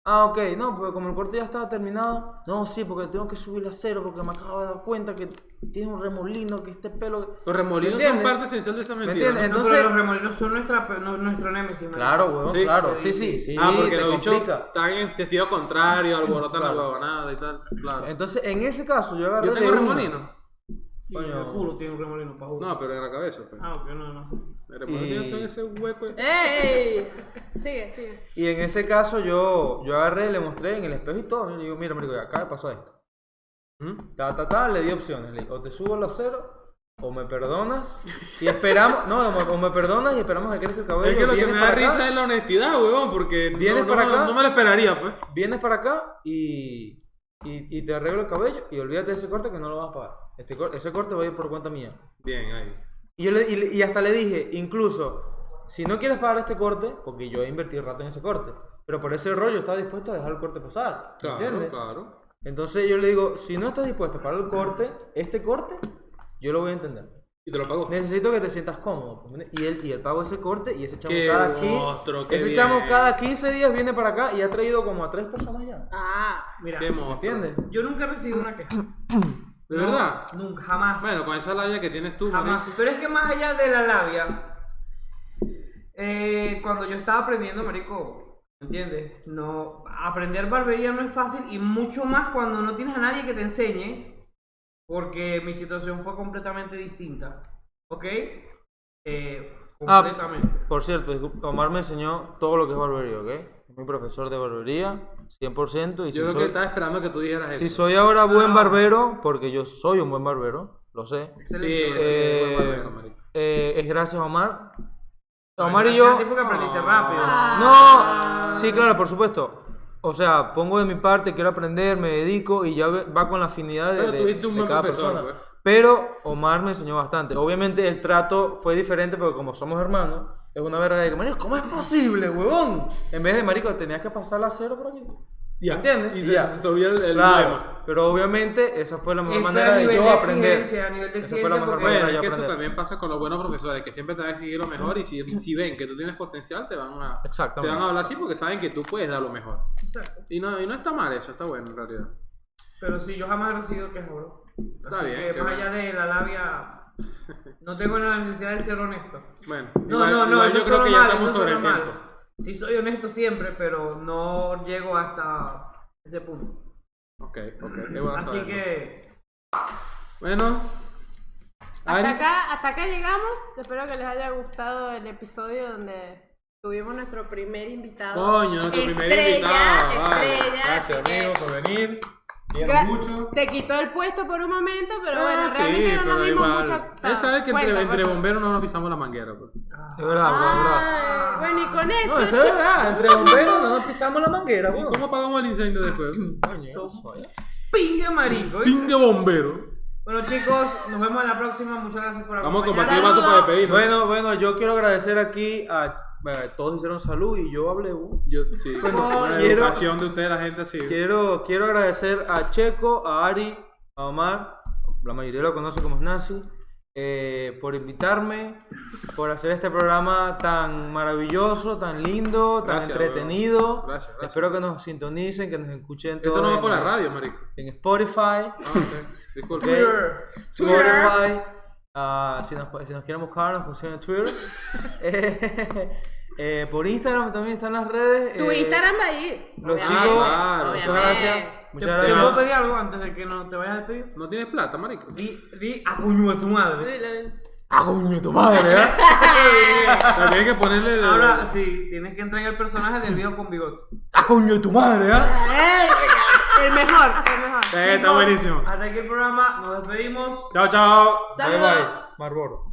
[SPEAKER 3] Ah, ok, no, porque como el corte ya estaba terminado, no, sí, porque tengo que subir a cero, porque me acabo de dar cuenta que tienes un remolino, que este pelo.
[SPEAKER 4] Los
[SPEAKER 3] ¿Me
[SPEAKER 4] remolinos son
[SPEAKER 3] entiendes?
[SPEAKER 4] parte esencial de esa
[SPEAKER 3] ¿Me
[SPEAKER 4] mentira.
[SPEAKER 3] entiendes?
[SPEAKER 4] ¿no?
[SPEAKER 2] No, pero
[SPEAKER 3] entonces-
[SPEAKER 2] los remolinos son nuestra, pe- no- nuestro némesis. marico.
[SPEAKER 3] Claro, weón,
[SPEAKER 4] Sí.
[SPEAKER 3] claro, sí, sí, sí.
[SPEAKER 4] ah, porque
[SPEAKER 3] te
[SPEAKER 4] los bichos
[SPEAKER 3] complica.
[SPEAKER 4] están en sentido contrario, alborotan la
[SPEAKER 3] Claro.
[SPEAKER 4] huevonada y tal. Claro.
[SPEAKER 3] Entonces, en ese caso, yo agarré
[SPEAKER 4] Yo
[SPEAKER 3] de
[SPEAKER 4] tengo
[SPEAKER 3] una.
[SPEAKER 4] remolino.
[SPEAKER 2] Sí,
[SPEAKER 3] Coño.
[SPEAKER 2] el culo tiene un remolino pa' uno.
[SPEAKER 4] No, pero en la cabeza, pues.
[SPEAKER 2] Ah, ok, no, no.
[SPEAKER 4] El remolino
[SPEAKER 3] Y-
[SPEAKER 4] está en ese hueco.
[SPEAKER 3] eh,
[SPEAKER 1] ¡Ey! Sigue, sigue.
[SPEAKER 3] Y en ese caso, yo, yo agarré, le mostré en el espejo y todo. Yo le digo, mira, marico, acá me pasó esto.
[SPEAKER 4] ¿Mm?
[SPEAKER 3] Ta, ta, ta, le di opciones. Le dije, o te subo los cero, o me perdonas, y esperamos. no, o me, o me perdonas y esperamos a que crezca el cabello.
[SPEAKER 4] Es que lo que
[SPEAKER 3] vienes
[SPEAKER 4] me da
[SPEAKER 3] para acá,
[SPEAKER 4] risa es la honestidad, huevón, porque no-
[SPEAKER 3] ¿Vienes
[SPEAKER 4] no,
[SPEAKER 3] para
[SPEAKER 4] me-
[SPEAKER 3] acá?
[SPEAKER 4] no me lo esperaría, pues.
[SPEAKER 3] Vienes para acá y, y, y te arreglo el cabello y olvídate de ese corte que no lo vas a pagar. Este, cor- ese corte va a ir por cuenta mía.
[SPEAKER 4] Bien, ahí.
[SPEAKER 3] Y, yo le- y le- y hasta le dije, incluso, si no quieres pagar este corte, porque yo invertí rato en ese corte, Pero por ese rollo está dispuesto a dejar el corte pasar.
[SPEAKER 4] Claro,
[SPEAKER 3] ¿Entiendes?
[SPEAKER 4] claro.
[SPEAKER 3] Entonces yo le digo, si no estás dispuesto a parar el corte, este corte, yo lo voy a entender.
[SPEAKER 4] Y te lo pagó.
[SPEAKER 3] Necesito que te sientas cómodo. pues, Y él, y él pagó ese corte y ese chamo
[SPEAKER 4] Qué
[SPEAKER 3] cada qui-
[SPEAKER 4] monstruo, qué
[SPEAKER 3] Ese
[SPEAKER 4] bien.
[SPEAKER 3] chamo cada 15 días viene para acá y ha traído como a tres personas ya.
[SPEAKER 1] Ah,
[SPEAKER 2] Mira,
[SPEAKER 4] Qué monstruo.
[SPEAKER 3] ¿Entiendes?
[SPEAKER 2] yo nunca he recibido una queja.
[SPEAKER 4] ¿De verdad?
[SPEAKER 2] Nunca, jamás.
[SPEAKER 4] Bueno, con esa labia que tienes tú,
[SPEAKER 2] Jamás.
[SPEAKER 4] marico.
[SPEAKER 2] Pero es que más allá de la labia, eh, cuando yo estaba aprendiendo, marico, ¿entiendes? No, aprender barbería no es fácil y mucho más cuando no tienes a nadie que te enseñe, porque mi situación fue completamente distinta, ¿ok? Eh,
[SPEAKER 3] Ah.
[SPEAKER 2] completamente.
[SPEAKER 3] Por cierto, disculpa, Omar me enseñó todo lo que es barbería, ¿ok? Es mi profesor de barbería, 100%. Y si
[SPEAKER 4] Yo creo
[SPEAKER 3] soy-
[SPEAKER 4] que estaba esperando que tú dijeras
[SPEAKER 3] Si
[SPEAKER 4] eso.
[SPEAKER 3] soy ahora buen barbero, porque yo soy un buen barbero, lo sé.
[SPEAKER 4] Sí,
[SPEAKER 2] Excelente.
[SPEAKER 4] sí,
[SPEAKER 3] Eh,
[SPEAKER 4] buen barbero, marico.
[SPEAKER 3] eh, es gracias a Omar. Omar
[SPEAKER 2] Gracias
[SPEAKER 3] y
[SPEAKER 2] a
[SPEAKER 3] yo.
[SPEAKER 2] ti porque aprendiste rápido.
[SPEAKER 3] No, sí, claro, por supuesto. O sea, pongo de mi parte, quiero aprender, me dedico y ya ve- va con la afinidad de,
[SPEAKER 4] Pero
[SPEAKER 3] de-
[SPEAKER 4] tuviste un
[SPEAKER 3] de
[SPEAKER 4] buen
[SPEAKER 3] cada
[SPEAKER 4] profesor,
[SPEAKER 3] persona.
[SPEAKER 4] pues.
[SPEAKER 3] Pero Omar me enseñó bastante. Obviamente el trato fue diferente porque como somos hermanos, es una verga de que, "Marico, ¿cómo es posible, huevón? En vez de, marico, tenías que pasar la cero por aquí.
[SPEAKER 4] Ya.
[SPEAKER 3] ¿Entiendes?
[SPEAKER 4] Y se,
[SPEAKER 3] Ya.
[SPEAKER 4] se solvió el, el
[SPEAKER 3] Claro,
[SPEAKER 4] dilema.
[SPEAKER 3] pero obviamente esa fue la mejor
[SPEAKER 2] Es
[SPEAKER 3] manera
[SPEAKER 2] a
[SPEAKER 3] de
[SPEAKER 2] nivel
[SPEAKER 3] yo
[SPEAKER 2] de
[SPEAKER 3] aprender.
[SPEAKER 2] exigencia, a nivel de
[SPEAKER 3] Esa fue la
[SPEAKER 2] exigencia,
[SPEAKER 3] mejor
[SPEAKER 2] porque
[SPEAKER 3] manera.
[SPEAKER 4] Bueno,
[SPEAKER 3] Para yo
[SPEAKER 4] es que eso
[SPEAKER 3] aprender.
[SPEAKER 4] también pasa con los buenos profesores, que siempre te van a exigir lo mejor y si, si ven que tú tienes potencial, te van a, te
[SPEAKER 3] Exactamente.
[SPEAKER 4] van a hablar así porque saben que tú puedes dar lo mejor.
[SPEAKER 2] Exacto.
[SPEAKER 4] Y no, y no está mal eso, está bueno en realidad.
[SPEAKER 2] Pero sí, yo jamás he recibido quejas, bro.
[SPEAKER 4] Está
[SPEAKER 2] Así
[SPEAKER 4] bien,
[SPEAKER 2] que
[SPEAKER 4] qué
[SPEAKER 2] más
[SPEAKER 4] bueno.
[SPEAKER 2] allá de la labia, no tengo la necesidad de ser honesto.
[SPEAKER 4] Bueno,
[SPEAKER 2] No,
[SPEAKER 4] igual-
[SPEAKER 2] no, no,
[SPEAKER 4] igual
[SPEAKER 2] eso
[SPEAKER 4] yo creo
[SPEAKER 2] suena
[SPEAKER 4] que ya
[SPEAKER 2] mal,
[SPEAKER 4] estamos
[SPEAKER 2] eso
[SPEAKER 4] sobre el
[SPEAKER 2] suena
[SPEAKER 4] tiempo.
[SPEAKER 2] mal. Sí soy honesto siempre, pero no llego hasta ese punto.
[SPEAKER 4] Ok, ok, qué bueno
[SPEAKER 2] Así
[SPEAKER 4] saberlo.
[SPEAKER 2] que,
[SPEAKER 4] Bueno,
[SPEAKER 1] Hasta
[SPEAKER 4] Ari,
[SPEAKER 1] acá, hasta acá llegamos. Espero que les haya gustado el episodio donde tuvimos nuestro primer invitado.
[SPEAKER 4] coño, nuestro primer
[SPEAKER 1] Estrella,
[SPEAKER 4] invitado. vale.
[SPEAKER 1] estrella,
[SPEAKER 4] Gracias,
[SPEAKER 1] así que-
[SPEAKER 4] amigo, por venir. Quiero
[SPEAKER 1] Gra-
[SPEAKER 4] mucho.
[SPEAKER 1] Te quitó el puesto por un momento, pero
[SPEAKER 4] Ah,
[SPEAKER 1] bueno,
[SPEAKER 4] sí,
[SPEAKER 1] realmente no
[SPEAKER 4] pero
[SPEAKER 1] nos dimos
[SPEAKER 4] igual.
[SPEAKER 1] mucho.
[SPEAKER 4] Él sabe que entre,
[SPEAKER 1] cuenta,
[SPEAKER 4] entre
[SPEAKER 1] pues.
[SPEAKER 4] bomberos no nos pisamos la manguera. pues.
[SPEAKER 3] Es verdad, bro, es
[SPEAKER 2] Ah,
[SPEAKER 3] verdad.
[SPEAKER 1] Ay, Bueno, y con eso,
[SPEAKER 3] No, eso es
[SPEAKER 1] chicos,
[SPEAKER 3] verdad. Entre bomberos no nos pisamos la manguera,
[SPEAKER 4] ¿Y
[SPEAKER 3] huevón.
[SPEAKER 4] cómo apagamos el incendio después?
[SPEAKER 3] Coño,
[SPEAKER 2] pinga marico. ¿eh?
[SPEAKER 4] ¡Pin de bombero!
[SPEAKER 2] Bueno, chicos, nos vemos en la próxima. Muchas gracias por
[SPEAKER 4] Vamos a
[SPEAKER 2] acompañarnos.
[SPEAKER 4] compartir vaso para despedirnos.
[SPEAKER 3] Bueno, bueno, yo quiero agradecer aquí a. bueno, todos hicieron salud y yo hablé. uh.
[SPEAKER 4] Yo, sí, la
[SPEAKER 3] quiero-
[SPEAKER 4] educación de ustedes, la gente así.
[SPEAKER 3] Quiero, quiero agradecer a Checo, a Ari, a Omar, la mayoría lo conoce como Nancy, eh, por invitarme, por hacer este programa tan maravilloso, tan lindo, tan
[SPEAKER 4] Gracias,
[SPEAKER 3] entretenido.
[SPEAKER 4] weón. Gracias, gracias.
[SPEAKER 3] Espero que nos sintonicen, que nos escuchen
[SPEAKER 4] Esto
[SPEAKER 3] todo
[SPEAKER 4] no va
[SPEAKER 3] en-
[SPEAKER 4] por la radio, marico.
[SPEAKER 3] En Spotify.
[SPEAKER 4] Ah, ok. Disculpa.
[SPEAKER 3] Ok.
[SPEAKER 2] Twitter.
[SPEAKER 3] Spotify. ah, si, nos, si nos quieren buscar, nos consiguen en Twitter. Eh, eh, por Instagram también están las redes.
[SPEAKER 1] tu
[SPEAKER 3] eh,
[SPEAKER 1] Instagram va a ir.
[SPEAKER 3] Los
[SPEAKER 1] Obviamente,
[SPEAKER 3] chicos,
[SPEAKER 4] claro,
[SPEAKER 3] muchas
[SPEAKER 1] obviamente.
[SPEAKER 3] gracias. Muchas
[SPEAKER 2] ¿Te
[SPEAKER 3] gracias.
[SPEAKER 2] puedo pedir algo antes de que no te vayas a despedir?
[SPEAKER 4] No tienes plata, marico.
[SPEAKER 2] Di, di, a puño a tu madre.
[SPEAKER 3] ¡Ah, coño, tu madre! ¿eh?
[SPEAKER 4] También hay que ponerle. el-
[SPEAKER 2] Ahora sí, tienes que entrar en el personaje del video con bigote.
[SPEAKER 3] ¡Ah, coño, tu madre! ¿eh?
[SPEAKER 1] Eh, El mejor, el mejor.
[SPEAKER 4] Eh, está buenísimo.
[SPEAKER 2] Hasta aquí el programa, nos despedimos.
[SPEAKER 4] Chao, chao.
[SPEAKER 3] Bye,
[SPEAKER 1] Saludos.
[SPEAKER 3] bye, Marlboro.